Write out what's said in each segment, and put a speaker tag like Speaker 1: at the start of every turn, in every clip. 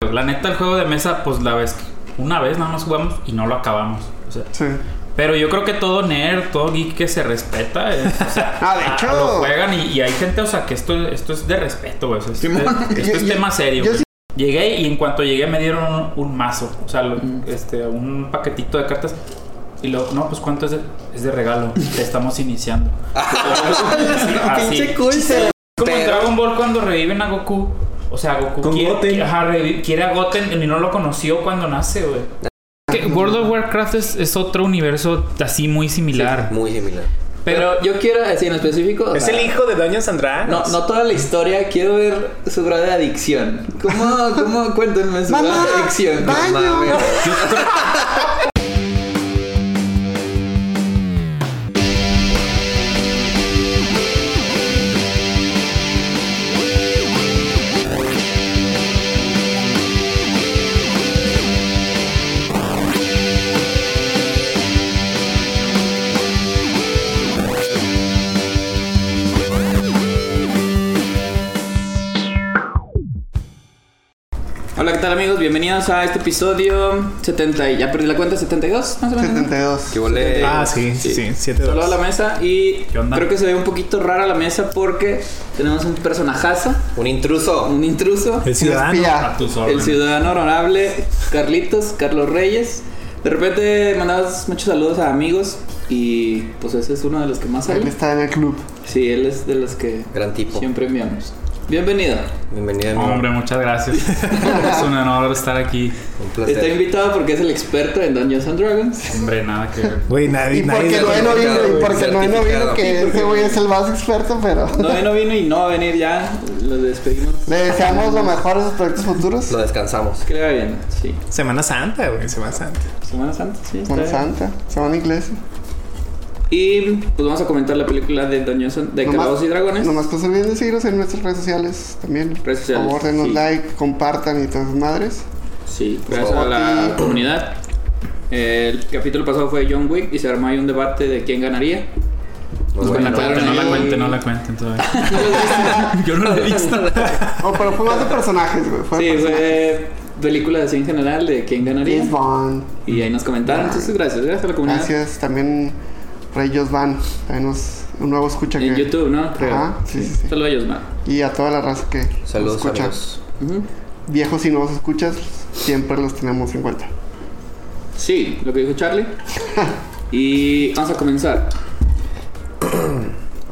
Speaker 1: pues la neta, el juego de mesa, pues la vez que una vez nada más jugamos y no lo acabamos. O sea,
Speaker 2: Sí.
Speaker 1: pero yo creo que todo nerd, todo geek que se respeta, eh, o sea,
Speaker 2: Ah, de
Speaker 1: a-
Speaker 2: hecho.
Speaker 1: lo juegan y, y hay gente, o sea, que esto, esto es de respeto, güey. o sea, esto,
Speaker 2: Simón,
Speaker 1: esto
Speaker 2: yo-
Speaker 1: es
Speaker 2: yo-
Speaker 1: tema serio.
Speaker 2: yo
Speaker 1: güey.
Speaker 2: sí-
Speaker 1: Llegué y en cuanto llegué me dieron un, un mazo, o sea, lo- este, un paquetito de cartas. Y luego, no, pues cuánto es de, es de regalo, estamos iniciando.
Speaker 2: Ah,
Speaker 3: Pinche culto.
Speaker 1: Como en
Speaker 3: Pero-
Speaker 1: Dragon Ball cuando reviven a Goku. O sea, Goku
Speaker 4: Con
Speaker 1: quiere,
Speaker 4: Goten.
Speaker 1: ajá, revi- quiere a Goten y no lo conoció cuando nace, güey. Que World of Warcraft es, es otro universo así muy similar.
Speaker 3: Muy similar.
Speaker 1: Pero-
Speaker 3: Pero yo quiero decir en específico. o
Speaker 4: Es
Speaker 3: sea,
Speaker 4: el hijo de Doña Sandra.
Speaker 3: No, no toda la historia, quiero ver su grado de adicción. ¿Cómo, cómo cuéntenme su grado de
Speaker 2: Mamá,
Speaker 3: adicción? No
Speaker 2: baño.
Speaker 3: mames. Hola, ¿qué tal amigos? Bienvenidos a este episodio 70 y ya perdí la cuenta, 72 más o menos.
Speaker 2: 72.
Speaker 3: Que
Speaker 5: Eh,
Speaker 3: volé.
Speaker 4: Ah, sí, sí, sí, siete
Speaker 3: Solo a
Speaker 4: dos.
Speaker 3: la mesa y
Speaker 1: ¿Qué onda?
Speaker 3: creo que se ve un poquito rara la mesa porque tenemos un personajazo,
Speaker 5: Un intruso.
Speaker 3: un intruso,
Speaker 4: El
Speaker 2: Un
Speaker 4: ciudadano.
Speaker 2: espía.
Speaker 1: A tus
Speaker 3: el
Speaker 1: órdenes.
Speaker 3: ciudadano honorable Carlitos, Carlos Reyes. De repente mandabas muchos saludos a amigos y pues ese es uno de los que más
Speaker 2: Él
Speaker 3: sale.
Speaker 2: está en el club.
Speaker 3: Sí, él es de los que
Speaker 5: Gran tipo.
Speaker 3: siempre enviamos. Bienvenido.
Speaker 5: Bienvenido, amigo.
Speaker 1: Hombre, muchas gracias. es un honor estar aquí.
Speaker 5: Un
Speaker 3: Está
Speaker 5: placer.
Speaker 3: invitado porque es el experto en Dungeons and Dragons.
Speaker 1: Hombre, nada que ver.
Speaker 4: Güey, nadie,
Speaker 2: Y porque
Speaker 4: nadie.
Speaker 2: no he
Speaker 5: certificado,
Speaker 2: oído, y
Speaker 5: güey,
Speaker 2: porque no he oído
Speaker 5: certificado.
Speaker 2: que ese güey es el más experto, pero.
Speaker 3: No vino, vino y no va a venir ya. Lo despedimos.
Speaker 2: Le deseamos lo mejor a sus proyectos futuros.
Speaker 5: Lo descansamos.
Speaker 3: Que le va bien. Sí.
Speaker 4: Semana Santa, güey, Semana Santa.
Speaker 3: Semana Santa, sí. está
Speaker 2: Semana
Speaker 3: bien.
Speaker 2: Santa, Semana Iglesia.
Speaker 3: Y pues vamos a comentar la película de Dungeons and- de Calabozos y Dragones.
Speaker 2: Nomás no se olviden de seguirnos en nuestras redes sociales también.
Speaker 3: Redes sociales,
Speaker 2: Por favor, denos
Speaker 3: sí.
Speaker 2: like, compartan y todas esas madres.
Speaker 3: Sí, gracias a
Speaker 2: favor.
Speaker 3: la comunidad. El capítulo pasado fue John Wick y se armó ahí un debate de quién ganaría. Nos
Speaker 1: No la cuente, no la
Speaker 3: ahí-
Speaker 1: cuente, no la cuenten todavía.
Speaker 3: ¿No lo viste?
Speaker 1: Yo no la he visto.
Speaker 2: Oh, pero fue más de personajes, güey. Fue de
Speaker 3: Sí,
Speaker 2: personajes.
Speaker 3: fue película así en general de quién ganaría.
Speaker 2: James Bond.
Speaker 3: Y ahí nos comentaron. Entonces, gracias, gracias a la comunidad.
Speaker 2: Gracias. También Rey Josvan. También nos, un nuevo escucha
Speaker 3: En
Speaker 2: que.
Speaker 3: YouTube, ¿no? Creo.
Speaker 2: Ajá, sí, sí, sí.
Speaker 3: Solo ellos, ¿no?
Speaker 2: Y a toda la raza que nos
Speaker 5: Saludos,
Speaker 2: escucha.
Speaker 5: amigos.
Speaker 3: Ujú.
Speaker 2: Viejos y nuevos escuchas, siempre los tenemos en cuenta.
Speaker 3: Sí, lo que dijo Charlie. y vamos a comenzar.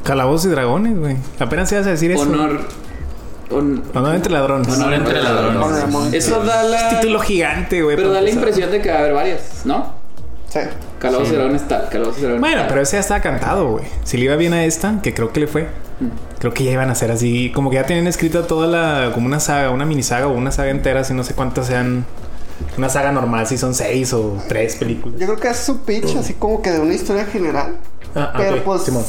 Speaker 4: Calabozos y dragones, güey. Apenas ibas a decir eso.
Speaker 3: Honor. hon-
Speaker 4: Honor entre ladrones.
Speaker 1: Honor entre ladrones.
Speaker 3: Eso da la.
Speaker 4: Título gigante, güey.
Speaker 3: Pero
Speaker 4: para
Speaker 3: da la
Speaker 4: empezar.
Speaker 3: impresión de que va a haber varias, ¿no?
Speaker 2: Sí.
Speaker 3: Calabozos y dragones tal, calabozos y dragones
Speaker 4: Bueno,
Speaker 3: tal.
Speaker 4: pero ese ya estaba cantado, güey. Si le iba bien a esta, que creo que le fue.
Speaker 3: Mm.
Speaker 4: Creo que ya iban a hacer así. Como que ya tienen escrita toda la. Como una saga, una minisaga o una saga entera, si no sé cuántas sean. Una saga normal, si son seis o tres películas.
Speaker 2: Yo creo que es su pitch, así como que de una historia general.
Speaker 4: Ah, ah,
Speaker 2: pero
Speaker 4: ok,
Speaker 2: pues
Speaker 4: Simón.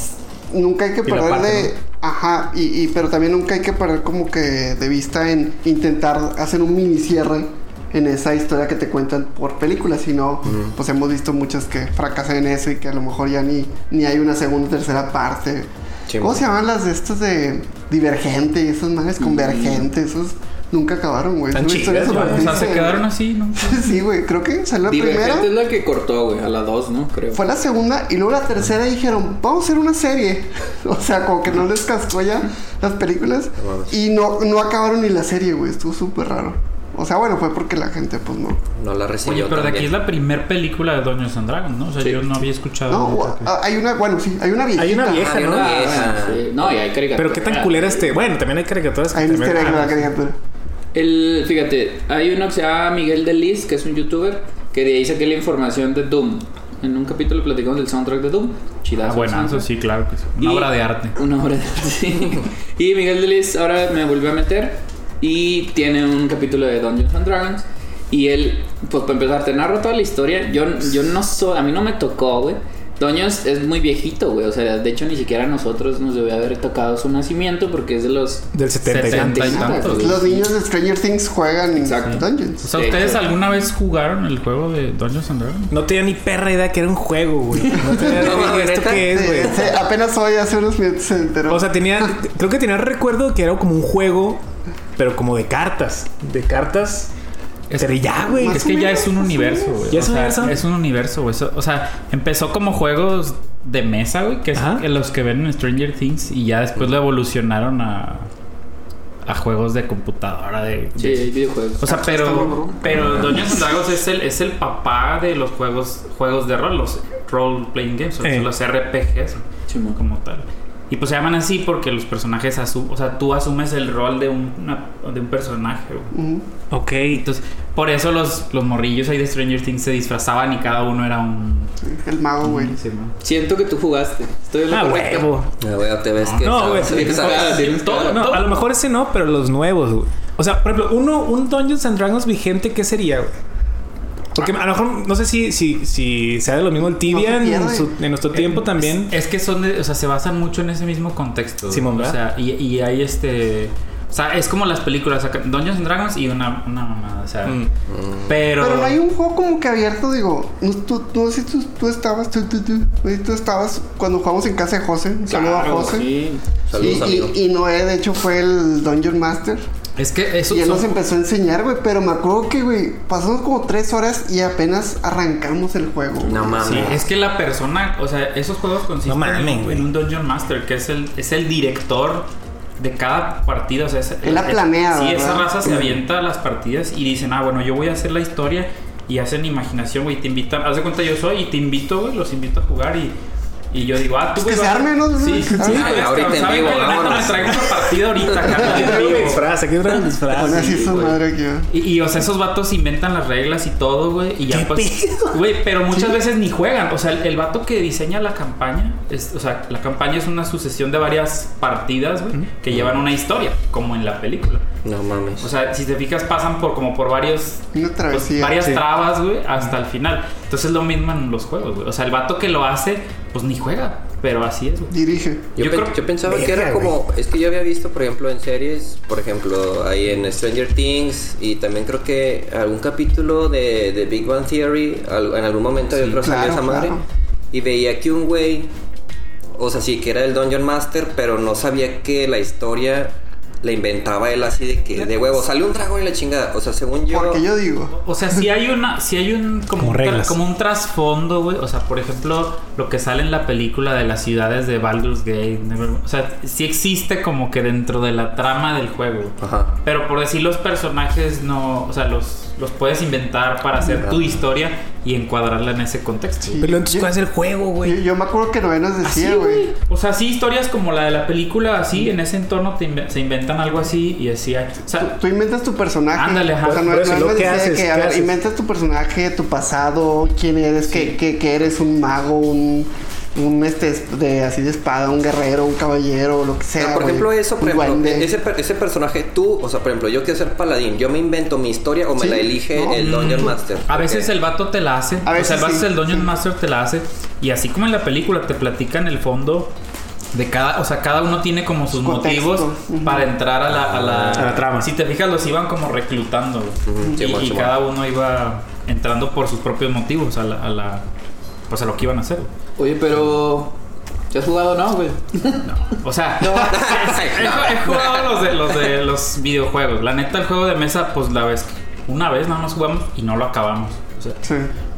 Speaker 2: nunca hay que
Speaker 4: Y la
Speaker 2: perder
Speaker 4: parte,
Speaker 2: de. Ajá, y, y- pero también nunca hay que perder como que de vista en intentar hacer un mini cierre en esa historia que te cuentan por películas, si no, pues hemos visto muchas que fracasan en eso y que a lo mejor ya ni, ni hay una segunda o tercera parte.
Speaker 5: Sí,
Speaker 2: ¿Cómo
Speaker 5: mo-
Speaker 2: se llaman las de estas de divergente y esas
Speaker 3: Mm.
Speaker 2: madres convergentes? Esos nunca acabaron, güey.
Speaker 4: Tan
Speaker 2: Es una historia
Speaker 4: chidas,
Speaker 2: súper
Speaker 1: O sea, se
Speaker 2: triste,
Speaker 1: quedaron
Speaker 2: güey.
Speaker 1: así, ¿no?
Speaker 2: Sí, güey, creo que salió la
Speaker 3: Divergente
Speaker 2: primera.
Speaker 3: es la que cortó, güey, a la 2, ¿no? Creo.
Speaker 2: Fue la segunda y luego la tercera dijeron, vamos a hacer una serie. o sea, como que no les cascó ya las películas. y no, no acabaron ni la serie, güey. Estuvo súper raro. O sea, bueno, fue porque la gente, pues no.
Speaker 5: No la
Speaker 1: Oye,
Speaker 5: recibió.
Speaker 1: pero de aquí es
Speaker 5: también. Ah,
Speaker 1: la primer película de Dungeons and Dragons, ¿no? O sea,
Speaker 3: Sí.
Speaker 1: yo no había escuchado.
Speaker 2: No,
Speaker 1: nunca
Speaker 2: o-
Speaker 1: que-
Speaker 2: a- hay una, bueno, sí, hay una vieja.
Speaker 4: Ah, Hay una vieja,
Speaker 5: hay
Speaker 4: ¿no?
Speaker 5: una
Speaker 3: Ah,
Speaker 5: Esa.
Speaker 3: bueno, sí. No, y hay caricaturas.
Speaker 4: Pero qué tan culera este. Bueno, también hay caricaturas que
Speaker 2: Hay un
Speaker 4: también-
Speaker 2: easter egg en
Speaker 4: Ah,
Speaker 2: la caricatura.
Speaker 3: El, fíjate, hay uno que se llama Miguel de Liz, que es un youtuber, que de ahí saqué la información de Doom. En un capítulo platicamos del soundtrack de Doom. Chidazo.
Speaker 1: Ah, bueno, eso
Speaker 3: soundtrack.
Speaker 1: sí, claro que sí. Una
Speaker 3: Y-
Speaker 1: obra de arte.
Speaker 3: Una obra de arte, sí. Y Miguel Delis ahora me volvió a meter y tiene un capítulo de Dungeons and Dragons. Y él, pues para empezar, te narra toda la historia. Yo, yo no soy, a mí no me tocó, güey. Dungeons es muy viejito, güey. O sea, de hecho ni siquiera a nosotros nos debe haber tocado su nacimiento porque es de los...
Speaker 4: Del 70 y
Speaker 1: Setenta y
Speaker 4: tantos.
Speaker 1: tantos.
Speaker 2: Pues, los niños de Stranger Things juegan
Speaker 3: Exacto.
Speaker 1: O
Speaker 2: Dungeons.
Speaker 1: sea,
Speaker 3: Sí,
Speaker 1: ¿ustedes
Speaker 3: sí.
Speaker 1: alguna vez jugaron el juego de Dungeons and Dragons?
Speaker 4: No tenía ni perra idea que era un juego, güey. No tenía
Speaker 5: No,
Speaker 4: idea de esto
Speaker 5: ¿neta?
Speaker 4: qué es,
Speaker 2: Sí,
Speaker 4: güey.
Speaker 2: sí, apenas hoy, hace unos minutos se enteró.
Speaker 4: O sea, tenía. Creo que tenía recuerdo que era como un juego, pero como de cartas. De cartas.
Speaker 1: Es-
Speaker 4: Pero ya, güey.
Speaker 1: Es que ya es un universo, güey.
Speaker 4: ¿Ya es
Speaker 1: O sea,
Speaker 4: un universo?
Speaker 1: Es un universo, güey. Eso- O sea, empezó como juegos de mesa, güey, que es
Speaker 4: Ajá.
Speaker 1: que los que ven en Stranger Things y ya después lo evolucionaron a, a juegos de computadora, de,
Speaker 3: Sí,
Speaker 1: de-
Speaker 3: hay videojuegos.
Speaker 1: O sea,
Speaker 2: Está
Speaker 1: pero,
Speaker 2: cabrón.
Speaker 1: pero Dungeons and Dragons es el, es el papá de los juegos, juegos de rol, los role playing games, o sea,
Speaker 4: Eh.
Speaker 1: los RPGs
Speaker 3: Simón.
Speaker 1: como tal. Y pues se llaman así porque los personajes asumen, o sea, tú asumes el rol de un, una- de un personaje. güey.
Speaker 2: Ujú.
Speaker 4: Ok.
Speaker 1: Entonces, por eso los, los morrillos ahí de Stranger Things se disfrazaban y cada uno era un...
Speaker 2: El
Speaker 1: Ah,
Speaker 2: mago, güey.
Speaker 1: Sí, ¿no?
Speaker 3: Siento que tú jugaste. Estoy en lo
Speaker 4: Ah,
Speaker 3: correcto.
Speaker 4: huevo.
Speaker 5: Ah, güey, te ves que
Speaker 4: No, güey,
Speaker 5: sabes-
Speaker 4: sí,
Speaker 5: sabes-
Speaker 3: Ah, tienes
Speaker 1: Todo,
Speaker 3: cara.
Speaker 1: ¿no?
Speaker 4: No, a lo mejor ese no, pero los nuevos, güey. O sea, por ejemplo, uno, un Dungeons and Dragons vigente, ¿qué sería, güey? Porque a lo mejor, no sé si, si, si sea de lo mismo el Tibia en,
Speaker 2: pierde.
Speaker 4: su- en nuestro tiempo también.
Speaker 1: Eh, pues, Es que son de, o sea, se basan mucho en ese mismo contexto. güey.
Speaker 4: Simón,
Speaker 1: o sea, y, y hay este... O sea, es como las películas, acá, Dungeons and Dragons y una, una mamada, o sea...
Speaker 4: Mm.
Speaker 1: Pero...
Speaker 2: Pero no hay un juego como que abierto, digo. No, tú, no sé si tú, tú estabas, tú, tú, tú, güey, tú estabas cuando jugamos en casa de José. Un saludo a
Speaker 1: Claro,
Speaker 2: José.
Speaker 3: Sí.
Speaker 5: Saludos,
Speaker 2: y,
Speaker 5: amigo.
Speaker 2: y- y Noé, de hecho, fue el Dungeon Master.
Speaker 1: Es que eso...
Speaker 2: y él
Speaker 1: son-
Speaker 2: nos empezó a enseñar, güey. Pero me acuerdo que, güey, pasamos como tres horas y apenas arrancamos el juego.
Speaker 5: No mames.
Speaker 1: Sí, es que la persona, o sea, esos juegos consisten
Speaker 4: No mamen,
Speaker 1: en-
Speaker 4: güey.
Speaker 1: en un Dungeon Master, que es el, es el director de cada partida. O sea, es,
Speaker 2: Él la planea,
Speaker 1: Sí,
Speaker 2: ¿verdad?
Speaker 1: esa raza se avienta a las partidas y dicen, ah, bueno, yo voy a hacer la historia y hacen imaginación, güey. Te invitan, haz de cuenta yo soy y te invito, güey, los invito a jugar y. Y yo digo, ah, tú
Speaker 2: Pues que
Speaker 1: güey,
Speaker 2: se
Speaker 1: vas a-
Speaker 2: arme, ¿no?
Speaker 1: Sí, sí,
Speaker 2: Ah,
Speaker 1: sí.
Speaker 5: ahorita en
Speaker 1: ¿Saben
Speaker 5: vivo,
Speaker 1: qué? La neta,
Speaker 5: vámonos.
Speaker 1: me traigo una partida ahorita, carnal,
Speaker 4: Aquí
Speaker 1: en
Speaker 4: traigo mi
Speaker 1: vivo.
Speaker 4: disfraz, aquí traigo mi disfraz.
Speaker 2: Bueno, así es su
Speaker 5: güey.
Speaker 2: madre aquí, ¿eh?
Speaker 1: Y, y, o sea, esos vatos inventan las reglas y todo, güey. Y ya
Speaker 4: ¿Qué
Speaker 1: pues. Güey, pero muchas veces ni juegan. O sea, el, el vato que diseña la campaña, es, o sea, la campaña es una sucesión de varias partidas, güey, que llevan una historia, como en la película.
Speaker 5: No mames.
Speaker 1: O sea, si te fijas, pasan por como por varios.
Speaker 2: Una
Speaker 1: pues,
Speaker 2: travesía.
Speaker 1: varias
Speaker 4: sí.
Speaker 1: trabas, güey, hasta el final. Entonces es lo mismo en los juegos, güey. O sea, el vato que lo hace, pues ni juega. Pero así es, güey.
Speaker 2: Dirige.
Speaker 5: Yo,
Speaker 1: Yo
Speaker 5: pe-
Speaker 1: creo-
Speaker 5: yo pensaba que
Speaker 4: Verga,
Speaker 5: era como. Es que yo había visto, por ejemplo, en series, por ejemplo, ahí en Stranger Things y también creo que algún capítulo de, de Big Bang Theory, al- en algún momento yo creo que salió
Speaker 2: claro,
Speaker 5: esa madre.
Speaker 2: claro.
Speaker 5: Y veía que un güey, o sea, sí que era el Dungeon Master, pero no sabía que la historia la inventaba él así de que de huevo. Salió un dragón y la chingada. O sea, según yo.
Speaker 2: Porque yo digo.
Speaker 1: O sea, si hay una, si hay un como,
Speaker 4: Como
Speaker 1: un, tra-
Speaker 4: reglas.
Speaker 1: como un trasfondo, güey. O sea, por ejemplo, lo que sale en la película de las ciudades de Baldur's Gate. Neverwinter. O sea, sí existe como que dentro de la trama del juego.
Speaker 5: Ajá.
Speaker 1: Pero por decir los personajes no, o sea, los, los puedes inventar para hacer tu historia y encuadrarla en ese contexto.
Speaker 2: Sí.
Speaker 4: Pero entonces, ¿cuál es el juego,
Speaker 2: Yo,
Speaker 4: güey?
Speaker 2: yo me acuerdo que Noé nos
Speaker 1: Así,
Speaker 2: decía,
Speaker 1: güey.
Speaker 2: güey.
Speaker 1: O sea, sí historias como la de la película, así, en ese entorno te inve- se inventan algo así y así hay. O sea,
Speaker 2: Tú inventas tu personaje.
Speaker 1: Ándale, ajá.
Speaker 2: O sea, no,
Speaker 4: Pero
Speaker 2: no
Speaker 4: si
Speaker 2: es
Speaker 4: luego, ¿qué
Speaker 2: necesidad de
Speaker 4: haces?
Speaker 2: que, a
Speaker 4: ¿Qué
Speaker 2: ver,
Speaker 4: haces?
Speaker 2: inventas tu personaje, tu pasado, quién eres, que, que, que eres un mago, un, un este, de, así de espada, un guerrero, un caballero, lo que sea.
Speaker 5: Ah, por
Speaker 2: güey.
Speaker 5: ejemplo, eso, por
Speaker 2: Un
Speaker 5: ejemplo,
Speaker 2: duende.
Speaker 5: ese, per- ese personaje, tú, o sea, por ejemplo, yo quiero ser paladín, yo me invento mi historia o me
Speaker 2: Sí,
Speaker 5: la elige
Speaker 2: ¿no?
Speaker 5: el Dungeon Master.
Speaker 1: A veces
Speaker 5: Ok.
Speaker 1: el vato te la hace.
Speaker 2: A
Speaker 1: o sea,
Speaker 2: veces
Speaker 1: el, vato,
Speaker 2: sí,
Speaker 1: el Dungeon
Speaker 2: sí.
Speaker 1: Master te la hace. Y así como en la película, te platican el fondo de cada. O sea, cada uno tiene como sus
Speaker 2: Contexto.
Speaker 1: motivos
Speaker 2: Ujú.
Speaker 1: para entrar a la, a la-
Speaker 4: A la trama.
Speaker 1: Si te fijas, los iban como reclutando. güey.
Speaker 5: Ujú,
Speaker 1: Y-
Speaker 5: sí,
Speaker 1: y
Speaker 5: bueno, sí,
Speaker 1: cada uno iba entrando por sus propios motivos a la. A la pues a lo que iban a hacer. güey.
Speaker 3: Oye, pero. ¿Te has jugado no, güey?
Speaker 1: O sea,
Speaker 3: No.
Speaker 1: he, he jugado los de, los de los videojuegos. La neta, el juego de mesa, pues la vez. Una vez nada más jugamos y no lo acabamos. O sea,
Speaker 2: Sí.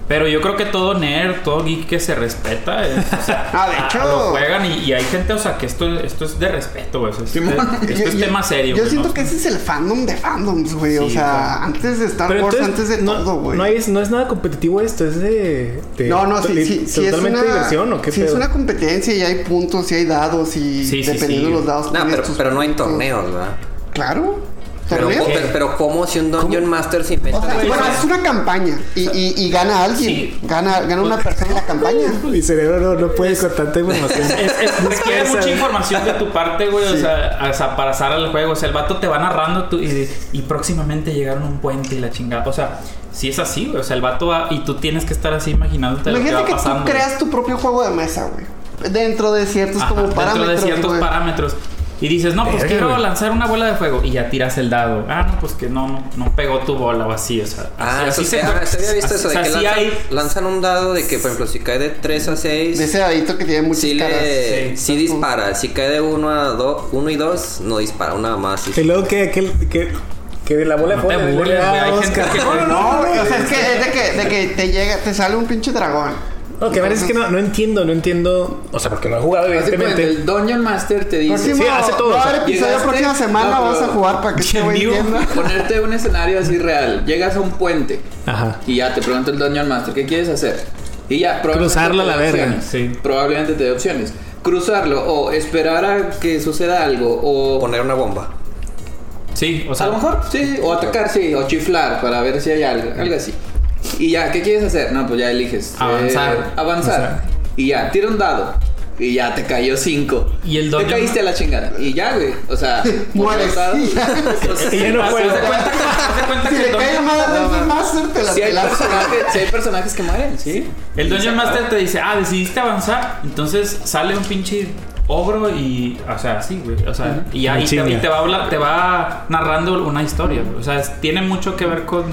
Speaker 1: Pero yo creo que todo nerd, todo geek que se respeta, eh, o sea,
Speaker 2: Ah, de
Speaker 1: ah,
Speaker 2: hecho.
Speaker 1: lo juegan y, y hay gente, o sea, que esto, esto es de respeto, güey. o sea, esto
Speaker 4: Este,
Speaker 1: esto es tema serio.
Speaker 2: Yo
Speaker 1: güey,
Speaker 2: siento
Speaker 1: ¿no?
Speaker 2: que ese es el fandom de fandoms, güey. o
Speaker 1: Sí,
Speaker 2: sea, antes de Star
Speaker 4: Pero
Speaker 2: Wars,
Speaker 4: entonces,
Speaker 2: antes de
Speaker 4: no,
Speaker 2: todo, güey.
Speaker 4: No, es, no es nada competitivo esto, es de. de-
Speaker 2: No, no, sí,
Speaker 4: de-
Speaker 2: sí, sí es
Speaker 4: ¿Totalmente
Speaker 2: una,
Speaker 4: diversión o qué
Speaker 2: sí
Speaker 4: pedo?
Speaker 2: es una competencia y hay puntos y hay dados y
Speaker 1: Sí, sí,
Speaker 2: dependiendo
Speaker 1: sí.
Speaker 2: de los dados.
Speaker 5: No,
Speaker 2: tienes
Speaker 5: pero,
Speaker 2: tus
Speaker 5: pero no hay
Speaker 2: puntos.
Speaker 5: torneos, ¿verdad?
Speaker 2: Claro.
Speaker 5: Pero,
Speaker 2: Torneos.
Speaker 5: pero, pero ¿cómo si un Dungeon Master se inventa?
Speaker 2: O sea,
Speaker 5: la
Speaker 2: bueno,
Speaker 5: historia?
Speaker 2: es una campaña y, y- y gana alguien.
Speaker 1: Sí.
Speaker 2: Gana, gana una persona la campaña.
Speaker 4: Mi cerebro no, no puede con tanta información.
Speaker 1: Es- es- requiere
Speaker 4: Esa,
Speaker 1: mucha
Speaker 4: güey.
Speaker 1: información de tu parte, güey, o, sea, o sea, para pasar al juego. O sea, el vato te va narrando tú y, y próximamente llegaron a un puente y la chingada. O sea, si es así, güey. O sea, el vato va y tú tienes que estar así imaginándote lo que va
Speaker 2: Imagínate que
Speaker 1: pasando.
Speaker 2: tú creas tu propio juego de mesa, güey. Dentro de ciertos
Speaker 1: Ajá,
Speaker 2: como
Speaker 1: dentro de
Speaker 2: parámetros.
Speaker 1: ciertos
Speaker 2: güey.
Speaker 1: parámetros. Y dices, no, pues
Speaker 4: Verga,
Speaker 1: quiero
Speaker 4: güey.
Speaker 1: lanzar una bola de fuego. Y ya tiras el dado. Ah, no, pues que no, no, no pegó tu bola o así. O sea, así,
Speaker 5: Ah,
Speaker 1: así
Speaker 5: eso sí, ah, se había visto
Speaker 1: así-
Speaker 5: eso de
Speaker 1: o sea,
Speaker 5: que
Speaker 1: sí
Speaker 5: lanzan,
Speaker 1: hay-
Speaker 5: lanzan un dado de que, por ejemplo, si cae de 3 a 6,
Speaker 2: De ese dadito que tiene muchas
Speaker 5: sí,
Speaker 2: caras.
Speaker 5: le,
Speaker 1: Sí.
Speaker 5: sí dispara. Si cae de 1 a 2, 1 y 2, no dispara, una más.
Speaker 4: Y luego que, que, que, Que la bola
Speaker 1: No
Speaker 4: de fuego
Speaker 1: te
Speaker 4: le- le-
Speaker 1: burles,
Speaker 4: le-
Speaker 1: güey, hay
Speaker 4: ah,
Speaker 1: gente
Speaker 4: Oscar.
Speaker 1: que-
Speaker 4: No, no, no,
Speaker 2: No, güey, o sea, es que es de que, de que te llega, te sale un pinche dragón.
Speaker 4: Lo que me parece es que no, no entiendo, no entiendo. O sea, porque no he jugado,
Speaker 3: Así pues,
Speaker 4: evidentemente.
Speaker 3: el Dungeon Master te dice
Speaker 2: Próximo,
Speaker 4: hace todo,
Speaker 2: va a
Speaker 4: o sea,
Speaker 2: haber episodio
Speaker 3: llegaste-
Speaker 2: la próxima semana,
Speaker 3: no,
Speaker 2: vamos a
Speaker 3: pero-
Speaker 2: jugar para que este
Speaker 4: en
Speaker 2: güey
Speaker 4: vivo.
Speaker 2: entienda.
Speaker 3: ponerte un escenario así real. Llegas a un puente
Speaker 4: Ajá.
Speaker 3: y ya te pregunta el Dungeon Master, ¿qué quieres hacer? Y ya, probablemente
Speaker 4: Cruzarlo a
Speaker 3: te
Speaker 4: la
Speaker 3: dé
Speaker 4: verga,
Speaker 3: opciones.
Speaker 1: sí.
Speaker 3: Probablemente te dé opciones. Cruzarlo o esperar a que suceda algo o...
Speaker 5: Poner una bomba.
Speaker 1: Sí, o sea.
Speaker 3: a lo mejor, sí, o atacar, sí, o chiflar para ver si hay algo, algo así. Y ya, ¿qué quieres hacer? No, pues ya eliges.
Speaker 1: Avanzar.
Speaker 3: avanzar.
Speaker 4: Avanzar.
Speaker 3: Y ya, tira un dado. Y ya te cayó cinco.
Speaker 1: Y el
Speaker 3: Te
Speaker 1: Dungeon-
Speaker 3: caíste a la chingada. Y ya, güey. O sea,
Speaker 2: Mueres.
Speaker 3: Si
Speaker 4: Y ya no
Speaker 1: Haz
Speaker 4: puedo.
Speaker 1: de cuenta que. haz de cuenta
Speaker 2: Si
Speaker 1: que
Speaker 2: le
Speaker 1: el
Speaker 2: cae la
Speaker 1: Dungeon-
Speaker 2: madre del Dungeon Master, te la
Speaker 3: hay,
Speaker 2: pelas.
Speaker 3: personajes, sí hay personajes que mueren, sí.
Speaker 1: El
Speaker 3: Y se
Speaker 1: Dungeon
Speaker 3: acaba.
Speaker 1: Master te dice, ah, decidiste avanzar. Entonces sale un pinche ogro y. O sea, sí, güey. O sea, y ahí te,
Speaker 4: Chinga.
Speaker 1: y te va a hablar, te va narrando una historia. güey. O sea, es- tiene mucho que ver con.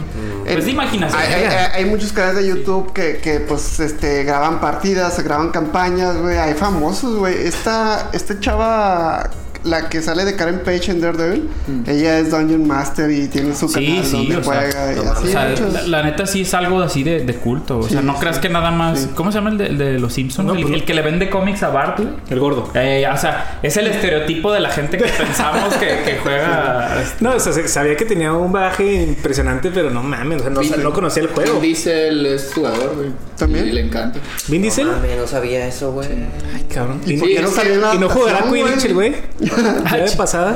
Speaker 1: Pues de imaginación.
Speaker 2: Hay, hay- hay- hay muchos canales de YouTube que, que, pues este graban partidas, graban campañas, güey, hay famosos, güey. Esta, esta chava, la que sale de Karen Page en Daredevil, ella es Dungeon Master y tiene su
Speaker 1: Sí,
Speaker 2: canal
Speaker 1: sí,
Speaker 2: donde
Speaker 1: o sea,
Speaker 2: juega y
Speaker 5: no
Speaker 1: O
Speaker 2: así.
Speaker 1: sea,
Speaker 2: muchos.
Speaker 1: la, la neta sí es algo así de, de culto. O sea,
Speaker 2: Sí,
Speaker 1: no creas que nada más. ¿Cómo se llama el de, el de los Simpsons?
Speaker 4: No,
Speaker 1: el,
Speaker 4: pues no.
Speaker 1: el que le vende cómics a Bart, güey.
Speaker 4: El gordo.
Speaker 1: Eh, o sea, es el estereotipo de la gente que pensamos que, que juega.
Speaker 4: No, o sea, se- sabía que tenía un bagaje impresionante, pero no mames, o sea, no, o sea, no conocía el juego.
Speaker 3: Vin Diesel es jugador, güey.
Speaker 2: ¿También?
Speaker 3: Y le encanta.
Speaker 4: ¿Vin Diesel?
Speaker 5: No mames, no sabía eso, güey.
Speaker 4: Ay, cabrón.
Speaker 2: ¿Y
Speaker 4: ¿Y,
Speaker 2: por qué no
Speaker 3: sí,
Speaker 2: salió en la
Speaker 4: y no jugará
Speaker 2: adaptación,
Speaker 4: Quidditch el güey? ¿Ya de pasada?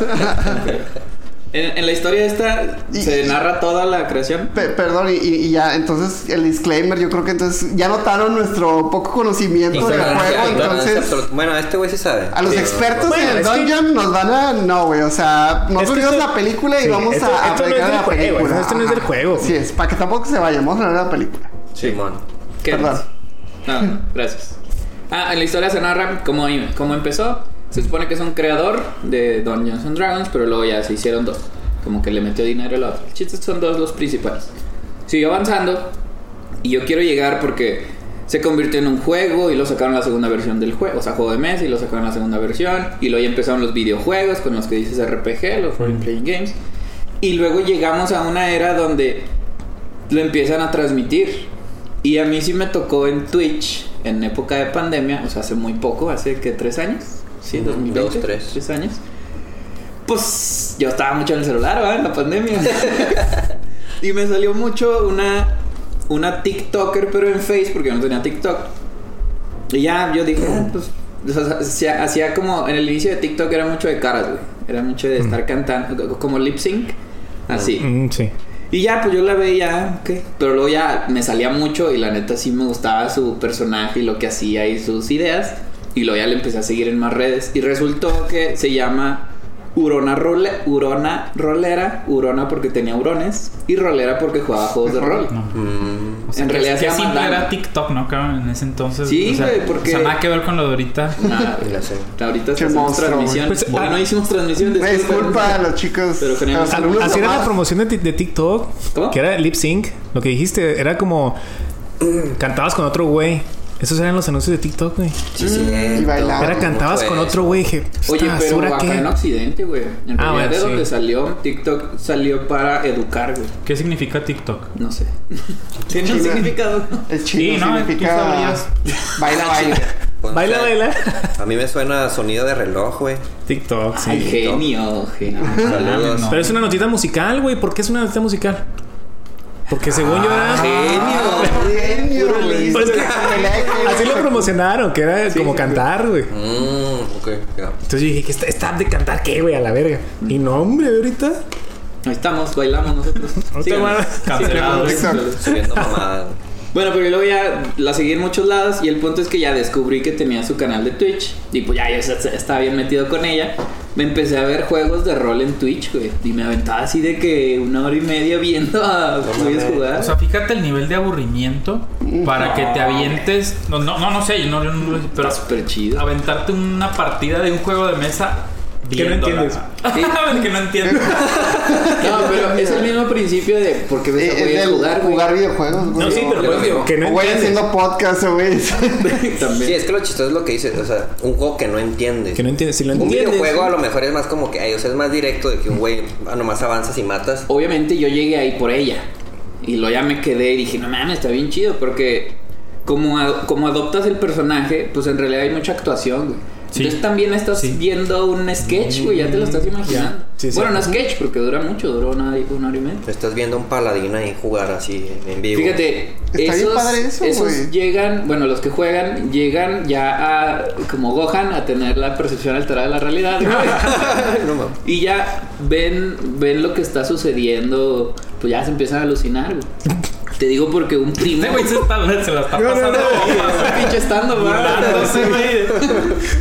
Speaker 3: En, en la historia esta
Speaker 2: Y-
Speaker 3: se
Speaker 2: y-
Speaker 3: narra toda la creación.
Speaker 2: Pe- perdón, y, y- y ya, entonces el disclaimer, yo creo que entonces ya notaron nuestro poco conocimiento del
Speaker 5: Ignorancia,
Speaker 2: juego,
Speaker 5: ignorancia
Speaker 2: entonces
Speaker 5: absoluta. Bueno, este güey sí sabe.
Speaker 2: a los
Speaker 5: Sí,
Speaker 2: expertos
Speaker 4: Bueno,
Speaker 2: en el
Speaker 4: es que-
Speaker 2: dungeon nos van a... No, güey, o sea,
Speaker 4: Es que
Speaker 2: nosotros vimos
Speaker 4: esto-
Speaker 2: la película y
Speaker 4: sí,
Speaker 2: vamos
Speaker 4: esto-
Speaker 2: a
Speaker 4: esto no
Speaker 2: aplicar
Speaker 4: es del
Speaker 2: la
Speaker 4: juego,
Speaker 2: película.
Speaker 4: esto no es
Speaker 2: Ajá.
Speaker 4: del juego.
Speaker 2: Así es, para que tampoco se vaya, vamos a hablar de la película.
Speaker 5: Simón.
Speaker 3: ¿Qué
Speaker 2: Perdón.
Speaker 3: más? No, no, gracias. Ah, en la historia se narra cómo, cómo empezó. Se supone que es un creador de Dungeons and Dragons, pero luego ya se hicieron dos. Como que le metió dinero al otro. El chiste es que son dos los principales. Siguió avanzando y yo quiero llegar porque se convirtió en un juego y lo sacaron la segunda versión del juego. O sea, juego de mesa y lo sacaron la segunda versión. Y luego ya empezaron los videojuegos con los que dices RPG, los role playing games. Y luego llegamos a una era donde lo empiezan a transmitir. Y a mí sí me tocó en Twitch, en época de pandemia, o sea, hace muy poco, hace que tres años, sí,
Speaker 5: Ujú,
Speaker 3: 2020,
Speaker 5: dos, tres.
Speaker 3: tres años. Pues yo estaba mucho en el celular, ¿verdad? En la pandemia. y me salió mucho una, una TikToker, pero en Face, porque yo no tenía TikTok. Y ya yo dije, ah, pues, o sea, hacía, hacía como, en el inicio de TikTok era mucho de caras, güey. Era mucho de estar cantando, como lip sync, así.
Speaker 4: Mm, sí.
Speaker 3: Y ya, pues yo la veía, ok. Pero luego ya me salía mucho y la neta sí me gustaba su personaje y lo que hacía y sus ideas. Y luego ya le empecé a seguir en más redes. Y resultó que se llama Urona, Role, Urona Rolera. Urona porque tenía hurones. Y Rolera porque jugaba juegos de rol.
Speaker 1: No.
Speaker 5: Mm,
Speaker 1: O sea,
Speaker 3: En
Speaker 1: que-
Speaker 3: realidad
Speaker 1: que
Speaker 3: se llama
Speaker 1: simple
Speaker 3: Dana.
Speaker 1: era TikTok, ¿no? cabrón? En ese entonces.
Speaker 3: Sí,
Speaker 1: o sea,
Speaker 3: güey, porque-
Speaker 1: o sea, nada que ver con lo de ahorita.
Speaker 3: Nada, güey.
Speaker 5: ya sé.
Speaker 3: Ahorita
Speaker 2: Qué
Speaker 3: se hacemos
Speaker 2: monstruo,
Speaker 3: transmisión.
Speaker 4: güey. Pues,
Speaker 3: Hoy
Speaker 4: ah,
Speaker 3: no hicimos transmisión.
Speaker 2: Disculpa a los chicos,
Speaker 3: Pero
Speaker 2: a los
Speaker 3: generalmente-
Speaker 2: alumnos
Speaker 4: Así era
Speaker 2: nomás.
Speaker 4: la promoción de, ti- de TikTok,
Speaker 3: ¿Cómo?
Speaker 4: que era lip sync. Lo que dijiste era como cantabas con otro güey. Esos eran los anuncios de TikTok, güey.
Speaker 5: Sí, cierto.
Speaker 2: y
Speaker 3: Ah,
Speaker 2: bailaba.
Speaker 4: Era
Speaker 5: Mucho
Speaker 4: cantabas con
Speaker 5: eso.
Speaker 4: otro güey. Dije,
Speaker 3: Oye,
Speaker 4: "Esta
Speaker 3: pero
Speaker 4: basura
Speaker 3: acá
Speaker 4: qué".
Speaker 3: en Occidente, güey. En realidad
Speaker 4: Ah, bueno,
Speaker 3: de
Speaker 4: sí.
Speaker 3: donde salió, TikTok salió para educar, güey.
Speaker 1: ¿Qué significa TikTok?
Speaker 3: No sé. Tiene un
Speaker 2: China.
Speaker 3: significado.
Speaker 2: Es chino,
Speaker 1: Sí, no, tú
Speaker 2: significa...
Speaker 1: sabrías.
Speaker 2: Baila, baila.
Speaker 5: Con-
Speaker 4: Baila,
Speaker 5: o sea,
Speaker 4: baila.
Speaker 5: A mí me suena sonido de reloj, güey.
Speaker 4: TikTok, sí.
Speaker 3: Ay, genio, genio.
Speaker 5: Saludos.
Speaker 1: no.
Speaker 4: Pero es una notita musical, güey. ¿Por qué es una notita musical? Porque según yo
Speaker 3: Ah,
Speaker 4: era.
Speaker 3: Genio.
Speaker 2: Genio,
Speaker 3: Puro
Speaker 2: güey.
Speaker 4: listo. Así
Speaker 2: Así
Speaker 4: lo promocionaron, que era como
Speaker 3: sí,
Speaker 4: cantar, güey.
Speaker 2: Ah.
Speaker 5: Mm, ok, ya.
Speaker 4: Entonces yo dije, ¿qué está, está de cantar qué, güey? A la verga. Y no, hombre, ahorita.
Speaker 3: Ahí estamos, bailamos nosotros.
Speaker 4: No te
Speaker 3: Síganos.
Speaker 4: van a-
Speaker 1: Cancelado.
Speaker 3: Síganos.
Speaker 5: Subiendo mamada.
Speaker 3: Bueno, pero luego ya la seguí en muchos lados y el punto es que ya descubrí que tenía su canal de Twitch y pues ya yo se- se- estaba bien metido con ella. Me empecé a ver juegos de rol en Twitch, güey. Y me aventaba así de que una hora y media viendo a güeyes jugar.
Speaker 1: O sea, fíjate el nivel de aburrimiento
Speaker 2: Mm.
Speaker 1: para que te avientes. No, no, no, no sé, yo no, yo no lo- pero
Speaker 3: Está súper chido.
Speaker 1: aventarte una partida de un juego de mesa
Speaker 4: Que no
Speaker 1: viéndola.
Speaker 4: entiendes.
Speaker 1: que no entiendo.
Speaker 3: No, pero es el mismo principio de porque ves a
Speaker 2: Eh, es
Speaker 3: güeyes
Speaker 2: del
Speaker 3: jugar, güey.
Speaker 2: jugar videojuegos, güey.
Speaker 4: No, sí, pero
Speaker 5: Yo
Speaker 4: pues,
Speaker 5: digo,
Speaker 4: que no
Speaker 2: o güey
Speaker 4: entiendes.
Speaker 2: haciendo podcast, güey.
Speaker 3: También.
Speaker 5: Sí, es que lo chistoso es lo que dices, o sea, un juego que no entiendes.
Speaker 4: Que no entiendes. Si lo
Speaker 5: un
Speaker 4: entiendes.
Speaker 5: videojuego a lo mejor es más como que, ay, o sea, es más directo de que un güey ah, nomás avanzas y matas.
Speaker 4: Oh.
Speaker 3: obviamente yo llegué ahí por ella. Y lo ya me quedé y dije, no mames, está bien chido, porque como, ad- como adoptas el personaje, pues en realidad hay mucha actuación, güey.
Speaker 1: Sí.
Speaker 3: Entonces también estás
Speaker 1: Sí.
Speaker 3: viendo un sketch, güey, ya te lo estás imaginando.
Speaker 4: Sí, sí.
Speaker 3: bueno, no sketch, porque dura mucho, duró una, una hora y media.
Speaker 5: Estás viendo a un paladín ahí jugar así en vivo.
Speaker 3: Fíjate,
Speaker 2: Está bien
Speaker 3: esos,
Speaker 2: padre eso,
Speaker 3: esos
Speaker 2: güey.
Speaker 3: llegan, bueno, los que juegan, llegan ya a, como Gohan, a tener la percepción alterada de la realidad. güey.
Speaker 5: No mames.
Speaker 3: y ya ven, ven lo que está sucediendo, pues ya se empiezan a alucinar, güey. Te digo porque un primo...
Speaker 1: Ese Este güey se, está- se la está
Speaker 4: No, no,
Speaker 1: pasando
Speaker 4: no.
Speaker 1: bomba.
Speaker 3: pinche estando, güey.
Speaker 1: Burlándose, güey.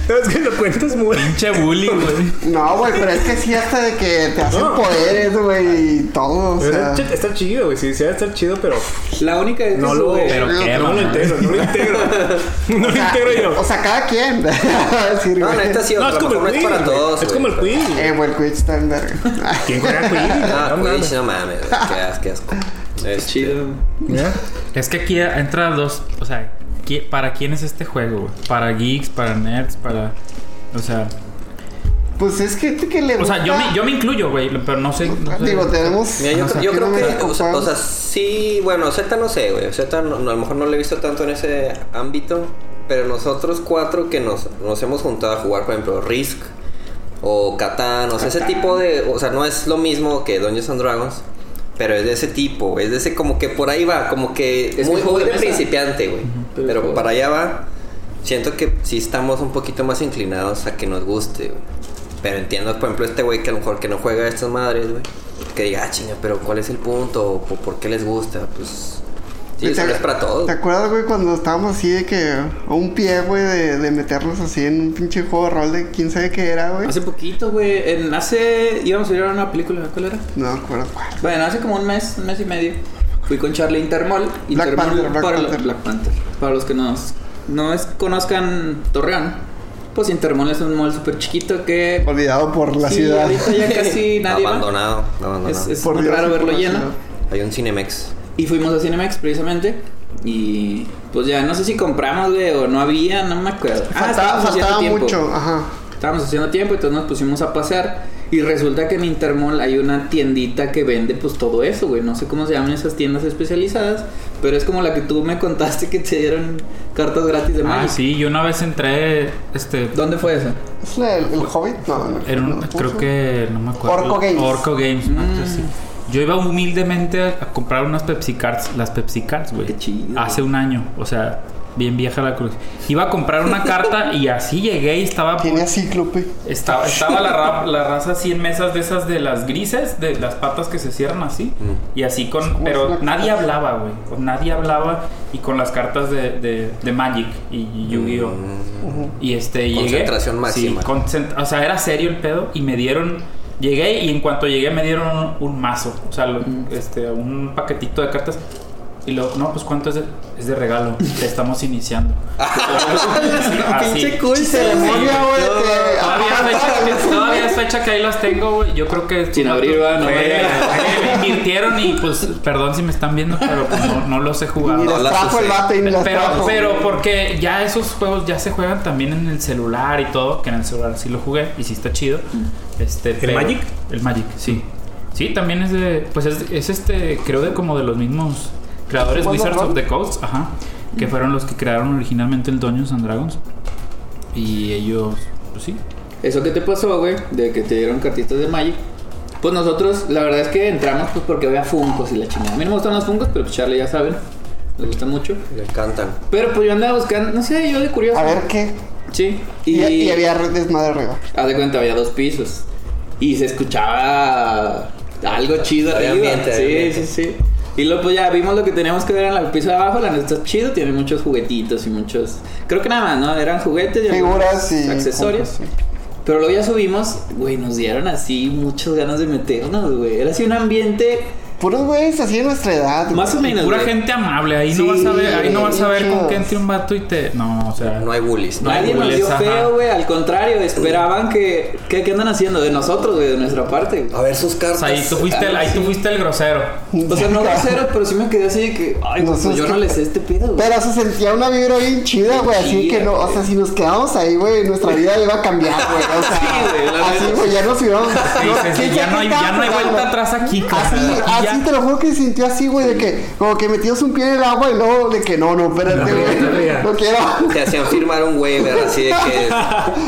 Speaker 4: No, es que lo cuentas muy.
Speaker 1: Pinche bullying, güey.
Speaker 2: No, güey, pero es que sí, hasta de que te hacen
Speaker 4: No.
Speaker 2: poderes, güey, y todo, o sea.
Speaker 4: Está ch- está chido, güey. Sí, sí, va a estar chido, pero
Speaker 3: La única es que
Speaker 4: no
Speaker 3: su-
Speaker 4: lo.
Speaker 1: Pero
Speaker 4: no
Speaker 1: qué,
Speaker 4: lo
Speaker 1: mamá.
Speaker 4: integro, no lo integro. No lo
Speaker 2: o sea,
Speaker 4: integro yo.
Speaker 2: O sea, cada quien. Va a decir,
Speaker 5: No,
Speaker 2: güey.
Speaker 5: neta sí,
Speaker 4: No,
Speaker 5: a
Speaker 4: es
Speaker 5: lo
Speaker 4: como
Speaker 5: mejor
Speaker 4: el
Speaker 5: no es
Speaker 4: Quidditch.
Speaker 5: para todos.
Speaker 4: Es como el
Speaker 5: güey.
Speaker 4: Quidditch.
Speaker 2: Eh, güey, el Quidditch está en verga.
Speaker 4: ¿Quién juega Quidditch?
Speaker 5: Ah,
Speaker 4: No,
Speaker 5: Quidditch,
Speaker 4: mames.
Speaker 5: no mames, qué as- qué asco. Es
Speaker 3: Chido.
Speaker 4: Mira.
Speaker 1: Es que aquí entra dos. O sea, ¿qui- ¿para quién es este juego? güey? Para geeks, para nerds, para. O sea,
Speaker 2: Pues es gente que le
Speaker 1: o
Speaker 2: gusta.
Speaker 1: sea yo, me, yo me incluyo, güey, pero no sé. No sé.
Speaker 2: Digo, tenemos.
Speaker 5: Mira, yo,
Speaker 2: o sea,
Speaker 5: yo
Speaker 2: aquí
Speaker 5: creo
Speaker 2: no me
Speaker 5: que, o sea,
Speaker 2: preocupa.
Speaker 5: o sea, sí, bueno, Z no sé, güey. Z no- no, a lo mejor no lo he visto tanto en ese ámbito, pero nosotros cuatro que nos, nos hemos juntado a jugar, por ejemplo, Risk o Catán, o sea, ese
Speaker 3: Catán.
Speaker 5: tipo de. O sea, no es lo mismo que Dungeons and Dragons, pero es de ese tipo, es de ese como que por ahí va, como que
Speaker 3: que
Speaker 5: es muy,
Speaker 3: juego
Speaker 5: muy
Speaker 3: de
Speaker 5: de
Speaker 3: mesa.
Speaker 5: principiante, güey.
Speaker 3: Pero
Speaker 5: Pero
Speaker 3: juego.
Speaker 5: para allá va. Siento que sí estamos un poquito más inclinados a que nos guste, güey. Pero entiendo, por ejemplo, este güey que a lo mejor que no juega a estas madres, güey. Que diga, ah, chinga, pero ¿cuál es el punto? ¿O por- por qué les gusta? Pues... Sí,
Speaker 2: Güey,
Speaker 5: eso no
Speaker 2: ac-
Speaker 5: es para todos.
Speaker 2: ¿Te acuerdas, güey, cuando estábamos así de que a un pie, güey, de, de meternos así en un pinche juego de rol de quién sabe qué era, güey?
Speaker 3: Hace poquito, güey, en hace... íbamos a ir a una película, ¿cuál era?
Speaker 2: No me acuerdo cuál.
Speaker 3: Bueno, hace como un mes, un mes y medio, fui con Charlie Intermol.
Speaker 2: Black
Speaker 3: Intermol
Speaker 2: Panther, Black
Speaker 3: para lo-
Speaker 2: Panther.
Speaker 3: Black Panther. Para los que nos- no es- conozcan Torreón, pues Intermol es un mall súper chiquito que...
Speaker 2: Olvidado por la
Speaker 3: sí,
Speaker 2: ciudad.
Speaker 3: ahorita ya casi nadie va.
Speaker 5: abandonado, abandonado.
Speaker 3: Es, es
Speaker 2: Por
Speaker 3: muy
Speaker 2: Dios,
Speaker 3: raro
Speaker 2: sí,
Speaker 3: verlo
Speaker 2: por la
Speaker 3: lleno.
Speaker 2: ciudad.
Speaker 5: Hay un Cinemex.
Speaker 3: Y fuimos a Cinemex precisamente. Y pues ya, no sé si compramos, güey, o no había, no me acuerdo. Ah,
Speaker 2: Faltaba,
Speaker 3: estábamos haciendo
Speaker 2: faltaba
Speaker 3: tiempo.
Speaker 2: mucho, ajá.
Speaker 3: Estábamos haciendo tiempo, entonces nos pusimos a pasear. Y resulta que en Intermall hay una tiendita que vende pues todo eso, güey. No sé cómo se llaman esas tiendas especializadas, pero es como la que tú me contaste que te dieron cartas gratis de
Speaker 1: Ah,
Speaker 3: Magic.
Speaker 1: sí, yo una vez entré. Este.
Speaker 3: ¿Dónde fue eso?
Speaker 2: ¿Es la- el, el Hobbit? No, no.
Speaker 1: En un-
Speaker 2: no,
Speaker 1: creo que no me acuerdo.
Speaker 2: Orco Games.
Speaker 1: Orco Games, ¿no?
Speaker 3: Mm.
Speaker 1: Entonces, Yo iba humildemente a a comprar unas Pepsi Cards, las Pepsi Cards, güey.
Speaker 3: Qué chido.
Speaker 1: Hace un año, o sea, bien vieja la cruz. Iba a comprar una carta y así llegué y estaba
Speaker 2: Tiene cíclope.
Speaker 1: estaba, estaba la, ra- la raza así en mesas de esas de las grises, de las patas que se cierran así. Y así con.
Speaker 2: como
Speaker 1: Pero
Speaker 2: Mm. una-
Speaker 1: nadie hablaba, güey. o Nadie hablaba. Y con las cartas de, de- de Magic y Yu-Gi-Oh!
Speaker 2: Mm.
Speaker 5: Mm,
Speaker 1: Y este, y llegué.
Speaker 5: Concentración máxima.
Speaker 1: Sí, concent- o sea, era serio el pedo. Y me dieron. Llegué y en cuanto llegué me dieron un, un mazo. O sea, lo-
Speaker 3: Mm.
Speaker 1: este, un paquetito de cartas. Y luego, no, pues cuánto es de, es de regalo. Te estamos iniciando.
Speaker 5: Ah,
Speaker 1: Así.
Speaker 3: Pinche curso.
Speaker 2: ceremonia, güey,
Speaker 1: No,
Speaker 2: que-
Speaker 1: Todavía es fecha que- todavía es fecha que ahí las tengo, güey. Yo creo que.
Speaker 3: Sin abrir, va, no
Speaker 1: Güey,
Speaker 3: vaya.
Speaker 1: me invirtieron y pues, perdón si me están viendo, pero pues, no, no los he jugado.
Speaker 2: Ni
Speaker 5: No,
Speaker 2: las
Speaker 5: la
Speaker 2: trajo el
Speaker 5: sucede.
Speaker 2: vato y ni las
Speaker 1: Pero,
Speaker 2: trajo.
Speaker 1: pero porque ya esos juegos ya se juegan también en el celular y todo, que en el celular sí lo jugué y sí está chido. Este, ¿El
Speaker 4: Magic?
Speaker 1: El Magic, sí. Sí, también es de. Pues es, es este, creo de como de los mismos creadores
Speaker 2: ¿Juegos
Speaker 1: Wizards
Speaker 2: rol?
Speaker 1: of the Coast, ajá. Que fueron los que crearon originalmente el Dungeons and Dragons. Y ellos, pues sí.
Speaker 3: Eso que te pasó, güey, de que te dieron cartitas de Magic. Pues nosotros, la verdad es que entramos pues porque había Funkos y la chingada. A mí no me gustan los Funkos, pero pues Charlie ya saben, le gustan mucho.
Speaker 5: Le encantan.
Speaker 3: Pero pues yo andaba buscando, no sé, yo de curioso.
Speaker 2: A ver qué.
Speaker 3: Sí.
Speaker 2: Y, y había desmadre arriba.
Speaker 3: Haz de cuenta, había dos pisos. Y se escuchaba algo chido
Speaker 5: Había
Speaker 3: arriba.
Speaker 5: ambiente,
Speaker 3: sí,
Speaker 5: había ambiente.
Speaker 3: sí, sí. Y luego pues ya vimos lo que teníamos que ver en el piso de abajo. La neta está chido, tiene muchos juguetitos y muchos... Creo que nada más, ¿no? Eran juguetes y algunos
Speaker 2: Figuras y.
Speaker 3: accesorios.
Speaker 2: cosas,
Speaker 3: Pero luego ya subimos, güey, nos dieron así muchas ganas de meternos, güey. Era así un ambiente
Speaker 2: puros güeyes así de nuestra edad. güey.
Speaker 3: Más o menos.
Speaker 1: Pura
Speaker 3: güey.
Speaker 1: gente amable, ahí
Speaker 2: Sí,
Speaker 1: no vas a ver, ahí no vas a ver con
Speaker 2: muchos.
Speaker 1: que entre un vato y te. No, o sea.
Speaker 5: No hay bullies, ¿no?
Speaker 1: No hay
Speaker 3: Nadie nos
Speaker 1: bullies,
Speaker 3: dio
Speaker 1: ajá.
Speaker 3: feo, güey. Al contrario, esperaban que. ¿Qué, qué andan haciendo? De nosotros, güey, de nuestra parte. güey.
Speaker 5: A ver sus
Speaker 1: o
Speaker 5: cartas.
Speaker 1: sea, ahí tú fuiste el, ahí tú fuiste el grosero.
Speaker 3: O sea, no grosero, pero sí me quedé así de que. Ay,
Speaker 2: No
Speaker 3: pues,
Speaker 2: sé,
Speaker 3: yo
Speaker 2: es
Speaker 3: no
Speaker 2: que-
Speaker 3: les sé este pedo, güey.
Speaker 2: Pero se sentía una vibra bien chida, güey. Así
Speaker 3: Chida,
Speaker 2: que no, o sea, si nos quedamos ahí, güey, nuestra vida iba a cambiar, güey. O sea,
Speaker 3: Sí, güey, la
Speaker 2: así,
Speaker 3: neta.
Speaker 2: güey, ya nos íbamos.
Speaker 1: Y
Speaker 2: no,
Speaker 1: dices,
Speaker 2: ¿quién
Speaker 1: ya
Speaker 2: sabe
Speaker 1: no
Speaker 2: qué
Speaker 1: hay, ya
Speaker 2: estábamos
Speaker 1: no hay vuelta
Speaker 2: hablando?
Speaker 1: atrás aquí,
Speaker 2: Así,
Speaker 1: carnal. Aquí ya-
Speaker 2: así te lo juro que se sintió así, güey, de que como que metías un pie en el agua y luego de que no, no, espérate, güey. No quiero.
Speaker 5: Te hacían firmar un waiver así de que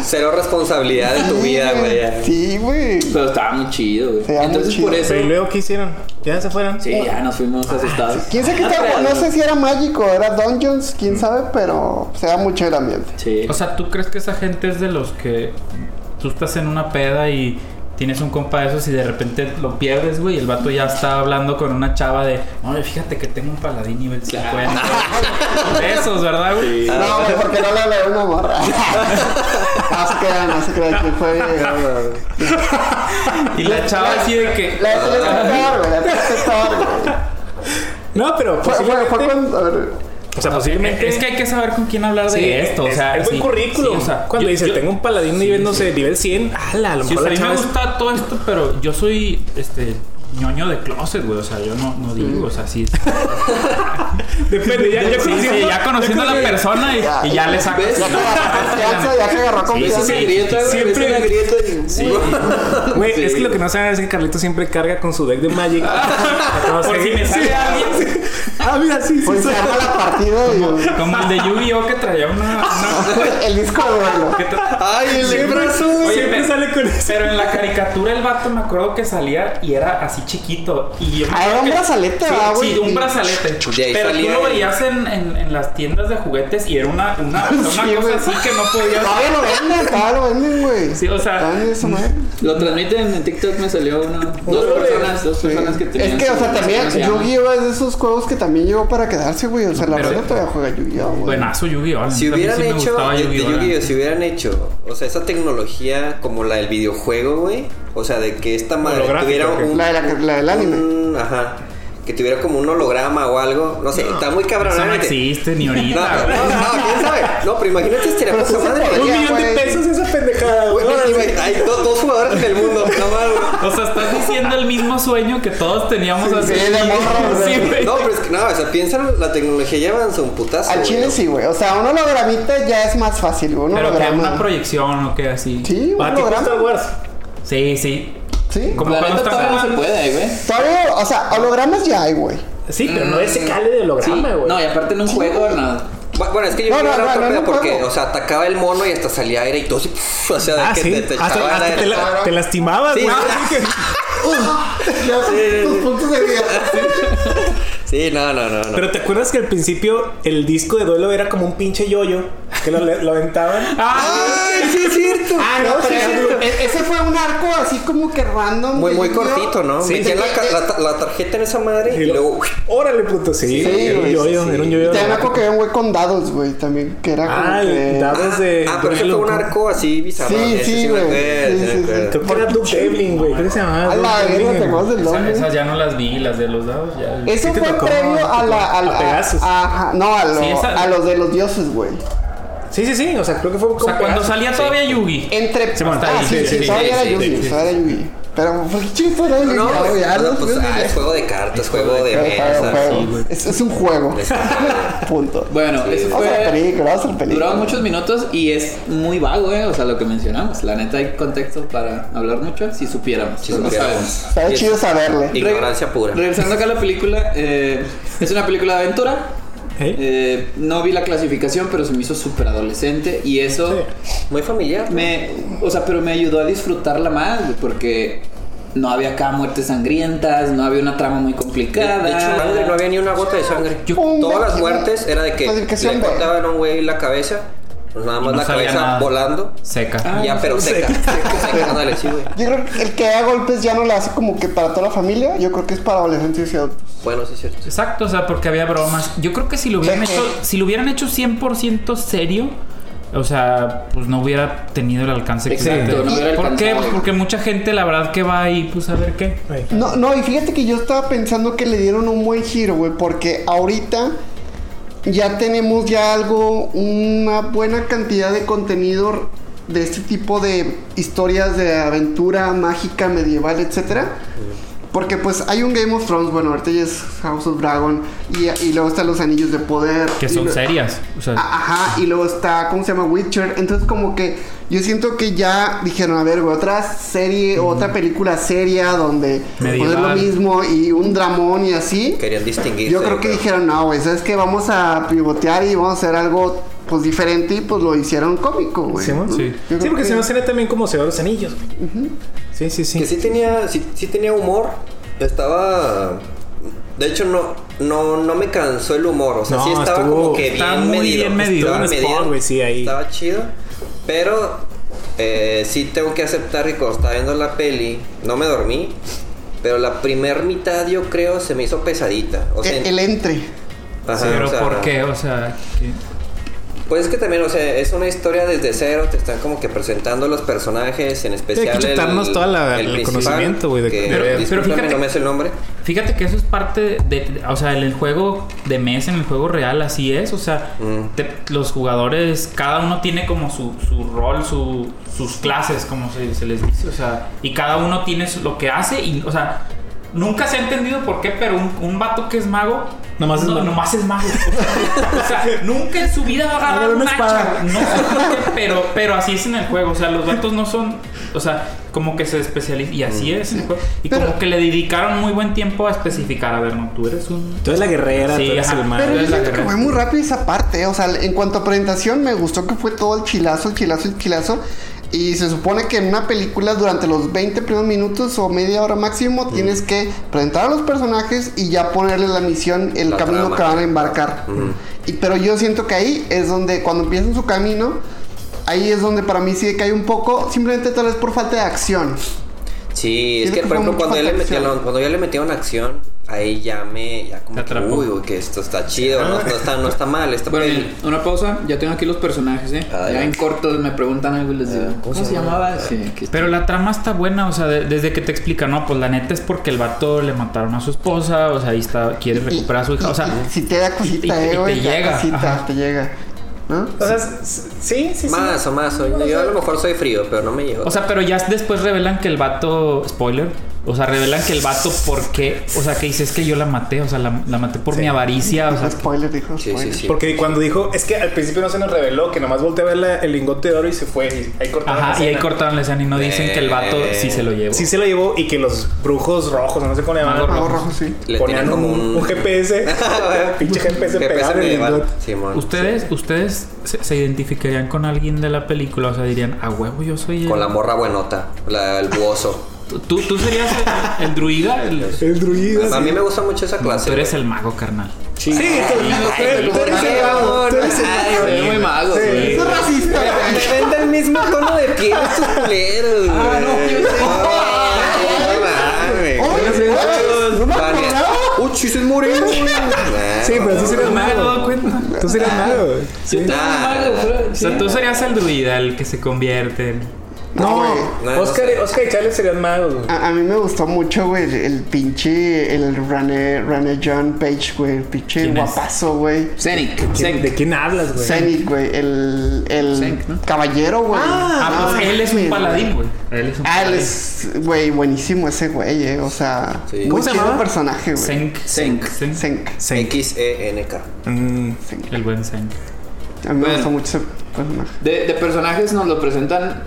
Speaker 5: cero responsabilidad de tu vida, güey. ya.
Speaker 2: Sí, güey.
Speaker 3: Pero estaba muy chido, güey.
Speaker 2: Estaba muy
Speaker 3: Entonces,
Speaker 2: chido.
Speaker 3: por eso.
Speaker 4: Pero ¿y luego qué hicieron? ¿Ya se fueron?
Speaker 3: Sí, ya nos fuimos asustados. Ah,
Speaker 2: Quién sabe qué
Speaker 3: No
Speaker 2: estaba,
Speaker 3: creas,
Speaker 2: no
Speaker 3: güey.
Speaker 2: sé si era mágico, era Dungeons, quién sabe, pero se da mucho el ambiente.
Speaker 3: Sí.
Speaker 1: O sea, ¿tú crees que esa gente es de los que tú estás en una peda y tienes un compa de esos y de repente lo pierdes, güey? Y el vato ya está hablando con una chava de, oye, fíjate que tengo un paladín nivel 50. de esos, ¿verdad, güey?
Speaker 2: No, güey, porque no le hablé a una morra. No se crean, no se crean que fue.
Speaker 1: Y la chava así de que.
Speaker 2: La la es peor, güey, la es peor, güey.
Speaker 4: No, pero
Speaker 2: Fue, fue, fue
Speaker 4: posiblemente-
Speaker 2: cuando. a ver,
Speaker 4: O sea, posiblemente...
Speaker 1: Es que hay que saber con quién hablar de
Speaker 4: Sí,
Speaker 1: esto. O
Speaker 4: es-
Speaker 1: sea,
Speaker 4: es buen
Speaker 1: sí,
Speaker 4: currículum.
Speaker 1: sí, o sea,
Speaker 4: Cuando
Speaker 1: yo-
Speaker 4: dices,
Speaker 1: yo-
Speaker 4: tengo un paladín nivel, no sé, nivel 100. ¡Hala! A lo
Speaker 1: Sí, o sea, a
Speaker 4: mejor la
Speaker 1: mí me
Speaker 4: chava es-
Speaker 1: gusta todo esto, pero yo soy este ñoño de closet, güey. O sea, yo no, no digo, o sea, sí.
Speaker 4: Depende, ya, ya
Speaker 1: Sí, sí,
Speaker 4: conociendo-
Speaker 1: ya conociendo a la persona y
Speaker 2: Ya,
Speaker 1: y ya le saco.
Speaker 3: ¿ves?
Speaker 1: Sí,
Speaker 2: Ya que agarró confianza, ya que agarró
Speaker 3: Es
Speaker 2: confianza.
Speaker 3: una grieta, güey. Es
Speaker 4: Siempre-
Speaker 3: una grieta. y-
Speaker 4: Güey,
Speaker 3: Sí.
Speaker 4: es que lo que no saben es que Carlito siempre carga con su deck de Magic.
Speaker 1: Por si me sale alguien.
Speaker 4: Ah, mira, sí, sí.
Speaker 2: Pues se
Speaker 4: soy.
Speaker 2: arma la partida y
Speaker 1: Como el de Yu-Gi-Oh! que traía una.
Speaker 4: Ah,
Speaker 1: una-
Speaker 2: el disco de duelo.
Speaker 1: que tra-
Speaker 5: Ay, el de brazos.
Speaker 1: Oye,
Speaker 4: Siempre
Speaker 1: pero-
Speaker 4: sale con eso.
Speaker 1: Pero en la caricatura el vato me acuerdo que salía y era así chiquito. Y yo me
Speaker 2: Ah,
Speaker 1: acuerdo
Speaker 2: era un
Speaker 1: que-
Speaker 2: brazalete,
Speaker 1: sí,
Speaker 2: ¿verdad, güey?
Speaker 1: Sí, un brazalete.
Speaker 5: ah, De ahí
Speaker 1: Pero tú
Speaker 5: salía
Speaker 1: lo
Speaker 5: el-
Speaker 1: veías en, en, en las tiendas de juguetes y era una, una, una
Speaker 2: Sí,
Speaker 1: cosa
Speaker 2: güey.
Speaker 1: así que no podías.
Speaker 2: Todavía lo venden, todavía lo venden, güey.
Speaker 1: Sí, o sea,
Speaker 2: Todavía eso, madre.
Speaker 3: Lo transmiten en TikTok, me salió uno. Dos
Speaker 4: Órale.
Speaker 3: personas, dos personas que tenían.
Speaker 2: Es que, o sea,
Speaker 3: su-
Speaker 2: también
Speaker 3: ¿cómo se llama?
Speaker 2: Yu-Gi-Oh! es de esos juegos que también llegó para quedarse, güey. O sea, la
Speaker 1: Pero-
Speaker 2: verdad todavía juega Yu-Gi-Oh! güey.
Speaker 1: Buenazo Yu-Gi-Oh!
Speaker 5: Si hubieran
Speaker 1: sí me
Speaker 5: hecho,
Speaker 1: gustaba
Speaker 5: de- de
Speaker 1: Yu-Gi-Oh!
Speaker 5: Yu-Gi-Oh, si hubieran hecho, o sea, esa tecnología como la del videojuego, güey, o sea, de que esta madre
Speaker 4: Holográfica,
Speaker 5: tuviera
Speaker 4: ¿o qué?
Speaker 5: un,
Speaker 2: La, de la, la del anime.
Speaker 5: un- ajá, que tuviera como un holograma o algo, no sé, está muy cabrón.
Speaker 1: Eso no
Speaker 5: obviamente.
Speaker 1: existe ni
Speaker 5: No, no,
Speaker 1: ahorita, güey.
Speaker 5: no, quién sabe. No, pero imagínate estaría
Speaker 2: Pero
Speaker 5: poca
Speaker 2: sí se
Speaker 5: madre.
Speaker 2: podría,
Speaker 4: Un millón
Speaker 2: güey.
Speaker 4: de pesos esa pendejada, güey.
Speaker 5: Güey, güey, güey, Hay do- dos jugadores del mundo, no mames, güey.
Speaker 1: O sea, estás diciendo el mismo sueño que todos teníamos hace.
Speaker 2: sí, de morro, güey.
Speaker 1: Sí, güey.
Speaker 5: No, pero es que no, o sea, piensa, la tecnología ya avanzó un putazo.
Speaker 2: Al
Speaker 5: güey.
Speaker 2: chile sí, güey. O sea, un hologramita ya es más fácil, güey. Un
Speaker 1: Pero que una
Speaker 2: holograma.
Speaker 1: proyección o que así.
Speaker 2: Sí, un
Speaker 4: ¿A ti Star
Speaker 2: holograma.
Speaker 4: Wars?
Speaker 1: Sí, sí.
Speaker 2: Sí.
Speaker 1: Como
Speaker 3: La
Speaker 1: cuando
Speaker 3: neta,
Speaker 1: estás
Speaker 3: todavía no se puede, güey.
Speaker 2: Todavía, o sea, hologramas ya hay, güey.
Speaker 4: Sí, pero no ese cale de
Speaker 3: Mm. Sí.
Speaker 4: holograma, güey.
Speaker 3: No, y aparte en un juego, no.
Speaker 5: Bu- Bueno, es que yo
Speaker 2: No,
Speaker 5: creo que
Speaker 2: no,
Speaker 5: era
Speaker 2: no,
Speaker 5: otro
Speaker 2: no,
Speaker 5: pedo
Speaker 2: no
Speaker 5: porque,
Speaker 2: puedo.
Speaker 5: o sea, atacaba el mono y hasta salía aire y todo así, pff, o sea, de
Speaker 4: Ah,
Speaker 5: que
Speaker 4: sí.
Speaker 5: te, te
Speaker 4: hasta,
Speaker 5: echaba
Speaker 4: hasta
Speaker 5: aire.
Speaker 4: te, la- te lastimabas,
Speaker 5: Sí,
Speaker 4: güey.
Speaker 5: sí.
Speaker 2: Ya tus puntos de vida.
Speaker 5: Sí, no, no, no, no.
Speaker 4: Pero te acuerdas que al principio el disco de duelo era como un pinche yoyo que lo, lo aventaban.
Speaker 5: ¡Ay, sí es cierto!
Speaker 2: Ah, no, pero e- ese fue un arco así como que random.
Speaker 5: Muy,
Speaker 2: de
Speaker 5: muy
Speaker 2: Yu-Gi-Oh!
Speaker 5: cortito, ¿no?
Speaker 2: Sí,
Speaker 5: Metían
Speaker 2: sí,
Speaker 5: la, ca- la ta- la tarjeta en esa madre y
Speaker 4: Y lo-
Speaker 5: luego... uy,
Speaker 4: Órale, puto, sí.
Speaker 2: Sí,
Speaker 4: era un
Speaker 2: güey,
Speaker 4: yoyo,
Speaker 5: sí, sí.
Speaker 4: era un
Speaker 2: Y
Speaker 4: yoyo.
Speaker 2: también me acuerdo que había un güey con dados, güey, también, que era como
Speaker 4: Ah,
Speaker 2: que...
Speaker 4: el dados de.
Speaker 5: Ah, pero ese fue
Speaker 4: duelo,
Speaker 5: un
Speaker 4: ¿no?
Speaker 5: arco así bizarro.
Speaker 2: Sí,
Speaker 5: ese
Speaker 2: sí,
Speaker 5: me
Speaker 2: güey.
Speaker 5: acuerdo,
Speaker 2: Sí,
Speaker 5: me
Speaker 2: sí, sí.
Speaker 5: acuerdo.
Speaker 4: Creo que era Duke Devlin, güey. Creo que se llamaba.
Speaker 2: A Ah, la
Speaker 4: Duke
Speaker 2: verga,
Speaker 4: Devlin.
Speaker 2: ¿te acuerdas del
Speaker 1: Esa-
Speaker 2: nombre?
Speaker 1: Esas ya no las vi, las de los dados. Ya.
Speaker 2: Eso
Speaker 4: Sí te
Speaker 2: fue
Speaker 4: tocó,
Speaker 2: previo a la... A, la-
Speaker 4: a Pegasus.
Speaker 2: ajá, no, a, lo-
Speaker 1: Sí, esa-
Speaker 2: a los de los dioses, güey.
Speaker 4: Sí, sí, sí. O sea, creo que fue
Speaker 1: O sea, cuando salía todavía Yugi.
Speaker 5: Eh,
Speaker 2: Entre...
Speaker 1: Sí, bueno, está
Speaker 2: ah,
Speaker 1: ahí,
Speaker 2: sí,
Speaker 1: sí,
Speaker 2: sí,
Speaker 1: sí,
Speaker 2: todavía
Speaker 5: sí,
Speaker 2: era
Speaker 5: sí,
Speaker 2: Yugi,
Speaker 5: sí, sí.
Speaker 2: todavía era Yugi. Pero, pues, ¿por qué chingos fuera de Yugi?
Speaker 5: No,
Speaker 2: Ya,
Speaker 5: pues,
Speaker 2: güey, ya,
Speaker 5: ah,
Speaker 2: los-
Speaker 5: pues,
Speaker 2: los-
Speaker 5: ah, es juego de cartas, juego de
Speaker 2: Pero, pero,
Speaker 5: mesa.
Speaker 2: pero,
Speaker 5: sí, güey.
Speaker 2: es, es un juego. Punto.
Speaker 3: Bueno, eso
Speaker 2: Vamos a la
Speaker 3: fue.
Speaker 2: película, vamos a la película.
Speaker 3: Duraba muchos minutos y es muy vago, ¿eh? O sea, lo que mencionamos. La neta, hay contexto para hablar mucho si supiéramos.
Speaker 5: Si
Speaker 3: pero no
Speaker 5: supiéramos.
Speaker 3: sabemos.
Speaker 2: Estaba
Speaker 5: Y es-
Speaker 2: chido saberle.
Speaker 3: Y-
Speaker 5: Ignorancia pura.
Speaker 3: Regresando acá a la película, eh, es una película de aventura.
Speaker 4: ¿Eh?
Speaker 3: Eh, no vi la clasificación, pero se me hizo súper adolescente y eso
Speaker 5: Muy familiar. ¿no?
Speaker 3: me, o sea, pero me ayudó a disfrutarla más güey, porque no había acá muertes sangrientas, no había una trama muy
Speaker 5: De,
Speaker 3: complicada.
Speaker 5: de hecho, madre, no había ni una gota de sangre.
Speaker 2: Yo-
Speaker 5: Todas las
Speaker 2: Hombre,
Speaker 5: muertes era de que
Speaker 2: clasificación
Speaker 5: le
Speaker 2: B.
Speaker 5: cortaban a un güey la cabeza, pues nada más
Speaker 1: no
Speaker 5: la
Speaker 1: salía
Speaker 5: cabeza
Speaker 1: nada.
Speaker 5: volando.
Speaker 1: Seca.
Speaker 3: Ah,
Speaker 5: ya, pero seca. Seca, seca, ándale, sí, güey.
Speaker 2: Yo creo que el que da golpes ya no lo hace como que para toda la familia. Yo creo que es para adolescentes y adultos.
Speaker 5: Bueno, sí es cierto.
Speaker 1: Exacto, o sea, porque había bromas. Yo creo que si lo hubieran
Speaker 2: Jeje.
Speaker 1: hecho, si lo hubieran hecho 100% serio, o sea, pues no hubiera tenido el alcance que
Speaker 3: Exacto,
Speaker 1: hubiera
Speaker 3: no hubiera
Speaker 1: tenido. ¿Por qué?
Speaker 3: alcanzado.
Speaker 1: Pues porque mucha gente, la verdad, que va ahí, pues a ver qué.
Speaker 2: No, no, y fíjate que yo estaba pensando que le dieron un buen giro, güey, porque ahorita ya tenemos ya algo, una buena cantidad de contenido de este tipo de historias de aventura mágica, medieval, etcétera. Porque pues hay un Game of Thrones, bueno, ahorita ya es House of Dragon, y, y luego están los Anillos de Poder.
Speaker 1: Que
Speaker 2: y
Speaker 1: son
Speaker 2: lo-
Speaker 1: serias. O sea,
Speaker 2: Ah, Ajá, y luego está, ¿cómo se llama? Witcher. Entonces, como que yo siento que ya dijeron, a ver, güey, otra serie, otra película seria donde pues, es lo
Speaker 1: Medieval.
Speaker 2: mismo y un dramón y así.
Speaker 5: Querían distinguirse.
Speaker 2: Yo creo que
Speaker 5: pero-
Speaker 2: dijeron, no, güey, ¿sabes qué? Vamos a pivotear y vamos a hacer algo, pues, diferente y pues lo hicieron cómico, güey.
Speaker 4: ¿Sí, mon?
Speaker 1: Sí.
Speaker 4: Sí. Sí, porque se nos sería también como se ve los anillos, güey. Sí, sí, sí.
Speaker 5: Que sí tenía, sí, sí tenía humor. Estaba. De hecho, no, no, no me cansó el humor. O sea,
Speaker 4: No,
Speaker 5: sí estaba
Speaker 4: estuvo-
Speaker 5: como que
Speaker 1: estaba
Speaker 5: bien
Speaker 1: muy
Speaker 5: medido.
Speaker 1: bien medido.
Speaker 5: Estaba
Speaker 4: Un spot, güey, sí, ahí.
Speaker 5: Estaba chido. Pero eh, sí tengo que aceptar que cuando estaba viendo la peli, no me dormí. Pero la primer mitad, yo creo, se me hizo pesadita. O sea,
Speaker 2: El, Eh, el entre.
Speaker 5: ajá,
Speaker 1: pero
Speaker 5: o sea,
Speaker 1: ¿por qué? O sea, que-
Speaker 5: Pues es que también, o sea, es una historia desde cero, te están como que presentando los personajes, en especial
Speaker 4: que chutarnos
Speaker 5: el,
Speaker 4: toda la- el
Speaker 5: principal,
Speaker 4: conocimiento, güey, de-
Speaker 5: que-
Speaker 4: de-
Speaker 1: Pero- pero
Speaker 5: discúlpame,
Speaker 1: fíjate-
Speaker 5: no me hace el nombre.
Speaker 1: Fíjate que eso es parte de, de- o sea, en el juego de mesa, en el juego real, así es. O sea,
Speaker 5: Mm.
Speaker 1: te- los jugadores, cada uno tiene como su, su rol, su, sus clases, como se, se les dice. O sea, y cada uno tiene su- lo que hace. Y, o sea, nunca se ha entendido por qué, pero un, un vato que es mago.
Speaker 4: Nomás es
Speaker 1: no-
Speaker 4: mago.
Speaker 1: nomás es mago. O sea, nunca en su vida va a agarrar
Speaker 4: Agarra una
Speaker 1: una
Speaker 4: espada.
Speaker 1: hacha. No sé por qué, pero, pero así es en el juego. O sea, los vatos no son. O sea, como que se especializan. Y así es en el juego. Y
Speaker 2: Pero-
Speaker 1: como que le dedicaron muy buen tiempo a especificar. A ver, no, tú eres un.
Speaker 4: Tú eres la guerrera,
Speaker 1: Sí,
Speaker 4: tú eres
Speaker 1: ajá.
Speaker 4: el
Speaker 1: Pero
Speaker 4: mal.
Speaker 2: Pero yo
Speaker 1: es la
Speaker 2: siento que
Speaker 1: guerra.
Speaker 2: fue muy rápido esa parte. eh. O sea, en cuanto a presentación, me gustó que fue todo el chilazo, el chilazo, el chilazo. Y se supone que en una película, durante los 20 primeros minutos o media hora máximo,
Speaker 1: Mm.
Speaker 2: tienes que presentar a los personajes y ya ponerle la misión, el
Speaker 5: La
Speaker 2: camino
Speaker 5: trama.
Speaker 2: que van a embarcar.
Speaker 1: Mm.
Speaker 2: y, pero yo siento que ahí es donde, cuando empiezan su camino, ahí es donde para mí sí cae un poco, simplemente tal vez por falta de acción.
Speaker 5: Sí, es
Speaker 2: Siento que
Speaker 5: que por
Speaker 2: fue
Speaker 5: ejemplo
Speaker 2: mucha
Speaker 5: cuando, él le
Speaker 2: acción.
Speaker 5: metieron, cuando ya le metieron acción, ahí ya me, ya como
Speaker 1: Te
Speaker 5: que,
Speaker 1: atrapó.
Speaker 5: uy, güey, que esto está chido, no, no está, no está mal, está
Speaker 3: Bueno,
Speaker 5: peli.
Speaker 3: bien, una pausa. Ya tengo aquí los personajes, ¿eh? Ya
Speaker 5: Adelante.
Speaker 3: en corto me preguntan algo y les digo. ¿Cómo, se llamaba? Sí, aquí está.
Speaker 1: Pero la trama está buena, o sea, de- desde que te explica, no, pues la neta es porque el vato le mataron a su esposa, o sea, ahí está, quiere recuperar a su hija, o sea,
Speaker 2: Y- y si te da
Speaker 1: y-
Speaker 2: cosita,
Speaker 1: y
Speaker 2: eh,
Speaker 1: te
Speaker 2: güey, te da
Speaker 1: llega,
Speaker 2: cosita,
Speaker 1: ajá.
Speaker 2: te llega. ¿no?
Speaker 4: O sea, s- sí, sí, sí.
Speaker 5: Más o más, soy- yo a lo mejor soy frío, pero no me llegó.
Speaker 1: o sea, pero ya después revelan que el vato, spoiler, o sea, revelan que el vato, ¿por qué? O sea, que dice, es que yo la maté, o sea, la, la maté por mi avaricia, o sea,
Speaker 2: spoiler, dijo.
Speaker 5: sí, sí,
Speaker 2: spoiler.
Speaker 5: sí.
Speaker 4: Porque cuando dijo, es que al principio no se nos reveló que nomás volteé a ver la- el lingote de oro y se fue. Y ahí cortaron la
Speaker 1: ajá, y ahí
Speaker 4: escena.
Speaker 1: cortaron la escena y no dicen que el vato sí se lo llevó.
Speaker 4: Sí se lo llevó y que los brujos rojos, no sé cómo le llaman,
Speaker 1: Magos
Speaker 2: Mago rojo, Ah, sí.
Speaker 5: le
Speaker 4: ponían
Speaker 5: tenían como
Speaker 4: un,
Speaker 5: un,
Speaker 4: un GPS. pinche GPS, pegado en el
Speaker 5: medieval.
Speaker 4: lingote.
Speaker 5: Simón.
Speaker 1: Ustedes, ustedes se, se identificarían con alguien de la película, o sea, dirían, a huevo, yo soy el...
Speaker 5: Con la morra buenota, la, el buoso.
Speaker 1: ¿Tú, tú serías el, el druida, el-
Speaker 4: El druida.
Speaker 5: A
Speaker 4: sí.
Speaker 5: mí me gusta mucho esa clase.
Speaker 1: tú eres
Speaker 5: güey.
Speaker 1: el mago, carnal.
Speaker 4: Sí, tú- tú eres- tú eres el mago, tú eres el
Speaker 5: Ay,
Speaker 4: mago.
Speaker 3: Soy muy mago,
Speaker 4: Sí.
Speaker 3: güey.
Speaker 2: Es racista, güey.
Speaker 5: Me vende el mismo tono de piel estos culeros, Ah, no, yo sé.
Speaker 3: eh,
Speaker 2: No me acordaba.
Speaker 5: Uy, sí, soy moreno, güey.
Speaker 4: Sí, pero sí serías
Speaker 1: me había dado
Speaker 4: mago.
Speaker 1: cuenta.
Speaker 4: Tú serías mago. Sí.
Speaker 1: O sea, tú serías el druida, el que se convierte en...
Speaker 4: No,
Speaker 5: No, no
Speaker 4: Oscar,
Speaker 5: sé.
Speaker 4: Oscar y Charles serían magos, güey.
Speaker 2: A, a mí me gustó mucho, güey, el, el pinche, el Rane, Rane John Page, güey, el pinche
Speaker 1: ¿Quién es?
Speaker 2: guapazo, güey.
Speaker 3: Zenic.
Speaker 4: ¿Quién- ¿De quién hablas, güey?
Speaker 2: Zenith, güey, el, el
Speaker 3: Zenith, ¿no?
Speaker 2: caballero, güey.
Speaker 1: Ah, pues él es un paladín, güey. Él es un
Speaker 2: Ah, él
Speaker 1: paladín.
Speaker 2: es, güey, buenísimo ese güey, eh, o sea,
Speaker 5: Sí.
Speaker 2: muy
Speaker 5: ¿Cómo
Speaker 4: se
Speaker 2: chido
Speaker 4: llamaba?
Speaker 2: personaje, güey.
Speaker 1: Senk.
Speaker 3: Senk.
Speaker 1: Senk.
Speaker 2: Zenk.
Speaker 4: Sí.
Speaker 5: E X-E-N-K.
Speaker 4: Mm,
Speaker 1: El buen Senk.
Speaker 2: A mí me
Speaker 3: Bueno.
Speaker 2: gustó mucho ese personaje.
Speaker 3: De, de personajes nos lo presentan.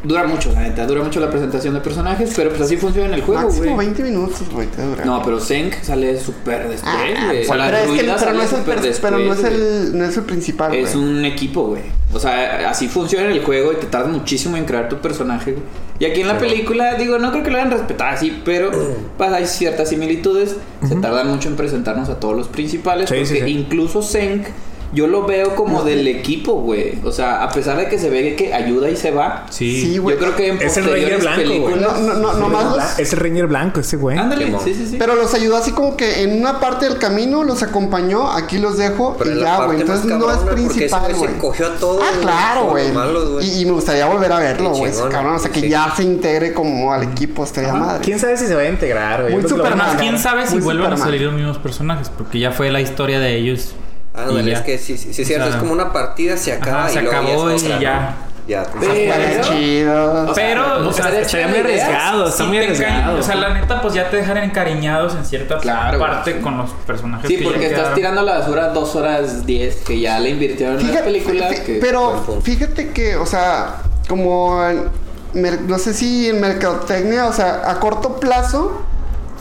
Speaker 3: Dura mucho, la neta. Dura mucho la presentación de personajes, pero pues así funciona en el juego,
Speaker 2: Máximo
Speaker 3: güey.
Speaker 2: 20 minutos, güey, te dura.
Speaker 3: No, pero Zenk sale súper después,
Speaker 2: Ah,
Speaker 3: güey.
Speaker 2: pues, pero es que el- pero no es el pers- pero no es el no es el
Speaker 4: Ah,
Speaker 2: principal,
Speaker 3: Es
Speaker 2: güey.
Speaker 3: un equipo, güey. O sea, así funciona el juego y te tardas muchísimo en crear tu personaje, güey. Y aquí en la película, digo, no creo que lo hayan respetado así, pero pues, hay ciertas similitudes. Se tardan mucho en presentarnos a todos los principales,
Speaker 4: Sí, sí,
Speaker 3: porque
Speaker 4: sí.
Speaker 3: incluso Senk yo lo veo como del equipo, güey. O sea, a pesar de que se ve que ayuda y se va,
Speaker 4: Sí.
Speaker 2: Sí, güey.
Speaker 3: yo creo que en
Speaker 4: Es el Ranger
Speaker 3: posteriores
Speaker 4: blanco, güey.
Speaker 3: películas...
Speaker 2: No, no, no, nomás los-
Speaker 4: Es el Ranger blanco ese güey.
Speaker 3: Ándale,
Speaker 5: Simón.
Speaker 3: sí, sí, sí.
Speaker 2: Pero los ayudó así como que en una parte del camino, los acompañó, aquí los dejo
Speaker 5: Pero
Speaker 2: y
Speaker 5: en la
Speaker 2: ya,
Speaker 5: parte
Speaker 2: güey. Entonces
Speaker 5: más
Speaker 2: no es
Speaker 5: cabrona, porque ese
Speaker 2: principal,
Speaker 5: güey se
Speaker 2: güey.
Speaker 5: cogió a todos
Speaker 2: Ah,
Speaker 5: los-
Speaker 2: claro,
Speaker 5: los
Speaker 2: güey.
Speaker 5: malos, güey.
Speaker 2: Y, y me gustaría volver a verlo,
Speaker 5: Qué
Speaker 2: güey. ese
Speaker 5: chingón,
Speaker 2: Cabrón, o sea, que
Speaker 5: sí.
Speaker 2: ya se integre como al equipo, estaría madre.
Speaker 4: ¿Quién sabe si se va a integrar, güey?
Speaker 2: Muy
Speaker 4: Yo creo que lo van a
Speaker 1: Además,
Speaker 2: Superman.
Speaker 4: sacar.
Speaker 1: quién sabe si
Speaker 2: Muy
Speaker 1: vuelven a
Speaker 2: Superman.
Speaker 1: salir los mismos personajes, porque ya fue la historia de ellos.
Speaker 5: Ah,
Speaker 1: Y
Speaker 5: bueno,
Speaker 1: ya.
Speaker 5: es que sí, sí, sí, es cierto,
Speaker 1: O sea,
Speaker 5: es como una partida, se acaba
Speaker 1: Ajá,
Speaker 5: y
Speaker 1: se
Speaker 5: luego
Speaker 1: acabó
Speaker 5: ya
Speaker 1: y
Speaker 5: es otra, ¿no?
Speaker 1: ya.
Speaker 5: Ya, pues,
Speaker 3: Pero-
Speaker 2: Estaría chido.
Speaker 1: Pero,
Speaker 4: No,
Speaker 1: o sea,
Speaker 4: estaría
Speaker 1: estaría
Speaker 4: muy
Speaker 1: chido.
Speaker 4: arriesgado, está
Speaker 1: Sí
Speaker 4: muy
Speaker 1: te enca-
Speaker 4: arriesgado.
Speaker 1: O sea, la neta, pues ya te dejan encariñados en cierta
Speaker 3: Claro,
Speaker 1: parte
Speaker 3: güey.
Speaker 1: con los personajes
Speaker 3: Sí,
Speaker 1: que ya
Speaker 3: porque estás
Speaker 1: quedaron.
Speaker 3: tirando la basura dos horas 10 que ya le invirtieron en las
Speaker 2: Fíjate,
Speaker 3: películas.
Speaker 2: fí-
Speaker 3: Que,
Speaker 5: buen
Speaker 2: pero
Speaker 5: punto.
Speaker 2: fíjate que, o sea, como en mer- no sé si en mercadotecnia, o sea, a corto plazo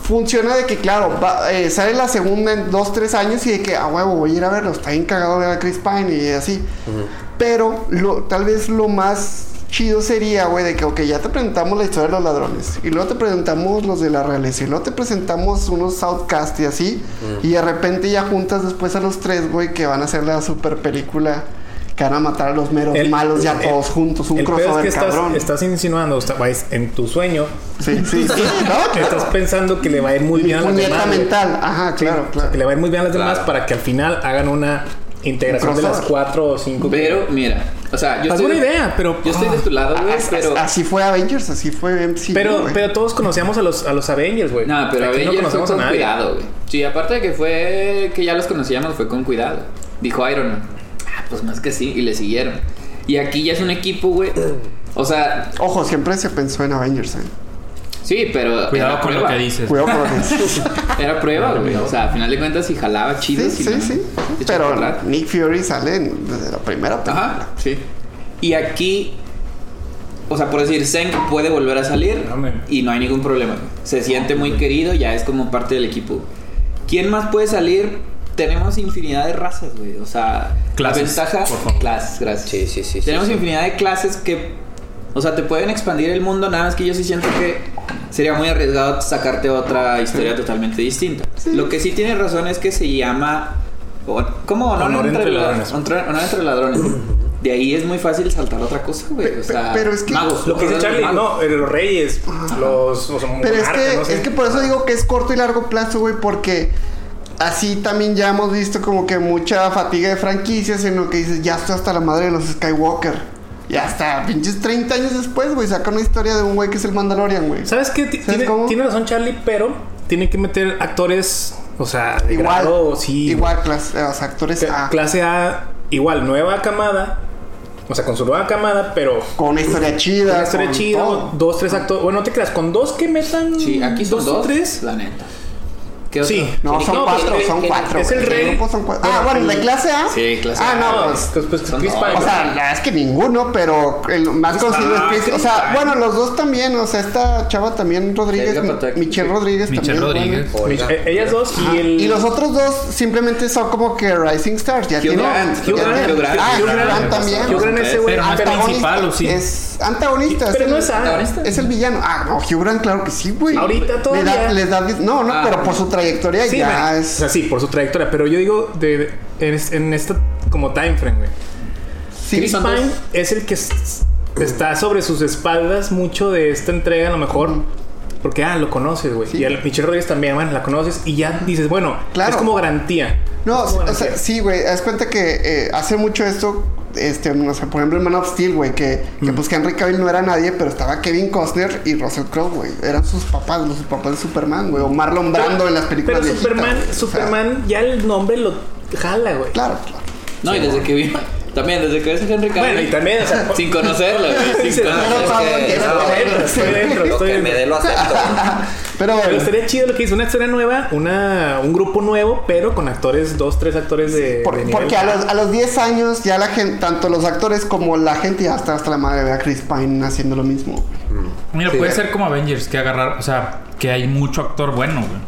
Speaker 2: funciona de que, claro, va- eh, sale la segunda en dos, tres años y de que, a huevo, voy a ir a verlo, está bien cagado ver a Chris Pine y así. Pero lo, tal vez lo más chido sería, güey, de que, ok, ya te presentamos la historia de los ladrones, y luego te presentamos los de la realeza, y luego te presentamos unos outcasts y así,
Speaker 4: Mm.
Speaker 2: y de repente ya juntas después a los tres, güey, que van a hacer la super película, que van a matar a los meros
Speaker 4: El-
Speaker 2: malos ya
Speaker 4: el-
Speaker 2: todos juntos, un
Speaker 4: el pedo es
Speaker 2: crossover
Speaker 4: que estás,
Speaker 2: cabrón.
Speaker 4: estás insinuando, o sea, vais en tu sueño,
Speaker 2: Sí, sí, sí, no, claro.
Speaker 4: estás pensando que le va a ir muy bien a las
Speaker 2: Puñeta
Speaker 4: demás. güey.
Speaker 2: mental, ajá, claro, claro.
Speaker 4: Que le va a ir muy bien a las
Speaker 5: Claro.
Speaker 4: demás para que al final hagan una integración de las
Speaker 2: crossover.
Speaker 4: cuatro o cinco. que-
Speaker 3: pero, mira, o sea, yo
Speaker 4: Es
Speaker 3: estoy,
Speaker 4: buena idea, pero-
Speaker 1: ah,
Speaker 3: Yo estoy de tu lado, güey,
Speaker 2: As-
Speaker 3: pero.
Speaker 2: así fue Avengers, así fue MCU.
Speaker 4: pero,
Speaker 2: güey.
Speaker 4: pero todos conocíamos a los, a los Avengers, güey.
Speaker 3: Nada, pero
Speaker 4: Aquí
Speaker 3: Avengers fue con cuidado, güey. Sí, aparte de que fue que ya los conocíamos, fue con cuidado. Dijo Iron Man. Ah, pues más que sí, y le siguieron. Y aquí ya es un equipo, güey. O sea,
Speaker 2: Ojo, siempre se pensó en Avengers, eh.
Speaker 3: sí, pero.
Speaker 1: Cuidado
Speaker 3: era
Speaker 1: con lo
Speaker 3: prueba.
Speaker 1: que dices.
Speaker 2: Cuidado con lo que dices.
Speaker 3: Era prueba, güey. O sea, al final de cuentas, si jalaba chido.
Speaker 2: Sí,
Speaker 3: si
Speaker 2: sí,
Speaker 3: no,
Speaker 2: sí.
Speaker 3: de
Speaker 2: Pero
Speaker 3: chocolate.
Speaker 2: Nick Fury sale en- desde la primera película.
Speaker 3: Ajá, sí. Y aquí, o sea, por decir, Zeng puede volver a salir
Speaker 4: Amén.
Speaker 3: y no hay ningún problema. Se siente muy querido, ya es como parte del equipo. ¿Quién más puede salir? Tenemos infinidad de razas, güey. O sea,
Speaker 1: Clases,
Speaker 3: la ventaja.
Speaker 1: por favor.
Speaker 3: Clases, gracias.
Speaker 5: Sí, sí, sí, sí,
Speaker 3: Tenemos
Speaker 5: sí.
Speaker 3: infinidad de clases que. O sea, te pueden expandir el mundo, nada más que yo sí siento que sería muy arriesgado sacarte otra historia totalmente distinta. Lo que sí tiene razón es que se llama. o- ¿Cómo? Honor, entre, ladrones. Honor, honor entre ladrones. ¿eh? De ahí es muy fácil saltar otra cosa, güey. O sea,
Speaker 2: pero es que-
Speaker 3: magos.
Speaker 4: Lo que dice
Speaker 3: Magos,
Speaker 4: Charlie,
Speaker 3: magos.
Speaker 4: no, eh, los reyes, los, los
Speaker 2: Pero es
Speaker 4: monarcas,
Speaker 2: que,
Speaker 4: no sé.
Speaker 2: es que por eso digo que es corto y largo plazo, güey, porque así también ya hemos visto como que mucha fatiga de franquicias en lo que dices, ya estoy hasta la madre de los Skywalker. Y hasta pinches 30 años después, güey, saca una historia de un güey que es el Mandalorian, güey.
Speaker 4: ¿Sabes qué? Ti-
Speaker 2: ¿Sabes
Speaker 4: tiene,
Speaker 2: cómo?
Speaker 4: tiene razón Charlie, pero tiene que meter actores, o sea, de
Speaker 2: Igual,
Speaker 4: grado, sí,
Speaker 2: igual, ah. clase, los actores
Speaker 4: Cla-
Speaker 2: A,
Speaker 4: Clase A, igual, nueva camada. O sea, con su nueva camada, pero.
Speaker 2: con una historia chida.
Speaker 4: Una historia
Speaker 2: con
Speaker 4: chida,
Speaker 2: todo.
Speaker 4: dos, tres actores. Bueno, no te creas, con dos que metan.
Speaker 3: Sí, aquí son
Speaker 4: o
Speaker 3: dos.
Speaker 4: tres.
Speaker 3: La neta. ¿Qué
Speaker 4: Sí.
Speaker 3: otro?
Speaker 2: No, son
Speaker 4: No, pues,
Speaker 2: cuatro,
Speaker 4: eh,
Speaker 2: son
Speaker 4: eh,
Speaker 2: cuatro.
Speaker 4: es
Speaker 2: güey.
Speaker 4: el
Speaker 2: Los
Speaker 4: rey.
Speaker 2: grupos son cuatro. Ah, bueno, de clase A.
Speaker 3: Sí, clase
Speaker 2: Ah,
Speaker 3: A.
Speaker 2: no,
Speaker 4: Ah,
Speaker 2: pues.
Speaker 4: pues, pues
Speaker 3: Son
Speaker 4: Chris
Speaker 3: dos.
Speaker 4: Pine.
Speaker 2: O sea, la verdad es que ninguno, pero el más conocido es Chris. O sea, bueno, los dos también. O sea, esta chava también Rodríguez,
Speaker 3: Edgar
Speaker 2: Mi-
Speaker 3: Pataki.
Speaker 2: Michelle Rodríguez
Speaker 1: Michelle
Speaker 2: también. bueno.
Speaker 1: Rodríguez.
Speaker 5: Olga.
Speaker 4: Eh, ellas dos y
Speaker 2: Ah,
Speaker 4: el.
Speaker 2: Y los otros dos simplemente son como que Rising Stars. Ya
Speaker 3: Hugh
Speaker 2: tienen-
Speaker 3: Grant,
Speaker 2: ya
Speaker 3: Hugh
Speaker 2: tienen-
Speaker 3: Grant, Hugh Grant.
Speaker 2: Ah,
Speaker 4: Hugh
Speaker 2: Hugh
Speaker 4: Grant.
Speaker 2: Grant también.
Speaker 4: Yo creo en ese güey.
Speaker 1: Pero no es
Speaker 2: Antagonista.
Speaker 1: principal, ¿o sí?
Speaker 2: Es antagonista.
Speaker 4: Pero
Speaker 2: es
Speaker 4: no
Speaker 2: el-
Speaker 4: es A.
Speaker 3: ¿Protagonista?
Speaker 2: Es el villano. Ah, no, Hugh Grant, claro que sí, güey.
Speaker 4: Ahorita
Speaker 2: Le da-
Speaker 4: todavía.
Speaker 2: les da dis- no, no,
Speaker 3: Ah.
Speaker 2: pero por su trayectoria
Speaker 4: Sí,
Speaker 2: ya
Speaker 4: bueno, O
Speaker 2: es.
Speaker 4: sea, sí, por su trayectoria. Pero yo digo, de, de- en, es- en esta como time frame, güey.
Speaker 2: Sí,
Speaker 4: Chris
Speaker 3: son
Speaker 4: Pine
Speaker 3: dos.
Speaker 4: es el que s- está sobre sus espaldas mucho de esta entrega, a lo mejor. Porque, ah, lo conoces, güey.
Speaker 2: Sí.
Speaker 4: Y a la- Michelle Rodríguez también, bueno, la conoces. Y ya dices, bueno,
Speaker 2: Claro.
Speaker 4: es como garantía.
Speaker 2: No,
Speaker 4: Es como
Speaker 2: o sea,
Speaker 4: garantía.
Speaker 2: sí, güey, haz cuenta que eh, hace mucho esto, este, no sé, por ejemplo, en Man of Steel, güey, que,
Speaker 1: Mm.
Speaker 2: que pues que Henry Cavill no era nadie, pero estaba Kevin Costner y Russell Crowe, güey. Eran sus papás, los papás de Superman, güey, o Marlon
Speaker 4: Pero-
Speaker 2: Brando en las películas
Speaker 4: Pero
Speaker 2: viejitas,
Speaker 4: Superman,
Speaker 2: güey, o sea,
Speaker 4: Superman, ya el nombre lo jala, güey.
Speaker 2: claro, claro.
Speaker 3: No, y desde que vi. También, desde que ves a Henry Cavill.
Speaker 4: Bueno, y también, o sea,
Speaker 3: Sin conocerlo, güey.
Speaker 4: Dices,
Speaker 3: Sin
Speaker 4: "No,
Speaker 2: Pero
Speaker 3: conocerlo.
Speaker 2: Pablo,
Speaker 5: que-
Speaker 2: que era
Speaker 5: no,
Speaker 2: bueno,
Speaker 4: dentro, estoy
Speaker 2: sí.
Speaker 4: dentro.
Speaker 5: Lo que me dé lo acepto.
Speaker 2: Pero
Speaker 4: Pero
Speaker 2: bueno,
Speaker 4: estaría chido lo que hizo, una historia nueva, una, un grupo nuevo, pero con actores, dos, tres actores de.
Speaker 2: por-
Speaker 4: de nivel.
Speaker 2: porque a los, a los 10 años ya la gente, tanto los actores como la gente ya está hasta la madre de ver a Chris Pine haciendo lo mismo.
Speaker 1: Mira,
Speaker 2: Sí.
Speaker 1: puede ser como Avengers, que agarrar, o sea, que hay mucho actor bueno, güey.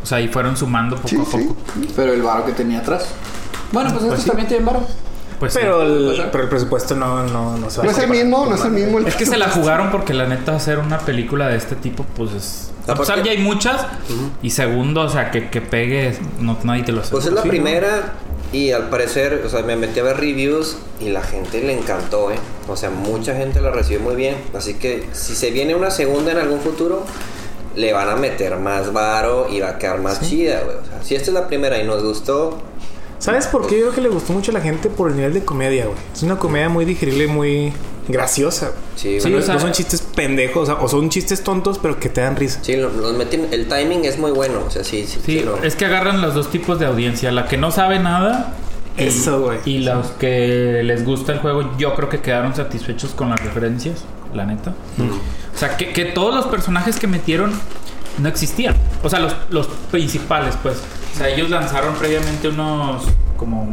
Speaker 1: O sea, y fueron sumando poco
Speaker 2: Sí,
Speaker 1: a
Speaker 2: sí.
Speaker 1: poco.
Speaker 3: Pero el varo que tenía atrás. Bueno, pues, estos
Speaker 1: sí.
Speaker 3: también tienen varo.
Speaker 1: Pues sí.
Speaker 4: Pero el,
Speaker 3: Ajá.
Speaker 4: pero el presupuesto no, no, no se va
Speaker 2: No
Speaker 4: a
Speaker 2: es el
Speaker 4: comparar.
Speaker 2: mismo, no es el mismo. el-
Speaker 1: Es que se la jugaron porque la neta hacer una película de este tipo, pues es...
Speaker 5: Aparte-
Speaker 1: A pesar ya hay muchas. Y segundo, o sea, que, que pegues, no, nadie te lo hace.
Speaker 5: Pues es la Pues primera Y al parecer, o sea, me metí a ver reviews y la gente le encantó, ¿eh? O sea, mucha gente la recibió muy bien. Así que si se viene una segunda en algún futuro, le van a meter más varo y va a quedar más chida, güey. O sea, si esta es la primera y nos gustó,
Speaker 4: ¿Sabes por qué? Yo creo que le gustó mucho a la gente por el nivel de comedia, güey. Es una comedia muy digerible y muy graciosa. güey.
Speaker 5: Sí,
Speaker 4: O sea,
Speaker 5: güey.
Speaker 4: no,
Speaker 1: o sea-
Speaker 4: no son chistes pendejos, o, sea, o son chistes tontos, pero que te dan risa.
Speaker 5: sí, lo- los meten- el timing es muy bueno. O sea, sí, sí,
Speaker 1: Sí,
Speaker 5: sí, lo-
Speaker 1: es que agarran los dos tipos de audiencia, la que no sabe nada. y-
Speaker 4: Eso, güey.
Speaker 1: Y los que les gusta el juego, yo creo que quedaron satisfechos con las referencias, la neta. O sea, que, que todos los personajes que metieron no existían. O sea, los, los principales, pues. O sea, ellos lanzaron previamente unos como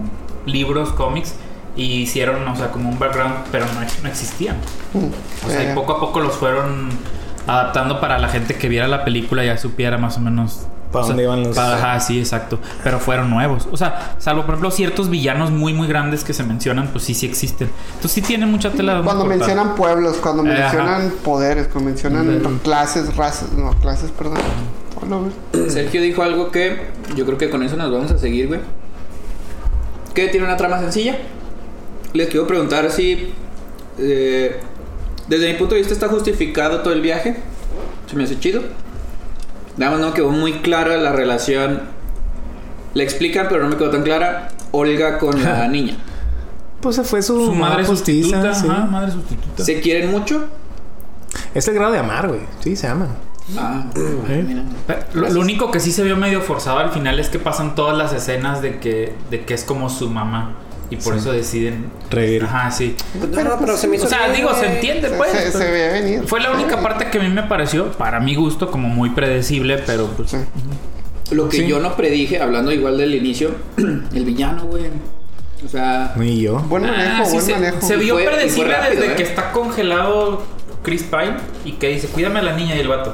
Speaker 1: libros, cómics, y hicieron, o sea, como un background, pero no, no existían. O
Speaker 4: Eh.
Speaker 2: Eh,
Speaker 1: sea, y Pues poco a poco los fueron adaptando para la gente que viera la película ya supiera más o menos.
Speaker 4: Para
Speaker 1: o sea,
Speaker 4: dónde iban los-
Speaker 1: para- ajá, sí, exacto. Pero fueron nuevos. O sea, salvo por ejemplo ciertos villanos muy, muy grandes que se mencionan, pues sí, sí existen. Entonces sí tienen mucha tela de dónde
Speaker 2: Cuando
Speaker 1: cortar.
Speaker 2: mencionan pueblos, cuando
Speaker 1: Eh, ajá.
Speaker 2: mencionan poderes, cuando mencionan clases, razas, no, clases, perdón. Hola, güey.
Speaker 3: Sergio dijo algo que yo creo que con eso nos vamos a seguir, güey. Que tiene una trama sencilla. Les quiero preguntar si, eh, desde mi punto de vista, está justificado todo el viaje. Se me hace chido. Nada más no quedó muy clara la relación. Le explican, pero no me quedó tan clara. Olga con la niña.
Speaker 4: Pues se fue su,
Speaker 1: su madre
Speaker 4: postiza,
Speaker 1: sustituta,
Speaker 4: sí.
Speaker 1: ajá, madre sustituta.
Speaker 3: ¿Se quieren mucho?
Speaker 4: Es el grado de amar, güey. Sí, se aman.
Speaker 3: Ah, mira.
Speaker 1: Pero Lo, lo único que sí se vio medio forzado al final es que pasan todas las escenas de que, de que es como su mamá. Y por eso deciden.
Speaker 4: Reír.
Speaker 1: Ajá, sí.
Speaker 5: Pues, No, no, pero se me hizo
Speaker 1: O sea,
Speaker 5: bien,
Speaker 1: digo, se
Speaker 5: güey.
Speaker 1: entiende,
Speaker 2: Se,
Speaker 1: pues.
Speaker 2: se- se ve venir.
Speaker 1: Fue la única parte que a mí me pareció, para mi gusto, como muy predecible, pero pues.
Speaker 2: Sí.
Speaker 3: Lo que
Speaker 4: Sí.
Speaker 3: yo no predije, hablando igual del inicio, el villano, güey. O sea,
Speaker 4: Y yo.
Speaker 2: Buen manejo,
Speaker 1: Ah, sí,
Speaker 2: buen
Speaker 1: se,
Speaker 2: manejo.
Speaker 1: se vio
Speaker 3: Y fue- y fue
Speaker 1: predecible
Speaker 3: rápido,
Speaker 1: desde
Speaker 3: ¿eh?
Speaker 1: que está congelado Chris Pine y que dice, cuídame a la niña y el vato.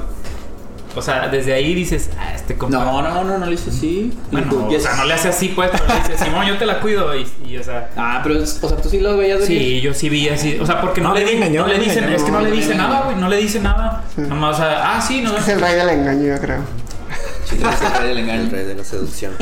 Speaker 1: O sea, desde ahí dices, ah, este compa.
Speaker 3: no, no, no, no le hizo así.
Speaker 1: Bueno, o
Speaker 3: Ya-
Speaker 1: sea, no le hace así, pues, pero le dice, Simón, yo te la cuido. Y, y, o sea.
Speaker 3: Ah, pero, es- o sea, tú sí lo veías venir.
Speaker 1: Sí, yo sí vi así. O sea, porque no,
Speaker 4: No,
Speaker 1: le,
Speaker 4: no me
Speaker 1: di-
Speaker 4: engañó,
Speaker 1: no le
Speaker 4: no me
Speaker 1: dicen,
Speaker 4: engañó.
Speaker 1: es que no, le
Speaker 3: No me
Speaker 1: dice
Speaker 3: engañó.
Speaker 1: nada, güey, no le dice nada. Nomás, o sea, ah, sí, no.
Speaker 2: Es el rey del engaño, yo creo.
Speaker 3: Sí, no, sí, el
Speaker 5: El
Speaker 3: engaño.
Speaker 5: rey de la seducción.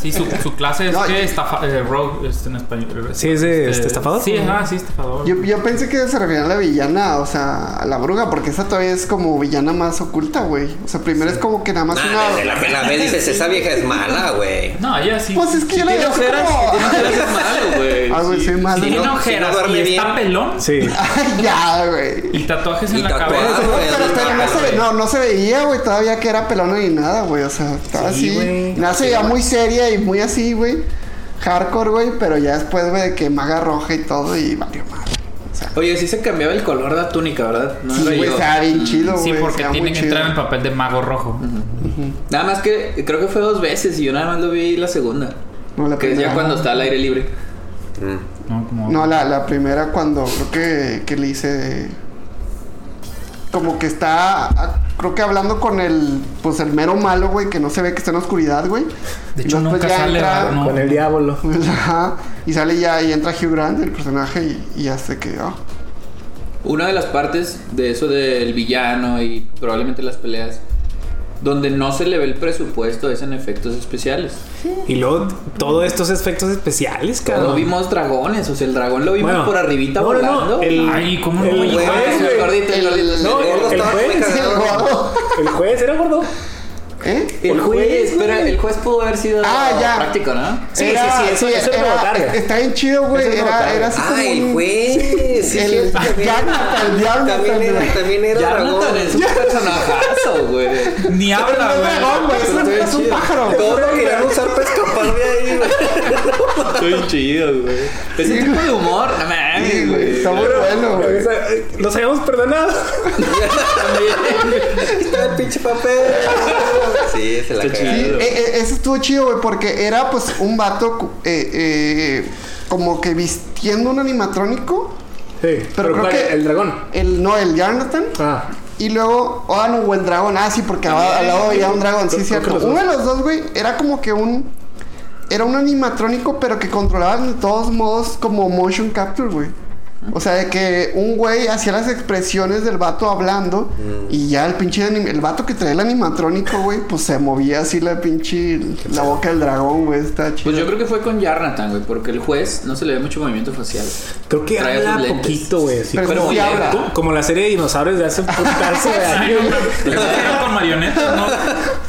Speaker 1: Sí, su, su clase es
Speaker 2: No, yo-
Speaker 1: que estafa, eh, rogue, este, en español.
Speaker 4: Sí, es de- este, estafador,
Speaker 1: Sí,
Speaker 4: ¿no?
Speaker 1: ajá, sí, estafador.
Speaker 2: Yo, yo pensé que se referían a la villana, o sea, a la bruja, porque esa todavía es como villana más oculta, güey. O sea, primero es como que nada más
Speaker 5: Nah, desde
Speaker 2: una.
Speaker 5: Ah, la que la ves dices, esa vieja es mala, güey.
Speaker 1: No, ella sí.
Speaker 2: Pues es que yo la
Speaker 3: Tiene
Speaker 2: veo
Speaker 3: ojeras,
Speaker 2: como-
Speaker 3: tiene ojeras es malo, güey.
Speaker 2: Ah, güey,
Speaker 3: Sí.
Speaker 2: soy malo.
Speaker 1: Tiene
Speaker 5: no- si no
Speaker 1: ojeras y
Speaker 5: duerme
Speaker 1: está
Speaker 5: bien.
Speaker 1: pelón.
Speaker 4: Sí.
Speaker 2: Ay, ya, güey.
Speaker 1: Y tatuajes en
Speaker 5: Y
Speaker 1: la
Speaker 5: tatuajes,
Speaker 1: cabeza.
Speaker 5: güey,
Speaker 2: Pero
Speaker 5: es
Speaker 2: pero
Speaker 5: una
Speaker 2: no, se, ve-
Speaker 5: güey.
Speaker 2: no, no se veía, güey, todavía que era pelona ni nada, güey. O sea, estaba
Speaker 4: Sí, güey.
Speaker 2: así. Nada, se veía muy seria y muy así, güey. Hardcore, güey, pero ya después, güey, de que maga roja y todo y valió madre. O sea,
Speaker 3: Oye, sí se cambiaba el color de la túnica, ¿verdad? No
Speaker 2: sí,
Speaker 3: era
Speaker 2: güey,
Speaker 3: yo.
Speaker 2: estaba bien chido, güey.
Speaker 1: Sí, porque
Speaker 2: estaba muy
Speaker 1: tiene que
Speaker 2: chido.
Speaker 1: entrar en el papel de mago rojo.
Speaker 3: Nada más que creo que fue dos veces y yo nada más lo vi la segunda.
Speaker 2: No, la
Speaker 3: que es ya
Speaker 2: primera.
Speaker 3: cuando está al aire libre.
Speaker 5: Mm.
Speaker 1: No, como.
Speaker 2: No, la, la primera cuando creo que, que le hice. Como que está. ah, Creo que hablando con el. Pues el mero malo, güey, que no se ve que está en la oscuridad, güey.
Speaker 1: De
Speaker 2: Y
Speaker 1: hecho,
Speaker 2: después
Speaker 1: nunca
Speaker 2: ya
Speaker 1: sale.
Speaker 2: entra-
Speaker 1: ¿verdad? No.
Speaker 4: Con el diablo.
Speaker 2: Pues, Ajá. Y sale ya y entra Hugh Grant, el personaje, y, ah. y ya se quedó.
Speaker 3: Una de las partes de eso del villano y probablemente las peleas, donde no se le ve el presupuesto es en efectos especiales.
Speaker 4: Y luego todos estos efectos especiales, cabrón.
Speaker 3: No vimos dragones, o sea, el dragón lo vimos
Speaker 4: Bueno,
Speaker 3: por arribita
Speaker 4: no, no, no,
Speaker 3: volando.
Speaker 4: el-
Speaker 1: Ay, ¿cómo no?
Speaker 4: el
Speaker 1: Oye,
Speaker 4: güey,
Speaker 1: ¿cuál es
Speaker 3: el
Speaker 4: güey.
Speaker 3: gordito, el gordito.
Speaker 5: El
Speaker 4: No,
Speaker 5: gordo
Speaker 4: el
Speaker 5: estaba
Speaker 4: juez,
Speaker 5: muy
Speaker 4: sí,
Speaker 2: el
Speaker 5: cagado.
Speaker 2: gordo.
Speaker 4: El juez era gordo.
Speaker 2: ¿Eh?
Speaker 3: El
Speaker 4: El
Speaker 3: juez,
Speaker 4: juez,
Speaker 3: espera,
Speaker 4: güey.
Speaker 3: el juez pudo haber sido
Speaker 2: Ah, ya.
Speaker 3: práctico, ¿no?
Speaker 4: Sí, sí, sí, eso- eso era botarga.
Speaker 2: Está bien chido, güey.
Speaker 4: Eso era
Speaker 2: Era,
Speaker 4: botarga.
Speaker 2: era así como.
Speaker 5: Ah, el
Speaker 2: un-
Speaker 5: juez. sí,
Speaker 2: El-
Speaker 5: cierto, también era-
Speaker 2: Jonathan, Jonathan,
Speaker 5: También
Speaker 2: güey.
Speaker 5: era, también era dragón.
Speaker 3: Jonathan es un personajazo, güey.
Speaker 1: Ni
Speaker 2: Pero no
Speaker 1: habla,
Speaker 2: es
Speaker 1: güey.
Speaker 2: dragón, güey, es un-
Speaker 3: Está bien
Speaker 2: Es un
Speaker 3: chido.
Speaker 2: pájaro.
Speaker 5: Todos lo querían usar para escapar de ahí, güey.
Speaker 3: Estoy chido, güey. Pues Ese tipo de humor, no mames,
Speaker 2: Sí, güey,
Speaker 3: güey.
Speaker 2: Está muy bueno, güey.
Speaker 4: Esa- eh, Los habíamos perdonado.
Speaker 5: Está el pinche papel. Sí, se la
Speaker 3: Está
Speaker 5: cagaron.
Speaker 3: chido.
Speaker 2: Eh, eh, eso estuvo chido, güey, porque era pues un vato cu- eh, eh, como que vistiendo un animatrónico.
Speaker 4: Sí, pero,
Speaker 2: creo
Speaker 4: ¿cuál?
Speaker 2: que-
Speaker 4: el dragón.
Speaker 2: El, no, el Jonathan.
Speaker 4: Ah,
Speaker 2: Y luego, ah, no, o el dragón. Ah, sí, porque al, al lado había un dragón, sí,
Speaker 4: Creo-
Speaker 2: cierto.
Speaker 4: creo que los
Speaker 2: Uno de los dos, güey, era como que un. Era un animatrónico, pero que controlaban de todos modos como motion capture, güey. O sea, de que un güey hacía las expresiones del vato hablando
Speaker 5: Mm.
Speaker 2: y ya el pinche anim- el vato que traía el animatrónico, güey, pues se movía así la pinche la boca del dragón, güey, está chido.
Speaker 3: Pues yo creo que fue con Yarnatan, güey, porque el juez no se le ve mucho movimiento facial.
Speaker 4: Creo que
Speaker 3: Trae
Speaker 4: habla
Speaker 3: sus lentes.
Speaker 4: poquito, güey. así
Speaker 2: Pero
Speaker 4: como,
Speaker 2: sí habla.
Speaker 4: co- como la serie de dinosaurios de hace un putazo de
Speaker 1: Ay,
Speaker 4: años.
Speaker 1: hombre, eso era con marionetas, ¿no?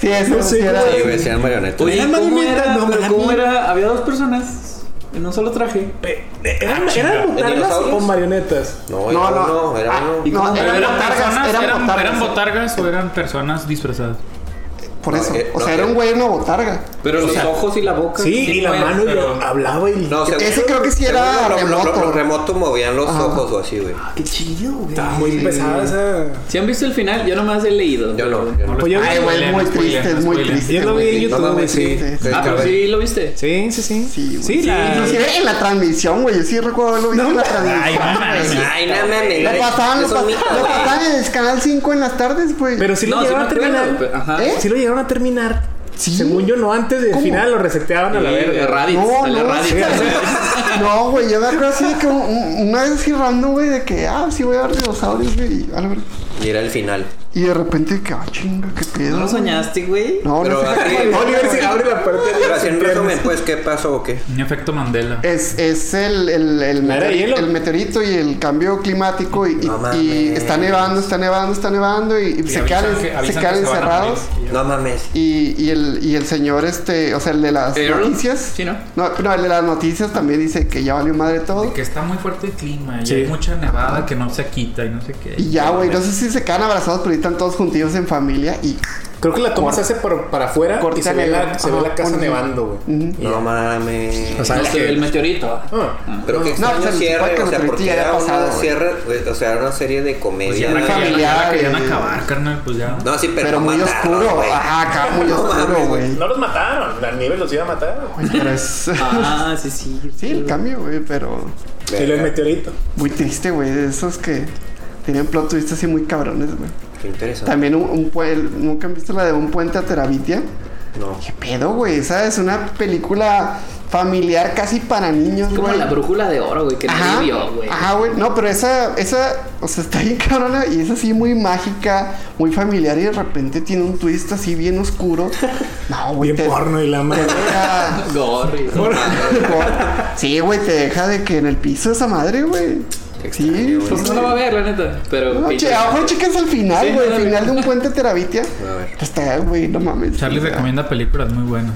Speaker 2: Sí, eso
Speaker 4: No sé,
Speaker 2: sí era.
Speaker 5: Sí, güey, sean marionetas.
Speaker 4: Oye, ¿cómo era? No,
Speaker 3: Pero
Speaker 4: mami.
Speaker 3: ¿cómo era? Había dos personas en un solo traje.
Speaker 4: Eh, eh, ¿Eran, eran botargas
Speaker 5: ¿Dinosaurios?
Speaker 4: o marionetas?
Speaker 5: No,
Speaker 2: No,
Speaker 5: era
Speaker 2: no.
Speaker 5: uno, era
Speaker 2: Ah,
Speaker 5: uno.
Speaker 2: y- No,
Speaker 1: Pero
Speaker 2: eran
Speaker 1: eran
Speaker 2: botargas,
Speaker 1: personas,
Speaker 2: eran
Speaker 1: eran,
Speaker 2: botargas.
Speaker 1: eran botargas o eran personas disfrazadas.
Speaker 2: Por
Speaker 5: No,
Speaker 2: eso.
Speaker 5: eh,
Speaker 2: O sea,
Speaker 5: no,
Speaker 2: era un
Speaker 5: eh.
Speaker 2: güey en una botarga.
Speaker 3: Pero los
Speaker 4: sea,
Speaker 3: ojos y la boca.
Speaker 4: Sí, y la
Speaker 3: fue-
Speaker 4: mano y
Speaker 1: pero-
Speaker 4: lo- hablaba y...
Speaker 5: No, según-
Speaker 2: Ese creo que sí
Speaker 5: según
Speaker 2: era
Speaker 5: lo- lo- lo-
Speaker 2: remoto.
Speaker 5: lo remoto movían los ojos o así, güey.
Speaker 4: ¡Qué chido, güey! Estaba muy pesada esa...
Speaker 3: Si han visto el final, yo nomás he leído.
Speaker 5: Yo no, yo no.
Speaker 4: Pues yo,
Speaker 1: Ay,
Speaker 2: Ay, güey, es
Speaker 1: spoiler,
Speaker 2: muy
Speaker 1: no spoiler,
Speaker 2: triste, es
Speaker 1: no
Speaker 2: muy
Speaker 1: spoiler.
Speaker 2: triste.
Speaker 4: yo lo vi en
Speaker 2: güey.
Speaker 5: No
Speaker 4: YouTube, güey,
Speaker 5: mames,
Speaker 4: sí.
Speaker 2: sí,
Speaker 5: sí.
Speaker 2: sí.
Speaker 5: Creo
Speaker 3: Ah,
Speaker 5: que
Speaker 3: pero
Speaker 5: a ver.
Speaker 3: sí, lo viste.
Speaker 4: Sí, sí, sí.
Speaker 2: Sí, güey.
Speaker 4: Sí, la...
Speaker 2: Inclusive en la transmisión, güey. Yo sí recuerdo lo visto en la
Speaker 1: Ay,
Speaker 2: transmisión.
Speaker 1: no mames.
Speaker 5: Ay, no mames.
Speaker 2: Lo pasaban, lo,
Speaker 5: Eso
Speaker 2: pas-
Speaker 5: es mito,
Speaker 2: lo
Speaker 5: güey.
Speaker 2: pasaban en el canal 5 en las tardes, güey.
Speaker 4: Pero sí lo
Speaker 3: No, si
Speaker 4: llegaron
Speaker 3: no
Speaker 4: a terminar.
Speaker 3: terminan. Ajá.
Speaker 2: ¿Eh?
Speaker 4: Sí lo llegaron a terminar.
Speaker 2: Sí.
Speaker 4: Según yo, no antes del
Speaker 2: ¿Cómo?
Speaker 4: final lo reseteaban a la verga.
Speaker 3: Raditz,
Speaker 2: No,
Speaker 3: salió
Speaker 2: no,
Speaker 3: Raditz.
Speaker 2: No, güey, yo me acuerdo así de que un- un- una vez así random, güey, de que, ah, sí voy a ver dinosaurios, güey, y, a la verga.
Speaker 5: Y era el final.
Speaker 2: Y de repente, de que, ah, chinga, qué pedo.
Speaker 3: ¿No lo soñaste, güey?
Speaker 2: No,
Speaker 5: Pero
Speaker 2: no
Speaker 5: así-
Speaker 2: sé.
Speaker 4: Oliver sí abre la puerta de
Speaker 5: Pero
Speaker 4: las
Speaker 5: así en
Speaker 4: piernas.
Speaker 5: resumen, pues, ¿qué pasó o qué?
Speaker 1: Un efecto Mandela.
Speaker 2: Es, es el, el, el,
Speaker 4: ¿La era de
Speaker 2: meteori-
Speaker 4: hielo?
Speaker 2: el meteorito y el cambio climático y, y-
Speaker 5: No mames.
Speaker 2: y está nevando, está nevando, está nevando y, y
Speaker 1: Y
Speaker 2: se
Speaker 1: avisan
Speaker 2: quedan,
Speaker 1: que- avisan
Speaker 2: se
Speaker 1: que van
Speaker 2: quedan
Speaker 1: a
Speaker 2: encerrados.
Speaker 1: morir.
Speaker 5: No mames.
Speaker 2: Y, y, el, y el señor, este, o sea, el de las
Speaker 3: ¿Errol?
Speaker 2: noticias.
Speaker 3: Sí, ¿no?
Speaker 2: No, no, el de las noticias también dice que ya valió madre todo.
Speaker 1: De que está muy fuerte el clima y
Speaker 4: Sí.
Speaker 1: hay mucha nevada que no se quita y no sé qué.
Speaker 2: Y ya, güey, no sé si se quedan abrazados, pero ahí están todos juntillos en familia y
Speaker 4: Creo que la toma se hace por- para afuera y se
Speaker 2: Cortan
Speaker 4: ve
Speaker 2: el-
Speaker 4: la, se ve
Speaker 2: ajá,
Speaker 4: la casa
Speaker 2: ponen-
Speaker 4: nevando, güey.
Speaker 5: No mames.
Speaker 4: O sea,
Speaker 3: No
Speaker 4: la
Speaker 3: se
Speaker 4: que-
Speaker 3: ve el meteorito.
Speaker 4: Ah.
Speaker 5: Pero
Speaker 2: No,
Speaker 5: que extraño
Speaker 2: pues, se supone
Speaker 5: cierre,
Speaker 2: que
Speaker 5: o sea,
Speaker 2: Meteorito
Speaker 5: porque
Speaker 2: ya
Speaker 5: era
Speaker 2: había pasado,
Speaker 5: una
Speaker 2: güey.
Speaker 5: cierre, güey, o sea, era una serie de
Speaker 1: Pues ya
Speaker 5: comedia.
Speaker 1: la querían- ya la querían
Speaker 2: familiares.
Speaker 1: acabar, carnal, pues ya.
Speaker 5: No, sí, pero,
Speaker 2: pero
Speaker 5: no
Speaker 2: muy
Speaker 5: mataron,
Speaker 2: oscuro.
Speaker 5: güey.
Speaker 2: Ajá, acá muy
Speaker 5: No
Speaker 2: oscuro,
Speaker 5: mames,
Speaker 2: güey.
Speaker 4: No los mataron, la nieve los iba a matar.
Speaker 2: Oye, Pero es.
Speaker 3: Ah, sí, sí.
Speaker 2: sí, el cambio, güey, pero.
Speaker 4: Y los meteorito.
Speaker 2: Muy triste, güey, de esos que tenían plot twists así muy cabrones, güey.
Speaker 5: Qué interesante.
Speaker 2: También un, un puente. ¿Nunca han visto la de un puente a Terabitia?
Speaker 5: No.
Speaker 2: ¿Qué pedo, güey? Esa es una película familiar casi para niños,
Speaker 3: Es como
Speaker 2: güey.
Speaker 3: la brújula de oro, güey, que
Speaker 2: Ajá,
Speaker 3: nadie vio, güey.
Speaker 2: ajá, güey. No, pero esa, esa, o sea, está bien cabrona y es así muy mágica, muy familiar y de repente tiene un twist así bien oscuro. No, güey.
Speaker 4: Bien porno y la madre.
Speaker 2: deja-
Speaker 3: Gorri.
Speaker 2: Sí, güey, te deja de que en el piso esa madre, güey. Sí,
Speaker 5: extraño,
Speaker 3: Pues
Speaker 2: pues
Speaker 3: no lo va a ver, la neta. Pero.
Speaker 2: no, che, a ojo, chicas, al final,
Speaker 3: Sí,
Speaker 2: güey,
Speaker 3: no,
Speaker 2: el
Speaker 3: no,
Speaker 2: final de un puente terabitia.
Speaker 5: A ver.
Speaker 2: Está, güey, no mames.
Speaker 1: Charlie
Speaker 2: Sí,
Speaker 1: recomienda películas muy buenas.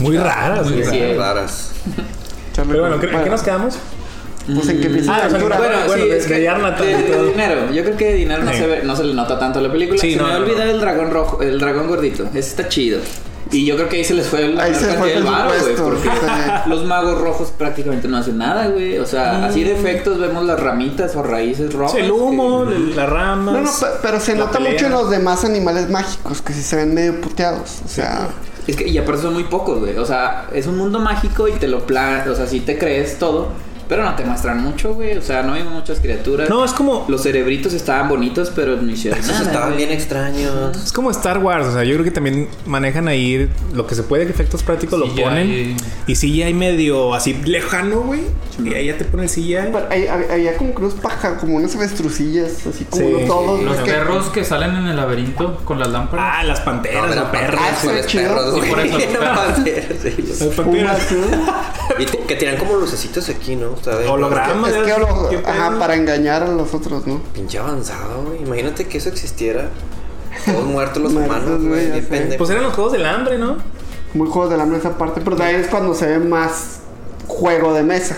Speaker 4: Muy raras, güey.
Speaker 3: Sí, eh.
Speaker 5: Raras.
Speaker 2: Charlie
Speaker 4: Pero bueno, ¿en
Speaker 2: recomienda-
Speaker 4: qué nos quedamos?
Speaker 2: Pues en qué empieza
Speaker 4: Ah,
Speaker 2: la
Speaker 4: o sea,
Speaker 2: aventura.
Speaker 4: Bueno, de- de Yarnatan y
Speaker 3: de- de
Speaker 4: todo.
Speaker 3: dinero. Yo creo que de dinero no,
Speaker 4: Sí.
Speaker 3: se ve- no se le nota tanto a la película.
Speaker 4: Sí,
Speaker 3: se
Speaker 4: no,
Speaker 3: me
Speaker 4: no,
Speaker 3: olvidó el dragón rojo, el dragón gordito. Ese está chido. Y yo creo que ahí se les fue la
Speaker 2: Ahí
Speaker 3: mayor
Speaker 2: se fue
Speaker 3: cantidad
Speaker 2: el
Speaker 3: del varo, güey.
Speaker 2: presupuesto,
Speaker 3: Porque
Speaker 2: sí.
Speaker 3: los magos rojos prácticamente no hacen nada, güey. O sea, así de efectos vemos las ramitas o raíces rojas.
Speaker 4: El humo, la rama.
Speaker 2: No, no, pe- pero se
Speaker 4: la
Speaker 2: nota
Speaker 4: pelea.
Speaker 2: mucho en los demás animales mágicos que sí se ven medio puteados. O sea,
Speaker 3: que- es que, y aparte son muy pocos, güey. O sea, es un mundo mágico y te lo plan... O sea, sí te crees todo. Pero no te muestran mucho, güey. O sea, no hay muchas criaturas.
Speaker 4: No, es como...
Speaker 3: Los cerebritos estaban bonitos, pero no hicieron
Speaker 5: Esos
Speaker 3: nada,
Speaker 5: estaban
Speaker 3: güey.
Speaker 5: bien extraños.
Speaker 4: Es como Star Wars, o sea, yo creo que también manejan ahí lo que se puede, que efectos prácticos lo
Speaker 1: CGI.
Speaker 4: ponen. Y CGI medio así lejano, güey. Y ahí ya te pone el CGI.
Speaker 2: pero hay- hab- había como unos paja, como unas avestrucillas, así como
Speaker 4: Sí.
Speaker 2: unos todos.
Speaker 1: Los
Speaker 2: ¿no? que-
Speaker 1: perros que salen en el laberinto con las lámparas.
Speaker 4: Ah, las panteras,
Speaker 5: eran
Speaker 4: los perros.
Speaker 5: panteras,
Speaker 2: eso
Speaker 5: güey,
Speaker 2: es chido.
Speaker 5: perros,
Speaker 1: Sí, por
Speaker 5: güey.
Speaker 1: eso, los
Speaker 5: Eran
Speaker 1: perros.
Speaker 5: panteras, sí, los-
Speaker 4: Las
Speaker 2: Una,
Speaker 4: panteras.
Speaker 2: sí.
Speaker 5: Y te- que tenían como lucecitos aquí, ¿no? O sea, de-
Speaker 4: Holograma.
Speaker 2: es que lo-
Speaker 4: ¿Qué
Speaker 2: ajá,
Speaker 4: pedo?
Speaker 2: para engañar a los otros, ¿no?
Speaker 5: Pinche avanzado, güey. Imagínate que eso existiera. Todos muertos los
Speaker 2: Muertos,
Speaker 5: humanos,
Speaker 2: güey,
Speaker 5: güey.
Speaker 2: ya
Speaker 5: bien
Speaker 2: sé.
Speaker 5: pendejos.
Speaker 4: Pues eran los juegos del hambre, ¿no?
Speaker 2: Muy juegos del hambre esa parte, pero también es cuando se ve más juego de mesa,